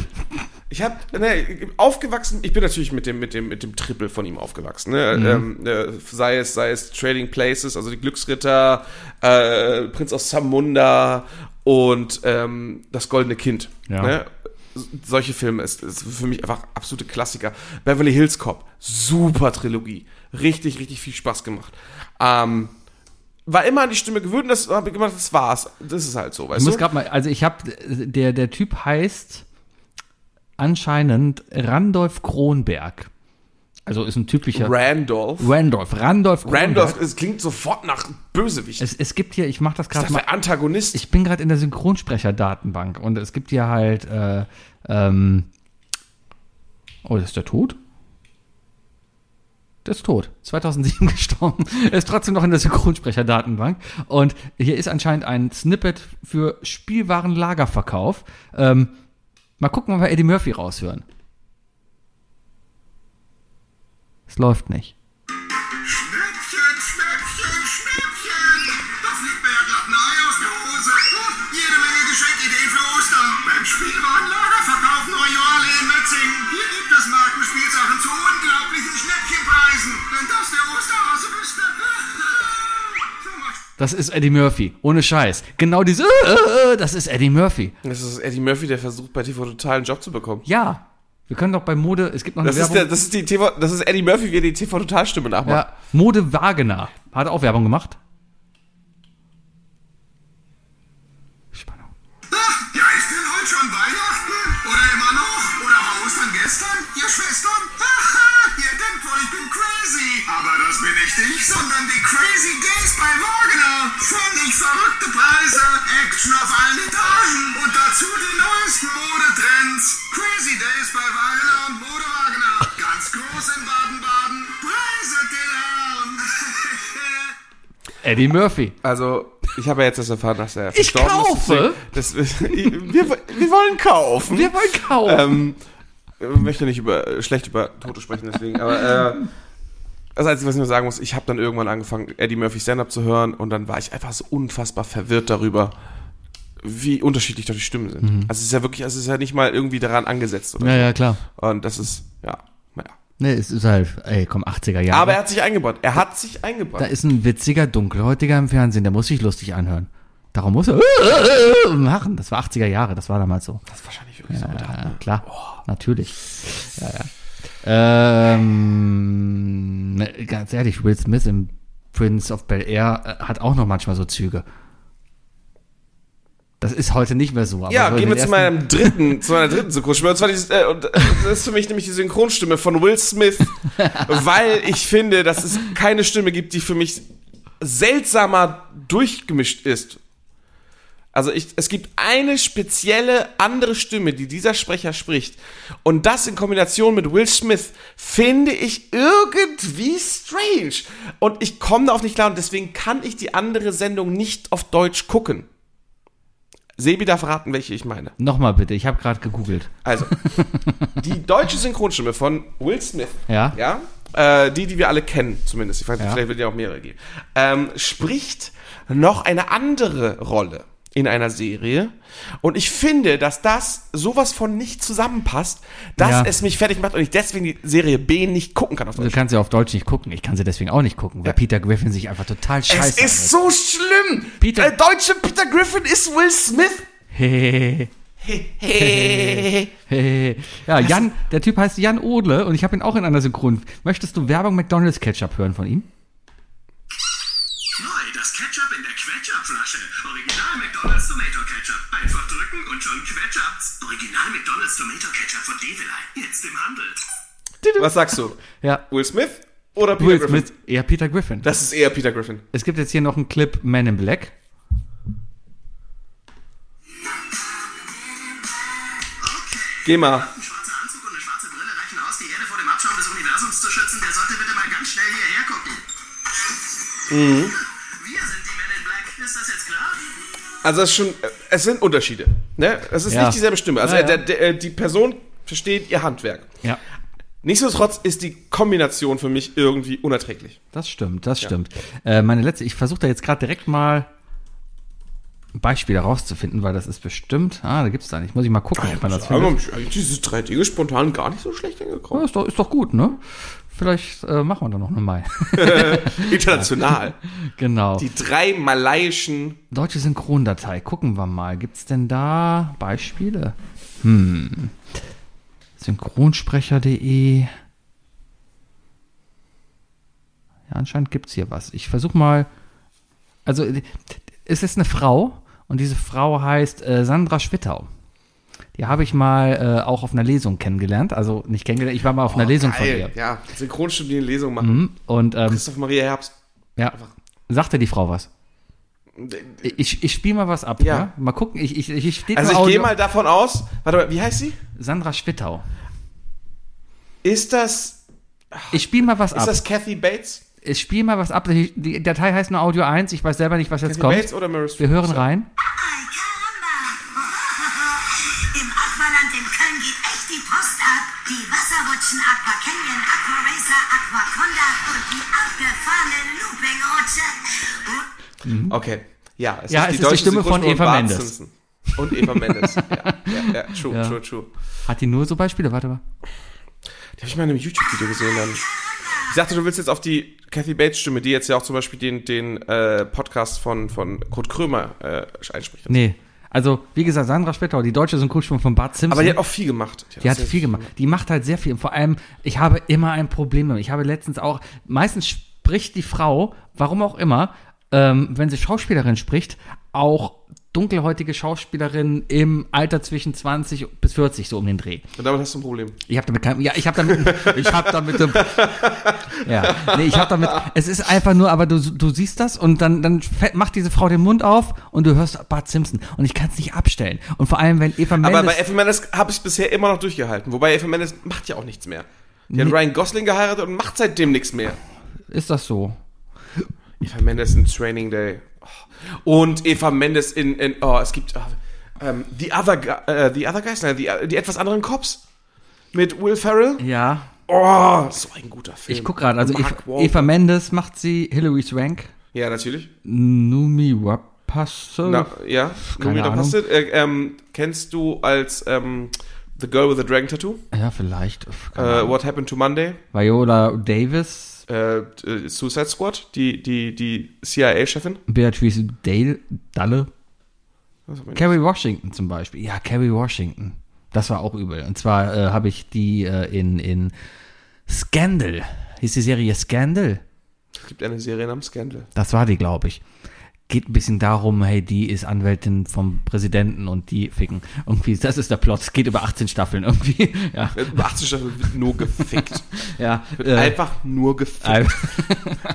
C: Ich habe ne, aufgewachsen, ich bin natürlich mit dem, mit dem, mit dem Triple von ihm aufgewachsen. Ne? Ähm, äh, sei, es, sei es Trading Places, also die Glücksritter, äh, Prinz aus Samunda und ähm, das Goldene Kind.
A: Ja.
C: Ne? Solche Filme ist, ist für mich einfach absolute Klassiker. Beverly Hills Cop, super Trilogie. Richtig, richtig viel Spaß gemacht. Ähm, war immer an die Stimme gewöhnt, das habe ich gemacht, das war's. Das ist halt so,
A: Ich
C: weißt
A: muss
C: du?
A: gerade mal, also ich habe, der, der Typ heißt anscheinend Randolph Kronberg. Also ist ein typischer.
C: Randolph.
A: Randolph, Randolph Kronberg.
C: Randolph, es klingt sofort nach Bösewicht.
A: Es, es gibt hier, ich mache das
C: Das
A: gerade
C: ist
A: mal.
C: der Antagonist.
A: Ich bin gerade in der Synchronsprecher-Datenbank und es gibt hier halt, äh, ähm, oh, ist der tot? Der ist tot. 2007 gestorben. Er ist trotzdem noch in der Synchronsprecher-Datenbank. Und hier ist anscheinend ein Snippet für Spielwarenlagerverkauf. Ähm, mal gucken, ob wir Eddie Murphy raushören. Es läuft nicht.
D: Schnäppchen, Schnäppchen, Schnäppchen! Das sieht mir ja glatt neu aus der Hose. Hm, jede Menge Geschenkideen für Ostern. Beim Spielwarenlagerverkauf Neujahr in Metzingen. Hier gibt es Markenspielsachen zu unglaublichen Schnäppchenpreisen. Wenn das der Osterhase wüsste. So macht's.
A: Das ist Eddie Murphy. Ohne Scheiß. Genau diese, äh, äh, das ist Eddie Murphy.
C: Das ist Eddie Murphy, der versucht, bei TV Total einen Job zu bekommen.
A: Ja. Wir können doch bei Mode, es gibt noch eine
C: Das ist,
A: Werbung.
C: der, das, ist die TV, das ist Eddie Murphy, wie er die TV Total Stimme nachmacht.
A: ja, Mode Wagener hat auch Werbung gemacht. Spannung.
D: Ah, Ja, ist denn heute schon Weihnachten? Oder ihr Schwestern? Haha, ihr denkt wohl, ich bin crazy. Aber das bin nicht ich, sondern die Crazy Gays bei Wagner. Völlig verrückte Preise, Action auf allen Etagen und dazu die neuesten Modetrends. Crazy Days bei Wagner und Mode Wagner. Ganz groß in Baden-Baden. Preiset den Herrn.
A: Eddie Murphy.
C: Also, ich habe ja jetzt das erfahren, dass er
A: Ich
C: verstorben
A: kaufe.
C: Ist, das, wir, wir wollen kaufen.
A: Wir wollen kaufen.
C: ähm, ich möchte nicht über, schlecht über Tote sprechen, deswegen, aber äh, das Einzige, was ich nur sagen muss, ich habe dann irgendwann angefangen, Eddie Murphy Stand-Up zu hören und dann war ich einfach so unfassbar verwirrt darüber, wie unterschiedlich doch die Stimmen sind. Also es ist ja wirklich, also es ist ja nicht mal irgendwie daran angesetzt. Oder?
A: Mhm. ja, ja, klar.
C: Und das ist, ja, naja.
A: Ne, es ist halt, ey, komm, 80er Jahre.
C: Aber er hat sich eingebaut. Er hat sich eingebaut.
A: da ist ein witziger, dunkelhäutiger im Fernsehen, der muss sich lustig anhören. Darum muss er machen. Das war 80er Jahre, das war damals so.
C: Das ist wahrscheinlich wirklich so gedacht.
A: Ja, klar, natürlich. Ja, ja. Ähm, ne, ganz ehrlich, Will Smith im Prince of Bel Air äh, hat auch noch manchmal so Züge. Das ist heute nicht mehr so. aber
C: Ja,
A: so in
C: gehen
A: den
C: wir zu
A: ersten-
C: meinem dritten, zu meiner dritten Synchronstimme. Und zwar dieses, äh, und das ist für mich nämlich die Synchronstimme von Will Smith, weil ich finde, dass es keine Stimme gibt, die für mich seltsamer durchgemischt ist. Also ich, es gibt eine spezielle andere Stimme, die dieser Sprecher spricht. Und das in Kombination mit Will Smith finde ich irgendwie strange. Und ich komme darauf nicht klar und deswegen kann ich die andere Sendung nicht auf Deutsch gucken. Sebi darf raten, welche ich meine.
A: Nochmal bitte, ich habe gerade gegoogelt.
C: Also, die deutsche Synchronstimme von Will Smith,
A: Ja.
C: ja äh, die, die wir alle kennen zumindest, ich weiß,
A: Ja.
C: vielleicht wird ja auch mehrere geben, ähm, spricht noch eine andere Rolle in einer Serie. Und ich finde, dass das sowas von nicht zusammenpasst, dass
A: Ja.
C: es mich fertig macht und ich deswegen die Serie B nicht gucken kann auf
A: Du
C: Deutsch.
A: kannst ja auf Deutsch nicht gucken. Ich kann sie deswegen auch nicht gucken, weil Peter Griffin sich einfach total
C: Es
A: scheiße
C: ist so schlimm!
A: Peter-
C: Der deutsche Peter Griffin ist Will Smith!
A: anhört. ja, Jan, der Typ heißt Jan Odle und ich habe ihn auch in einer Synchron. Möchtest du Werbung McDonald's Ketchup hören von ihm?
D: Neu, das Ketchup in der Quetchup-Flasche. Original McDonald's Tomato Ketchup. Einfach drücken und schon Quetschups. Original McDonald's Tomato Ketchup von Devilei. Jetzt im Handel.
C: Was sagst du?
A: Ja.
C: Will Smith oder Peter
A: Will
C: Griffin?
A: Smith. Ja, Peter Griffin.
C: Das ist eher Peter Griffin.
A: Es gibt jetzt hier noch einen Clip Man in Black.
C: Geh mal.
D: Ein schwarzer Anzug und eine schwarze Brille reichen aus, die Erde vor dem Abschaum des Universums zu schützen. Der sollte bitte mal ganz schnell hierher gucken. Wir sind die Men in Black. Ist das jetzt klar?
C: Also es ist schon, äh, es sind Unterschiede. Ne? Es ist
A: Ja.
C: nicht dieselbe Stimme. Also
A: Ja,
C: äh,
A: ja.
C: Der, der, äh, die Person versteht ihr Handwerk.
A: Ja.
C: Nichtsdestotrotz ist die Kombination für mich irgendwie unerträglich.
A: Das stimmt, das stimmt. Äh, meine letzte, ich versuche da jetzt gerade direkt mal ein Beispiel herauszufinden, weil das ist bestimmt. Ah, da gibt's da nicht. Muss ich mal gucken, ob man das
C: Aber
A: findet.
C: mich eigentlich dieses drei Dinge spontan gar nicht so schlecht
A: Ja,
C: hingekommen.
A: ist, doch, ist doch gut, ne? Vielleicht äh, machen wir da noch eine Mai. Hm.
C: International.
A: genau.
C: Die drei malaiischen.
A: Deutsche Synchrondatei. Gucken wir mal. Gibt's denn da Beispiele? Hm. Synchronsprecher.de. Ja, anscheinend gibt's hier was. Ich versuche mal. Also, es ist eine Frau und diese Frau heißt äh, Sandra Schwittau. Die habe ich mal äh, auch auf einer Lesung kennengelernt. Also nicht kennengelernt, ich war mal auf einer Lesung von ihr.
C: Oh, Geil. Ja, Synchronstimmen, die eine Lesung machen.
A: Und ähm,
C: Christoph Maria Herbst.
A: ja, sagte die Frau was? Ich, ich spiele mal was ab. Ja.
C: Äh, Ja.
A: Mal gucken. Ich, ich, ich, ich steht
C: Also
A: nur
C: ich gehe
A: Audio-
C: mal davon aus. Warte mal, wie heißt sie?
A: Sandra Schwittau.
C: Ist das,
A: Ich spiele mal was
C: ist
A: ab.
C: das Kathy Bates?
A: ich spiele mal was ab. Die die Datei heißt nur Audio 1. Ich weiß selber nicht, was jetzt
C: Kathy
A: kommt.
C: Bates oder Meryl
A: Wir
C: Streep?
A: hören rein.
E: Ei, Karamba! Im Aqualand in Köln geht echt die Post ab. Die Wasserrutschen Aqua Canyon, Aqua Racer, Aquaconda und die abgefahrene Looping-Rutsche. Und
C: Okay. Ja, es
A: Ja, es ist die
C: deutsche
A: Stimme von
C: Synchronstimme
A: Eva
C: Bart
A: Mendes.
C: Simpson. Und Eva Mendes. ja, ja, ja, true,
A: Ja.
C: true, true.
A: Hat die nur so Beispiele? Warte mal.
C: Die habe ich mal in einem YouTube-Video gesehen. Dann. Ich dachte, du willst jetzt auf die Kathy Bates-Stimme, die jetzt ja auch zum Beispiel den, den äh, Podcast von, von Kurt Krömer äh, einspricht.
A: Nee. Also, wie gesagt, Sandra Schwittau, die deutsche Synchronstimme von Bart Simpson.
C: Aber die hat auch viel gemacht.
A: Die hat
C: sehr
A: viel gemacht. Die macht halt sehr viel. Und vor allem, ich habe immer ein Problem damit. Ich habe letztens auch, meistens spricht die Frau, warum auch immer, ähm, wenn sie Schauspielerin spricht, auch dunkelhäutige Schauspielerin im Alter zwischen 20 bis 40 so um den Dreh.
C: Und damit hast du ein Problem.
A: Ich habe damit kein, ja, ich habe damit, ich habe damit, ja, nee, ich habe damit, es ist einfach nur, aber du, du siehst das und dann, dann fä- macht diese Frau den Mund auf und du hörst Bart Simpson und ich kann es nicht abstellen. Und vor allem, wenn Eva Mendes,
C: Aber bei Eva Mendes habe ich es bisher immer noch durchgehalten. Wobei Eva Mendes macht ja auch nichts mehr. Die hat Ryan Gosling geheiratet und macht seitdem nichts mehr.
A: ist das so?
C: Eva Mendes in Training Day. Oh. Und Eva Mendes in, in oh, es gibt ah, ähm, The Other Gu- äh, The Other Guys, nein, die, die etwas anderen Cops mit Will Ferrell.
A: Ja,
C: Oh, so ein guter Film.
A: ich guck gerade, also
C: Mark
A: Eva,
C: Wahlberg.
A: Eva Mendes macht sie, Hilary Swank,
C: Ja, natürlich.
A: Numi Rapace.
C: Na, ja,
A: Hm. Keine
C: Lumina
A: Ahnung.
C: Pastet. Äh, ähm, kennst du als ähm, The Girl with the Dragon Tattoo?
A: Ja, vielleicht. Keine
C: Äh, What Happened to Monday?
A: Viola Davis,
C: Äh, äh, Suicide Squad? Die, die, die CIA-Chefin?
A: Beatrice Dale, Dalle,
C: Was hab ich-
A: Kerry Washington zum Beispiel. Ja, Kerry Washington. Das war auch übel. Und zwar äh, habe ich die äh, in, in Scandal. Hieß die Serie Scandal?
C: Es gibt eine Serie namens Scandal.
A: Das war die, glaube ich. Geht ein bisschen darum, hey, die ist Anwältin vom Präsidenten und die ficken. Irgendwie, das ist der Plot. Es geht über 18 Staffeln irgendwie. Ja,
C: Äh, Über 80 Staffeln wird nur gefickt.
A: ja.
C: Wird
A: Äh,
C: einfach nur gefickt.
A: ein-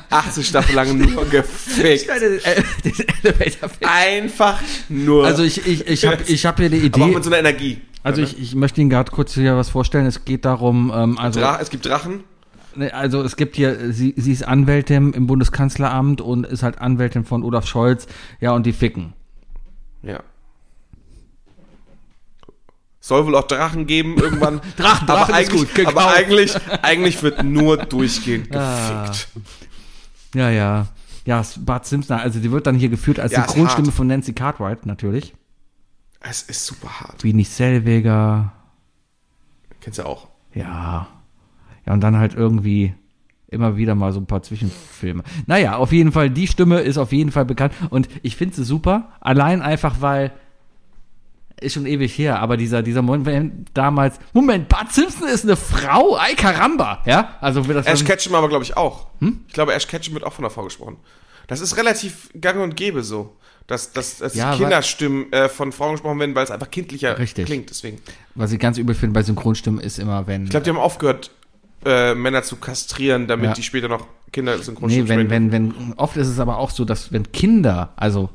C: 80 Staffeln lang nur gefickt.
A: Äh, den Elevator ficken.
C: Einfach nur.
A: also ich, ich, ich habe ich hab hier eine
C: aber auch
A: Idee.
C: mit so einer Energie.
A: Also ich, ich möchte Ihnen gerade kurz hier was vorstellen. Es geht darum, ähm, also
C: Dra es gibt Drachen.
A: Nee, Also es gibt hier, äh, sie, sie ist Anwältin im Bundeskanzleramt und ist halt Anwältin von Olaf Scholz. Ja, und die ficken.
C: Ja. Soll wohl auch Drachen geben irgendwann.
A: Drachen,
C: aber
A: Drachen ist
C: eigentlich,
A: gut, genau. gekauft.
C: aber eigentlich, eigentlich wird nur durchgehend
A: Ah.
C: gefickt.
A: Ja, ja. Ja, es- Bart Simpson, also die wird dann hier geführt als
C: Ja, ist
A: Synchronstimme
C: hart.
A: von Nancy Cartwright, natürlich.
C: Es ist super hart.
A: Wie nicht Selweger.
C: Kennst du auch.
A: Ja. Ja, und dann halt irgendwie immer wieder mal so ein paar Zwischenfilme. Naja, auf jeden Fall, die Stimme ist auf jeden Fall bekannt und ich finde sie super. Allein einfach, weil. Ist schon ewig her, aber dieser, dieser Moment damals. Moment, Bart Simpson ist eine Frau? Ei Karamba! Ja? Also, wird das.
C: Ash
A: dann-
C: Ketchum aber, glaube ich, auch.
A: Hm?
C: Ich glaube, Ash Ketchum wird auch von der Frau gesprochen. Das ist relativ gang und gäbe so. Dass, dass, dass
A: Ja, weil-
C: Kinderstimmen äh, von Frauen gesprochen werden, weil es einfach kindlicher
A: Richtig.
C: klingt. Deswegen.
A: Was ich ganz übel finde bei Synchronstimmen ist immer, wenn.
C: Ich glaube, die haben aufgehört, äh, Männer zu kastrieren, damit
A: Ja.
C: die später noch Kinder synchron
A: Nee, wenn,
C: sprechen.
A: wenn, wenn, oft ist es aber auch so, dass wenn Kinder, also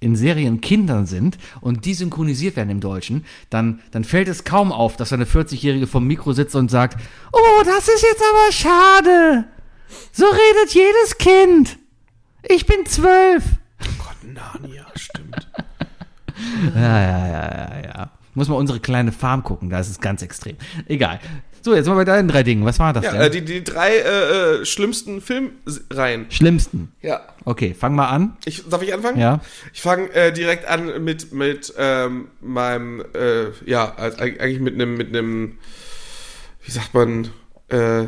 A: in Serien Kindern sind und die synchronisiert werden im Deutschen, dann, dann fällt es kaum auf, dass eine 40-Jährige vom Mikro sitzt und sagt, oh, das ist jetzt aber schade. So redet jedes Kind. Ich bin zwölf.
C: Gott, Narnia, stimmt.
A: Ah, Muss mal unsere kleine Farm gucken, da ist es ganz extrem. Egal. So, jetzt mal bei deinen drei Dingen. Was war das
C: Ja,
A: denn?
C: äh, die, die drei äh, äh, schlimmsten Filmreihen.
A: Schlimmsten.
C: Ja.
A: Okay, fang mal an.
C: Ich, darf ich anfangen?
A: Ja.
C: Ich fange äh, direkt an mit, mit ähm, meinem, äh, ja, also eig- eigentlich mit einem, mit einem, wie sagt man, äh,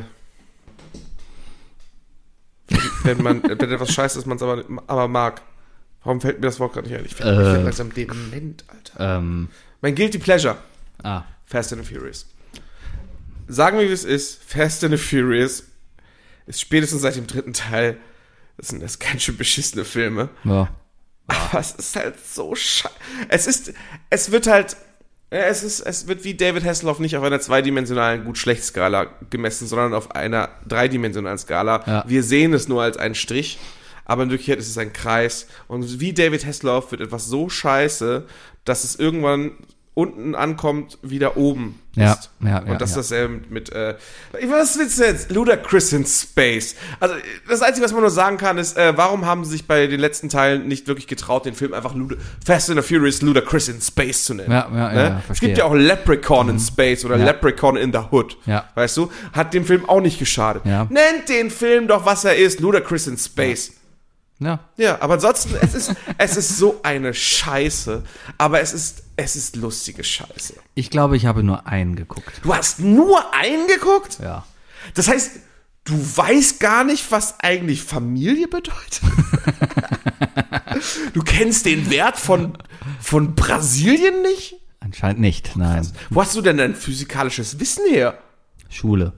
C: wenn man, wenn etwas scheiße ist, man es aber, aber mag. Warum fällt mir das Wort gerade nicht ein? Ich werd- ich werd
A: Äh.
C: langsam dement, Alter.
A: Ähm,
C: Mein Guilty Pleasure.
A: ah,
C: Fast and the Furious. Sagen wir, wie es ist, Fast and the Furious ist spätestens seit dem dritten Teil, das sind das ganz schön beschissene Filme,
A: ja.
C: aber es ist halt so scheiße. Es ist, es wird halt, ja, es ist, es wird wie David Hasselhoff nicht auf einer zweidimensionalen Gut-Schlecht-Skala gemessen, sondern auf einer dreidimensionalen Skala.
A: Ja.
C: Wir sehen es nur als einen Strich, aber in Wirklichkeit ist es ein Kreis. Und wie David Hasselhoff wird etwas so scheiße, dass es irgendwann unten ankommt, wieder oben
A: Ja,
C: ist.
A: ja,
C: Und
A: ja,
C: das
A: ja.
C: ist dasselbe mit, mit äh, was willst du jetzt? Ludacris in Space. Also das Einzige, was man nur sagen kann, ist, äh, warum haben sie sich bei den letzten Teilen nicht wirklich getraut, den Film einfach Luda Fast and the Furious Ludacris in Space zu nennen? Ne?
A: Ja, ja, ja, ja,
C: Es
A: verstehe. Mhm.
C: gibt ja auch Leprechaun in Space oder Leprechaun in the Hood.
A: Ja.
C: Weißt du? Hat dem Film auch nicht geschadet.
A: Ja.
C: Nennt den Film doch, was er ist, Ludacris in Space.
A: Ja.
C: Ja, aber ansonsten, es ist, es ist so eine Scheiße, aber es ist, es ist lustige Scheiße.
A: Ich glaube, ich habe nur einen geguckt.
C: Du hast nur eingeguckt?
A: Ja.
C: Das heißt, du weißt gar nicht, was eigentlich Familie bedeutet. du kennst den Wert von, von Brasilien nicht?
A: Anscheinend
C: Oh,
A: nicht, nein.
C: Wo hast du denn dein physikalisches Wissen her?
A: Schule.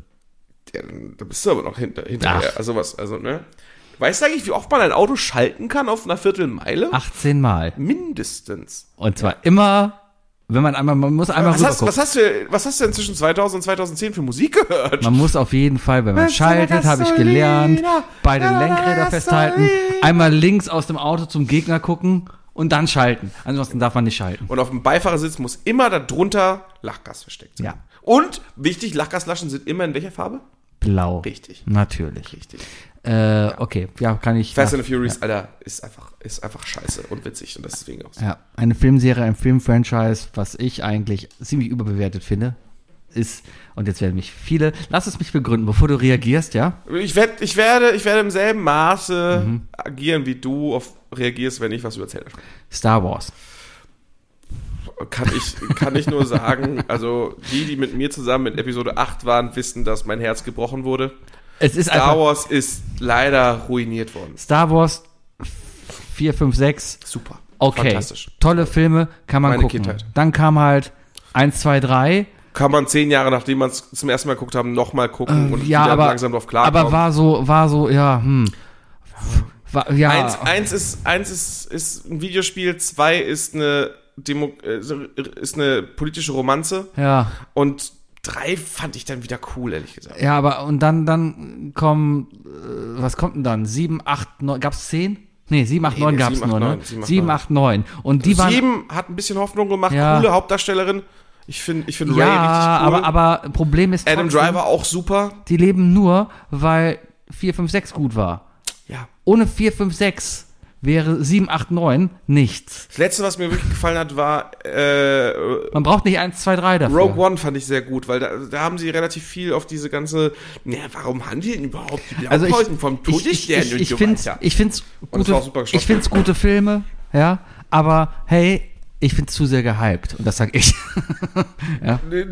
C: Ja, dann- da bist du aber noch hinter, hinterher.
A: Ach.
C: Also was, also, ne? Weißt du eigentlich, wie oft man ein Auto schalten kann auf einer Viertelmeile?
A: 18 Mal.
C: Mindestens.
A: Und zwar immer, wenn man einmal, man muss einmal
C: Was hast,
A: rübergucken.
C: was, hast du, was hast du denn zwischen 2000 und 2010 für Musik gehört?
A: Man muss auf jeden Fall, wenn man
C: Was soll
A: schaltet,
C: das
A: habe ich
C: so
A: gelernt,
C: wieder?
A: beide
C: Was soll
A: Lenkräder
C: das
A: festhalten,
C: so wieder?
A: einmal links aus dem Auto zum Gegner gucken und dann schalten. Ansonsten darf man nicht schalten.
C: Und auf dem Beifahrersitz muss immer darunter Lachgas versteckt sein.
A: Ja.
C: Und, wichtig, Lachgasflaschen sind immer in welcher Farbe?
A: Blau.
C: Richtig.
A: Natürlich.
C: Richtig.
A: Äh, okay, ja, kann ich.
C: Fast
A: ja,
C: and the Furious, Alter, ist einfach, ist einfach scheiße und witzig und das deswegen auch so.
A: ja, eine Filmserie, ein Filmfranchise, was ich eigentlich ziemlich überbewertet finde, ist, und jetzt werden mich viele, lass es mich begründen, bevor du reagierst, ja? Mhm.
C: Ich, werd, ich, werde, ich werde im selben Maße agieren, wie du auf, reagierst, wenn ich was über Zelda spreche.
A: Star Wars.
C: Kann ich, kann ich nur sagen, also die, die mit mir zusammen mit Episode 8 waren, wissen, dass mein Herz gebrochen wurde.
A: Es ist
C: Star
A: einfach
C: Wars ist leider ruiniert worden.
A: Star Wars 4, 5, 6.
C: Super.
A: Okay,
C: Fantastisch.
A: tolle Filme, kann man
C: Meine
A: gucken.
C: Kindheit.
A: Dann kam halt 1, 2, 3.
C: Kann man zehn Jahre, nachdem man es zum ersten Mal geguckt haben, nochmal gucken und
A: Äh, ja,
C: wieder
A: aber,
C: langsam drauf klarkommen.
A: aber war so, war so, ja, hm. War, ja,
C: Eins, eins, ist, eins ist, ist ein Videospiel, zwei ist eine, Demo, äh, ist eine politische Romanze
A: ja,
C: und drei fand ich dann wieder cool, ehrlich gesagt.
A: ja, aber und dann, dann kommen, äh, was kommt denn dann? 7, 8, 9, gab's 10? Nee, 7, 8, 9
C: nee,
A: gab's
C: 7, 8,
A: nur, ne?
C: 9, 7, 8,
A: 7, 8, 9. Und die waren,
C: Sieben hat ein bisschen Hoffnung gemacht,
A: Ja.
C: coole Hauptdarstellerin. Ich finde ich find
A: ja,
C: Ray richtig
A: aber,
C: cool.
A: aber Problem ist
C: Adam
A: trotzdem,
C: Driver auch super.
A: die leben nur, weil 4, 5, 6 gut war.
C: Ja.
A: Ohne 4, 5, 6 wäre 7, 8, 9 nichts.
C: Das letzte, was mir wirklich gefallen hat, war äh,
A: Man braucht nicht 1, 2, 3 dafür.
C: Rogue One fand ich sehr gut, weil da, da haben sie relativ viel auf diese ganze, na, warum handeln überhaupt die
A: also ich,
C: Blaupausen vom
A: ich, ich,
C: Todesstern
A: ich, ich find's, ich find's
C: Und es war auch
A: gute,
C: super geschossen.
A: ich find's gute Filme, ja, aber hey, ich find's zu sehr gehypt und das sag ich.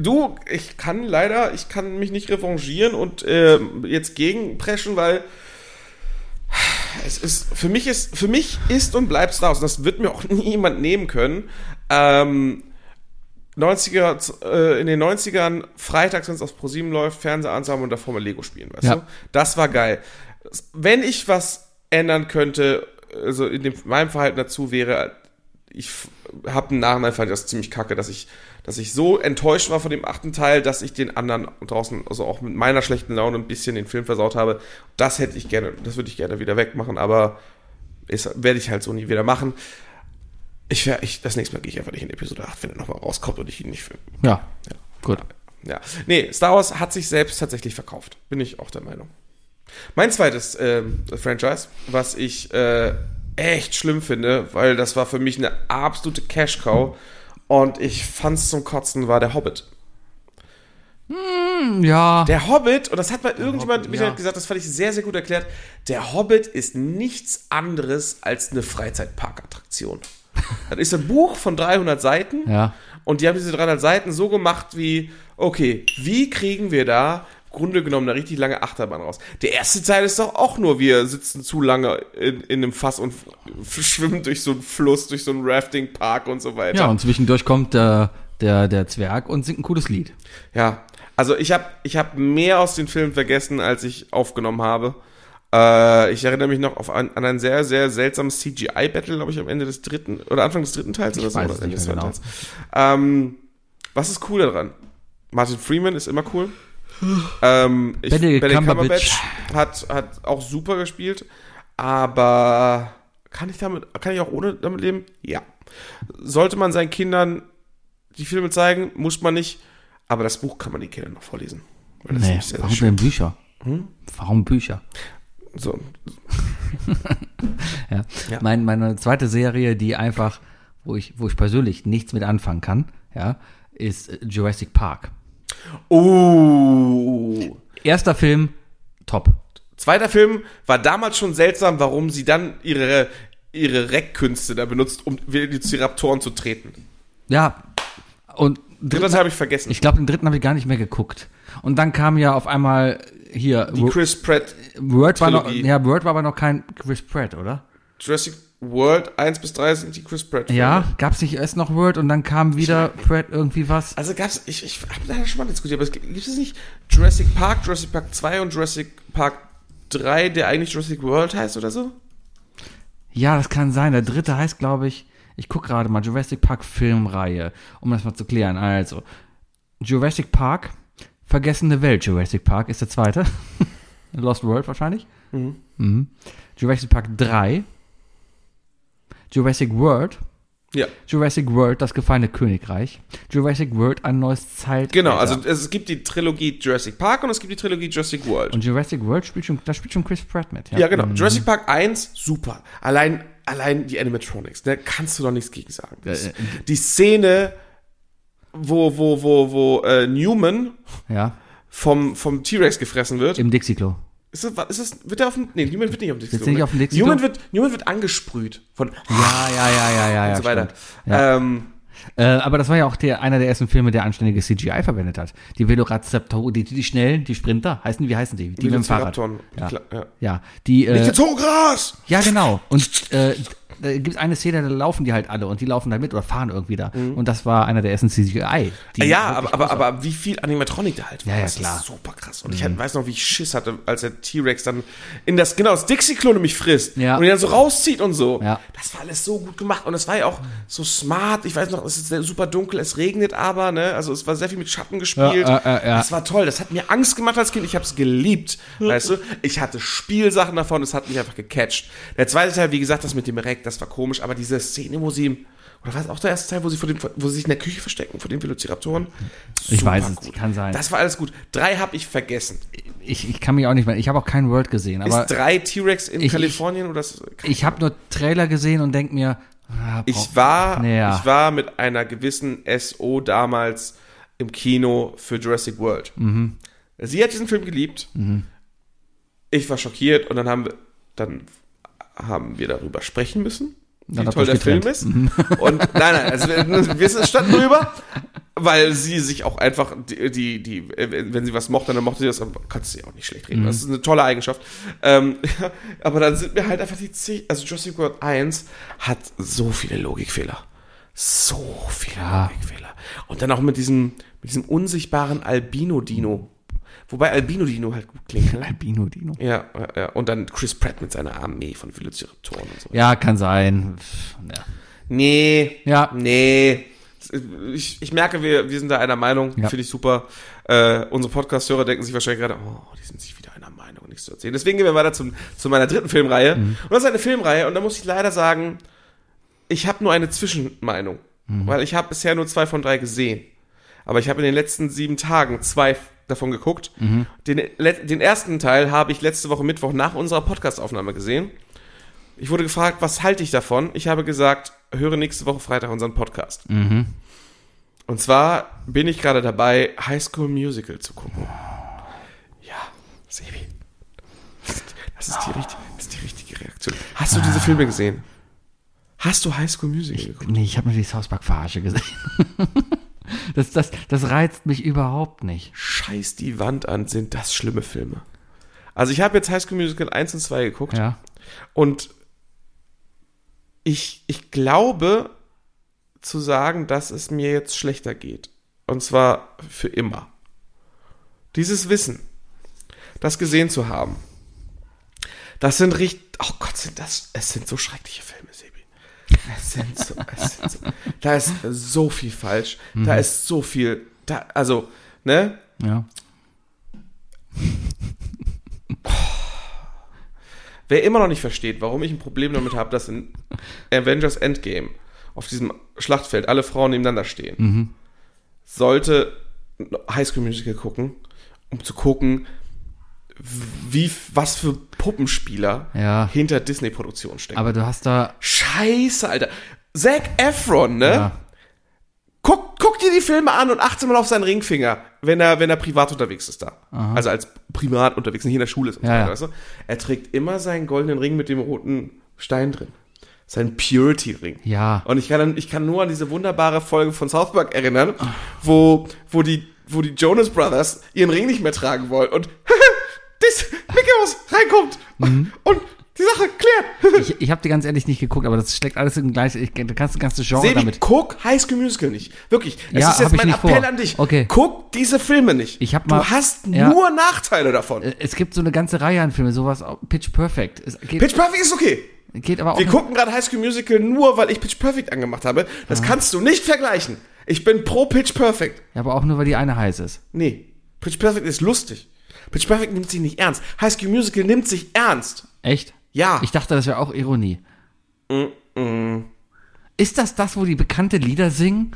C: Du, ich kann leider, ich kann mich nicht revanchieren und äh, jetzt gegenpreschen, weil es ist, für mich ist, für mich ist und bleibt Star Wars, und das wird mir auch niemand nehmen können, ähm, 90er, z- äh, in den 90ern, freitags, wenn es auf ProSieben läuft, Fernseher ansammeln und davor mal Lego spielen, weißt
A: Ja.
C: du? Das war geil. S- Wenn ich was ändern könnte, also in dem, meinem Verhalten dazu wäre, ich habe im Nachhinein fand ich das ziemlich kacke, dass ich, dass ich so enttäuscht war von dem achten Teil, dass ich den anderen draußen, also auch mit meiner schlechten Laune ein bisschen den Film versaut habe. Das hätte ich gerne, das würde ich gerne wieder wegmachen, aber ist- werde ich halt so nie wieder machen. Ich, wär- ich, das nächste Mal gehe ich einfach nicht in Episode 8, wenn er nochmal rauskommt und ich ihn nicht filme.
A: ja, gut.
C: Ja. Nee, Star Wars hat sich selbst tatsächlich verkauft. Bin ich auch der Meinung. Mein zweites ähm, Franchise, was ich äh, echt schlimm finde, weil das war für mich eine absolute Cash-Cow und ich fand's zum Kotzen, war der Hobbit.
A: Ja,
C: Der Hobbit, und das hat mal irgendjemand
A: Hobbit,
C: im
A: ja.
C: Internet gesagt, das fand ich sehr, sehr gut erklärt. Der Hobbit ist nichts anderes als eine Freizeitparkattraktion. Das ist ein Buch von 300 Seiten.
A: Ja.
C: Und die haben diese 300 Seiten so gemacht wie, okay, wie kriegen wir da im Grunde genommen eine richtig lange Achterbahn raus? Der erste Teil ist doch auch nur, wir sitzen zu lange in, in einem Fass und f- schwimmen durch so einen Fluss, durch so einen Rafting-Park und so weiter.
A: ja, und zwischendurch kommt der, der, der Zwerg und singt ein cooles Lied.
C: Ja, also ich habe ich hab mehr aus den Filmen vergessen, als ich aufgenommen habe. Äh, ich erinnere mich noch auf ein, an ein sehr, sehr seltsames CGI-Battle, glaube ich, am Ende des dritten oder Anfang des dritten Teils oder so.
A: weiß
C: oder
A: es
C: Ende
A: nicht
C: des
A: mehr genau.
C: zweiten Teils. Ähm, was ist cool daran? Martin Freeman ist immer cool. ähm, ich,
A: Benedict
C: Benedict,
A: Cumberbatch.
C: Cumberbatch, hat, hat auch super gespielt, aber kann ich damit, kann ich auch ohne damit leben? Ja. Sollte man seinen Kindern die Filme zeigen, muss man nicht. Aber das Buch kann man den Kindern noch vorlesen. Weil das
A: Nee,
C: nämlich sehr, sehr
A: warum
C: schön. Hm?
A: denn Bücher? Warum Bücher?
C: So.
A: Ja. Mein, meine zweite Serie, die einfach, wo ich, wo ich persönlich nichts mit anfangen kann, ja, ist äh, Jurassic Park.
C: Oh.
A: Erster Film, top.
C: Zweiter Film war damals schon seltsam, warum sie dann ihre, ihre Reckkünste da benutzt, um Velociraptoren zu treten.
A: Ja, und
C: Dritter Teil habe ich vergessen.
A: Ich glaube, den dritten habe ich gar nicht mehr geguckt. Und dann kam ja auf einmal hier.
C: die Chris Pratt
A: Word war, noch,
C: Trilogie.
A: ja, Word war aber noch kein Chris Pratt, oder?
C: Jurassic World 1 bis 3 sind die Chris Pratt. Filme.
A: Ja, gab es nicht erst noch Word und dann kam wieder Pratt irgendwie was?
C: Also gab's, ich, ich habe leider schon mal diskutiert, aber es gibt es nicht Jurassic Park, Jurassic Park 2 und Jurassic Park 3, der eigentlich Jurassic World heißt oder so?
A: Ja, das kann sein. Der dritte heißt, glaube ich, ich gucke gerade mal, Jurassic Park Filmreihe, um das mal zu klären. Also, Jurassic Park, Vergessene Welt, Jurassic Park ist der zweite. Lost World wahrscheinlich. Mhm. Jurassic Park 3. Jurassic World.
C: Ja.
A: Jurassic World, das gefallene Königreich. Jurassic World, ein neues Zeitalter.
C: Genau, also es, es gibt die Trilogie Jurassic Park und es gibt die Trilogie Jurassic World.
A: Und Jurassic World spielt schon, da spielt schon Chris Pratt mit. Mhm.
C: ja, genau. Jurassic Park 1, super. Allein, allein die Animatronics, da kannst du doch nichts gegen sagen.
A: äh,
C: die Szene, wo, wo, wo, wo äh, Newman
A: Ja,
C: vom, vom T-Rex gefressen wird.
A: im Dixie-Klo.
C: Ist das, ist das, wird er auf dem, nee, Newman wird nicht auf dem Dixie.
A: der nicht auf dem Dixie-Klo?
C: Newman wird, Newman wird angesprüht von
A: Ja, ja, ja, ja, ja, ja.
C: und so weiter.
A: stimmt. Ja.
C: Ähm,
A: Äh, aber das war ja auch der, einer der ersten Filme, der anständige CGI verwendet hat. Die Velociraptoren, die, die, die schnellen, die Sprinter, heißen, wie heißen die? Die mit dem Fahrrad.
C: Velociraptoren.
A: Ja.
C: Klar, ja.
A: ja. die, äh,
C: Jetzt hoch Gras!
A: ja genau. Und äh, da gibt es eine Szene, da laufen die halt alle und die laufen halt mit oder fahren irgendwie da. Und das war einer der ersten CGI. Die
C: Mhm. ja, aber, aber, aber wie viel Animatronik da halt war,
A: Ja, ja,
C: das
A: klar. Mhm.
C: ist super krass. Und ich halt, weiß noch, wie ich Schiss hatte, als der T-Rex dann in das, genau, das Dixie-Klo nämlich frisst
A: Ja.
C: und ihn dann so rauszieht und so.
A: Ja.
C: Das war alles so gut gemacht und das war ja auch so smart. Ich weiß noch, es ist sehr super dunkel, es regnet aber, ne, also es war sehr viel mit Schatten gespielt.
A: Ja, äh, äh, ja.
C: Das war toll, das hat mir Angst gemacht als Kind, ich hab's geliebt, weißt du. Ich hatte Spielsachen davon, es hat mich einfach gecatcht. Der zweite Teil, wie gesagt, das mit dem Reck, das war komisch, aber diese Szene, wo sie ihm oder war es auch der erste Teil, wo sie, vor dem, wo sie sich in der Küche verstecken, vor den Velociraptoren?
A: Ich
C: Super
A: weiß es, kann sein.
C: Das war alles gut. Drei habe ich vergessen.
A: ich, ich kann mich auch nicht mehr, ich habe auch kein World gesehen, aber
C: ist drei T-Rex in
A: ich-
C: Kalifornien oder ist,
A: ich habe nur Trailer gesehen und denke mir, ah, brauch-
C: ich war
A: Naja.
C: ich war mit einer gewissen SO damals im Kino für Jurassic World. Sie hat diesen Film geliebt. Ich war schockiert und dann haben wir dann haben wir darüber sprechen müssen, wie
A: habt
C: toll
A: ihr
C: der
A: euch
C: Film ist. Und nein, nein, also wir, wir standen drüber, weil sie sich auch einfach die, die, die äh, wenn sie was mochte, dann mochte sie das, aber kannst du ja auch nicht schlecht reden. Das ist eine tolle Eigenschaft. Ähm, aber dann sind mir halt einfach die C, also Jurassic World 1 hat so viele Logikfehler. So viele Logikfehler. Und dann auch mit diesem, mit diesem unsichtbaren Albino-Dino. Wobei Albino-Dino halt gut klingt, ne?
A: Albino Dino.
C: Ja, ja, ja, und dann Chris Pratt mit seiner Armee von Velociraptoren und so.
A: Ja, kann sein. Pff, Ja.
C: Nee.
A: Ja.
C: Nee. Ich, ich merke, wir, wir sind da einer Meinung.
A: Ja.
C: Finde ich super. Äh, unsere Podcast-Hörer denken sich wahrscheinlich gerade, oh, die sind sich wieder einer Meinung, nichts zu erzählen. Deswegen gehen wir weiter zum, zu meiner dritten Filmreihe.
A: Mhm.
C: Und das ist eine Filmreihe, und da muss ich leider sagen, ich habe nur eine Zwischenmeinung.
A: Mhm.
C: Weil ich habe bisher nur zwei von drei gesehen. Aber ich habe in den letzten sieben Tagen zwei f- davon geguckt.
A: Mhm.
C: Den, le- den ersten Teil habe ich letzte Woche Mittwoch nach unserer Podcastaufnahme gesehen. Ich wurde gefragt, was halte ich davon? Ich habe gesagt, höre nächste Woche Freitag unseren Podcast.
A: Mhm.
C: Und zwar bin ich gerade dabei, High School Musical zu gucken. Ja, Sebi. Das ist die, richtig, das ist die richtige Reaktion. Hast du diese Filme gesehen? Hast du High School Musical geguckt?
A: Nee, ich habe nur die South Park Verarsche gesehen. das, das, das reizt mich überhaupt nicht.
C: Scheiß die Wand an, sind das schlimme Filme. Also ich habe jetzt High School Musical 1 und 2 geguckt.
A: Ja.
C: Und ich, ich glaube zu sagen, dass es mir jetzt schlechter geht. Und zwar für immer. Dieses Wissen, das gesehen zu haben, das sind richtig. Oh Gott, sind das. Es sind so schreckliche Filme, Sebi. Es sind so. Es sind so da ist so viel falsch. Da ist so viel. Da, also, ne?
A: Ja.
C: Wer immer noch nicht versteht, warum ich ein Problem damit habe, dass in Avengers Endgame auf diesem Schlachtfeld alle Frauen nebeneinander stehen, sollte High School Musical gucken, um zu gucken, wie, was für Puppenspieler
A: Ja.
C: hinter Disney-Produktionen stecken.
A: Aber du hast da.
C: Scheiße, Alter. Zac Efron, ne?
A: Ja.
C: Guck, guck dir die Filme an und achte mal auf seinen Ringfinger, wenn er, wenn er privat unterwegs ist da. Also als privat unterwegs, nicht in der Schule ist. Und
A: Ja,
C: so
A: ja.
C: weiter, weißt du? Er trägt immer seinen goldenen Ring mit dem roten Stein drin. Seinen Purity-Ring.
A: Ja.
C: Und ich kann, dann- ich kann nur an diese wunderbare Folge von South Park erinnern, wo, wo, die, wo die Jonas Brothers ihren Ring nicht mehr
A: Mhm.
C: tragen wollen und das Mickey Mouse reinkommt und die Sache klärt.
A: ich ich habe dir ganz ehrlich nicht geguckt, aber das steckt alles im gleichen. Ich, du kannst das ganze Genre
C: Sebi,
A: damit.
C: guck High School Musical nicht. Wirklich. Es
A: Ja,
C: ist
A: hab
C: jetzt
A: ich
C: mein
A: nicht
C: Appell
A: vor.
C: an dich.
A: Okay.
C: Guck diese Filme nicht.
A: Ich hab
C: du
A: mal-
C: hast
A: Ja. Äh,
C: nur Nachteile davon.
A: Es gibt so eine ganze Reihe an Filmen, sowas auch- Pitch Perfect. Es geht,
C: Pitch Perfect ist okay.
A: geht aber auch.
C: Wir gucken gerade High School Musical nur, weil ich Pitch Perfect angemacht habe. Das
A: Ah.
C: kannst du nicht vergleichen. Ich bin pro Pitch Perfect.
A: Ja, aber auch nur, weil die eine heiß ist.
C: Nee. Pitch Perfect ist lustig. Pitch Perfect nimmt sich nicht ernst. High School Musical nimmt sich ernst.
A: Echt?
C: Ja. Mm,
A: Ich dachte, das wäre auch Ironie. Ist das das, wo die bekannte Lieder singen?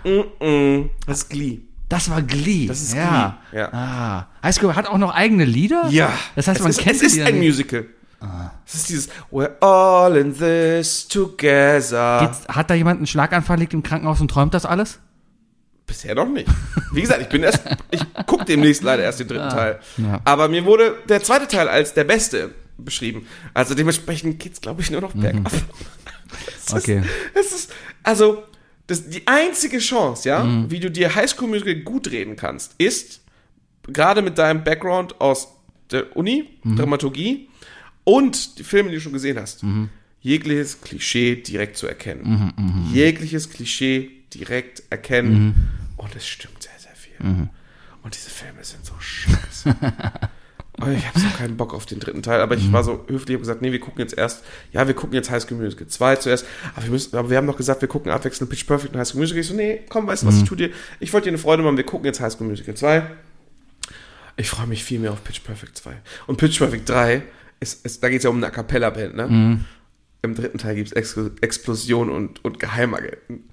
C: Das ist Glee.
A: Das war Glee. Das
C: ist
A: ja.
C: Glee, ja.
A: Ah. High School hat auch noch eigene Lieder?
C: Ja.
A: Das heißt,
C: es
A: man
C: ist,
A: kennt
C: Es ist
A: die
C: ein
A: dann nicht. Ah.
C: Musical. Es ist dieses We're all in this together.
A: Jetzt hat da jemand einen Schlaganfall, liegt im Krankenhaus und träumt das alles?
C: Bisher noch nicht. Wie gesagt, ich bin erst, ich gucke demnächst leider erst den dritten Teil. Aber mir wurde der zweite Teil als der beste beschrieben. Also dementsprechend geht's, glaube ich, nur noch bergab. Es
A: Okay.
C: Ist, es ist, also, das, die einzige Chance, ja, wie du dir Highschool Musical gut reden kannst, ist, gerade mit deinem Background aus der Uni, Dramaturgie und die Filme, die du schon gesehen hast, jegliches Klischee direkt zu erkennen. jegliches Klischee direkt erkennen. Und es stimmt sehr, sehr viel. Und diese Filme sind so scheiße. Und Oh, ich habe so keinen Bock auf den dritten Teil, aber ich war so höflich und gesagt, nee, wir gucken jetzt erst, ja, wir gucken jetzt High School Musical 2 zuerst, aber wir müssen, aber wir haben doch gesagt, wir gucken abwechselnd Pitch Perfect und High School Musical. Ich so, nee, komm, weißt du was, ich tu dir, ich wollte dir eine Freude machen, wir gucken jetzt High School Musical 2. Ich freue mich viel mehr auf Pitch Perfect 2. Und Pitch Perfect 3, ist, ist, da geht es ja um eine A Cappella-Band, ne? Im dritten Teil gibt es Ex Explosion und, und Geheimagenten.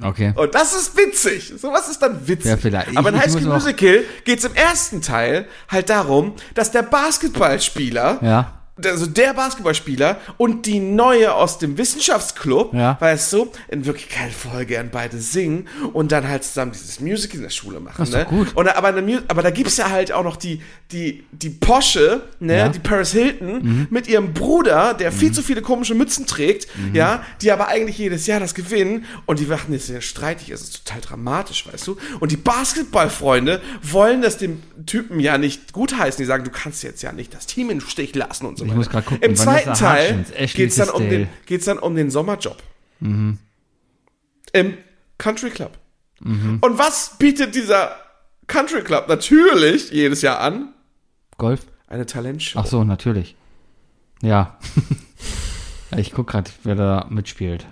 A: Okay.
C: Und das ist witzig. Sowas ist dann witzig.
A: Ja, vielleicht.
C: Aber
A: Ich-
C: in
A: ich
C: High School
A: muss noch-
C: Musical geht es im ersten Teil halt darum, dass der Basketballspieler,
A: Ja.
C: also der Basketballspieler und die Neue aus dem Wissenschaftsclub,
A: Ja.
C: weißt du, in Wirklichkeit voll gern beide singen und dann halt zusammen dieses Musical in der Schule machen.
A: Das ist
C: ne?
A: doch gut.
C: Und, aber, in der Mu- aber da gibt es ja halt auch noch die, die, die Porsche, ne?
A: Ja. Mhm.
C: die Paris Hilton, mit ihrem Bruder, der viel zu viele komische Mützen trägt,
A: Mhm.
C: ja, die aber eigentlich jedes Jahr das gewinnen und die machen jetzt sehr streitig, es ist total dramatisch, weißt du? Und die Basketballfreunde wollen das dem Typen ja nicht gutheißen, die sagen, du kannst jetzt ja nicht das Team im Stich lassen und so weiter.
A: muss grad gucken,
C: Im
A: Vanessa
C: zweiten Teil
A: Hutchins, Ashley
C: geht es dann, um den-
A: Tisdale. Mhm.
C: geht's dann um den Sommerjob. Im Country Club. Und was bietet dieser Country Club natürlich jedes Jahr an?
A: Golf?
C: Eine Talentshow.
A: Ach so, natürlich. Ja. Ja, ich guck gerade, wer da mitspielt.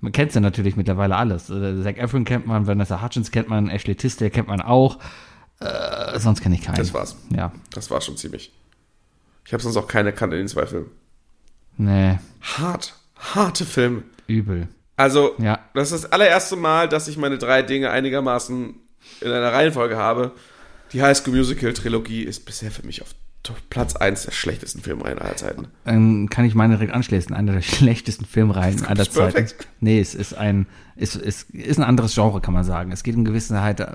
A: Man kennt sie natürlich mittlerweile alles. Äh, Zac Efron kennt man, Vanessa Hutchins kennt man, Ashley Tisdale kennt man auch. Äh, sonst kenne ich keinen.
C: Das war's.
A: Ja.
C: Das war schon ziemlich. Ich habe sonst auch keine kannte in den zwei Filmen.
A: Nee,
C: Hart. Harte Filme.
A: übel.
C: Also,
A: Ja.
C: das ist das allererste Mal, dass ich meine drei Dinge einigermaßen in einer Reihenfolge habe. Die High School Musical Trilogie ist bisher für mich auf Platz 1 der schlechtesten Filmreihen aller Zeiten.
A: Dann kann ich meine direkt anschließen. Einer der schlechtesten Filmreihen aller Zeiten.
C: perfekt.
A: Nee, es ist ein, es ist, ist ein anderes Genre, kann man sagen. Es geht um Gewissenheit. Äh,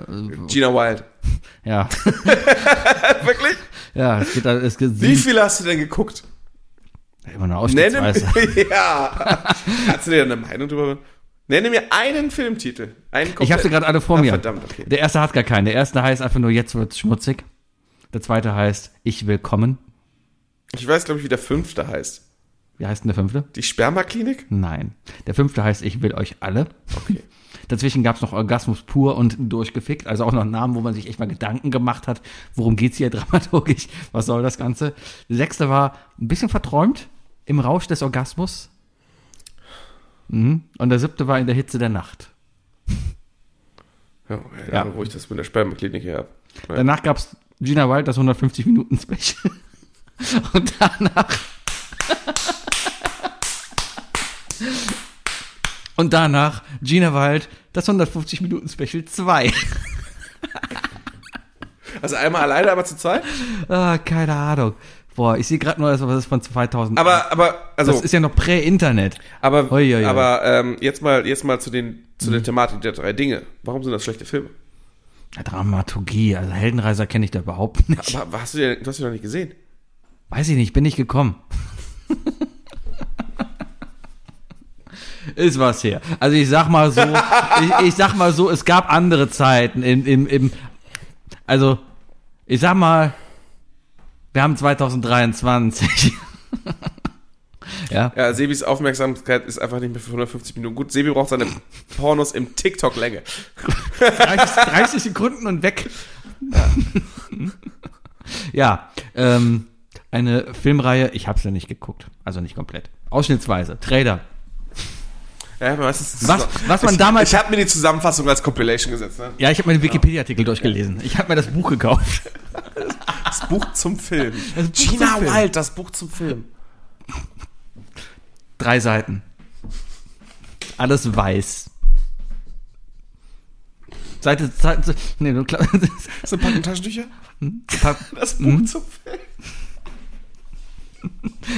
C: Gina Wild.
A: ja,
C: Wirklich?
A: ja, es geht, es geht
C: Wie viele hast du denn geguckt?
A: immer nur
C: Nenne
A: Ausschnittsweise.
C: ja. Kannst du dir eine Meinung drüber Nenne mir einen Filmtitel. Einen
A: Ich habe sie gerade alle vor
C: Ah,
A: mir.
C: Verdammt, okay.
A: Der erste hat gar keinen. Der erste heißt einfach nur jetzt wird's schmutzig. Der zweite heißt ich will kommen.
C: Ich weiß, glaube ich, wie der fünfte heißt.
A: Wie heißt denn der fünfte?
C: Die Spermaklinik?
A: Nein. Der fünfte heißt ich will euch alle. Okay. Dazwischen gab's noch Orgasmus pur und durchgefickt, also auch noch Namen, wo man sich echt mal Gedanken gemacht hat, worum geht's hier dramaturgisch, was soll das Ganze. Der sechste war ein bisschen verträumt im Rausch des Orgasmus. Mhm. Und der siebte war in der Hitze der Nacht.
C: Ja, keine Ahnung,
A: Ja.
C: wo ich das mit der Spermaklinik her habe. Ja.
A: Danach gab es Gina Wild das 150 Minuten Special. Und danach. Und danach Gina Wild das 150 Minuten Special 2.
C: Also einmal alleine, aber zu zweit?
A: Ah, keine Ahnung. Boah, ich sehe gerade nur, das ist von 2000.
C: Aber, aber, also,
A: das ist ja noch Prä-Internet.
C: aber,
A: Ui, ui, ui.
C: aber ähm, jetzt mal, jetzt mal zu den, zu der Thematik der drei Dinge. Warum sind das schlechte Filme?
A: Dramaturgie, also Heldenreiser kenne ich da überhaupt nicht.
C: Aber hast du, dir- du hast sie noch nicht gesehen?
A: Weiß ich nicht, bin nicht gekommen. Ist was her. Also ich sag mal so, ich, ich sag mal so, es gab andere Zeiten im, im, im also ich sag mal, wir haben 2023. Ja.
C: Ja, Sebis Aufmerksamkeit ist einfach nicht mehr für 150 Minuten gut. Sebi braucht seine Pornos im TikTok-Länge.
A: 30, 30 Sekunden und weg. Ja, ähm, eine Filmreihe, ich hab's ja nicht geguckt, also nicht komplett. Ausschnittsweise, Trailer.
C: Ja, was, ist
A: Was- was man
C: ich,
A: damals-
C: Ich habe mir die Zusammenfassung als Compilation gesetzt. Ne?
A: Ja, ich habe meinen Wikipedia-Artikel durchgelesen. Ich habe mir das Buch gekauft.
C: Das Buch zum Film.
A: Das Buch
C: Gina
A: zum Film.
C: Wild, das Buch zum Film.
A: Drei Seiten. Alles weiß. Seite, Seite, nee, du klar.
C: Hast du ein paar Taschentücher?
A: Pack-
C: Das Buch
A: Mhm.
C: zum Film.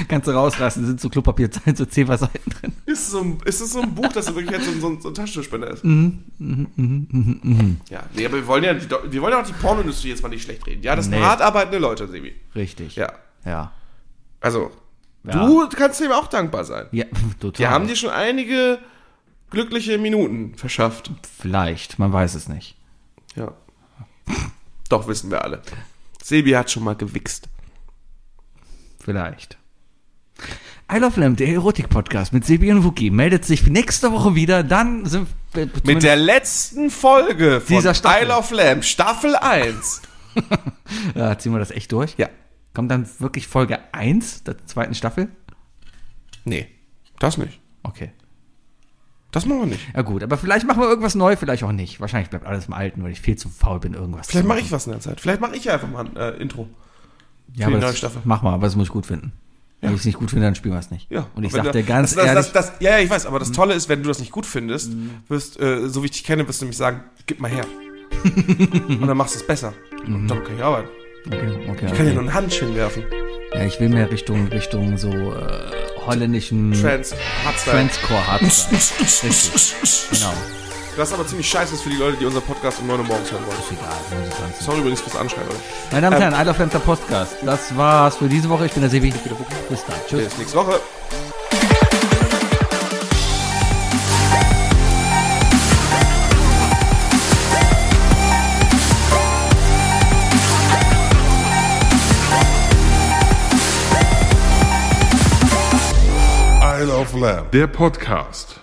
A: Kannst du rausreißen, sind so Klopapier, so Zewa-Seiten drin.
C: Ist es so ein, ist es so ein Buch, das wirklich jetzt so, ein- so, ein- so ein Taschenspender ist?
A: Mhm.
C: Ja, nee, aber wir wollen ja, die, wir wollen ja auch die Pornoindustrie jetzt mal nicht schlecht reden. Ja, das sind
A: Nee.
C: hart arbeitende Leute, Sebi.
A: Richtig.
C: Ja,
A: Ja.
C: also,
A: Ja.
C: du kannst dem auch dankbar sein.
A: Ja, total.
C: Die haben dir schon einige glückliche Minuten verschafft.
A: Vielleicht, man weiß es nicht.
C: Ja. Doch, wissen wir alle. Sebi hat schon mal gewichst.
A: Vielleicht. I Love Lamb, der Erotik-Podcast mit Sebi und Wookie, meldet sich nächste Woche wieder, dann sind wir
C: Mit der letzten Folge von
A: Dieser Staffel.
C: Isle of Lamb, Staffel 1.
A: Ja, ziehen wir das echt durch?
C: Ja.
A: Kommt dann wirklich Folge 1 der zweiten Staffel?
C: Nee, das nicht.
A: Okay.
C: Das machen wir nicht.
A: Ja gut, aber vielleicht machen wir irgendwas neu, vielleicht auch nicht. Wahrscheinlich bleibt alles im Alten, weil ich viel zu faul bin, irgendwas
C: Vielleicht
A: zu
C: mache
A: machen.
C: ich was in der Zeit. Vielleicht mache ich ja einfach mal ein äh,
A: ja,
C: Intro. für die
A: aber
C: neue
A: das-
C: Staffel.
A: Mach mal, aber das muss ich gut finden. Wenn ich es nicht gut finde, dann spielen wir es nicht.
C: Ja.
A: Und ich
C: wenn
A: sag
C: du-
A: dir ganz
C: das, das,
A: ehrlich, Mhm.
C: Das, das, ja, ja, ich weiß, aber das Tolle ist, wenn du das nicht gut findest, wirst, äh, so wie ich dich kenne, wirst du mich sagen, gib mal her. Und dann machst du es besser. Und dann kann ich arbeiten.
A: okay, okay,
C: Ich kann dir
A: Mhm. okay.
C: nur einen Handschirm werfen.
A: Ja, ich will mehr Richtung, Richtung so äh, holländischen
C: Trans, Hardstyle.
A: Transcore hat. Richtig. Genau.
C: Das ist aber ziemlich scheiße für die Leute, die unseren Podcast um 9 Uhr morgens hören wollen.
A: Egal, wo sie tanzen.
C: Sorry übrigens fürs Anschreiben. aber
A: Meine Damen und
C: Ähm.
A: Herren, I Love Lamb, der Podcast. Das war's für diese Woche. Ich bin der Sebi. Bis dann. Tschüss.
C: Bis nächste Woche.
F: Der Podcast.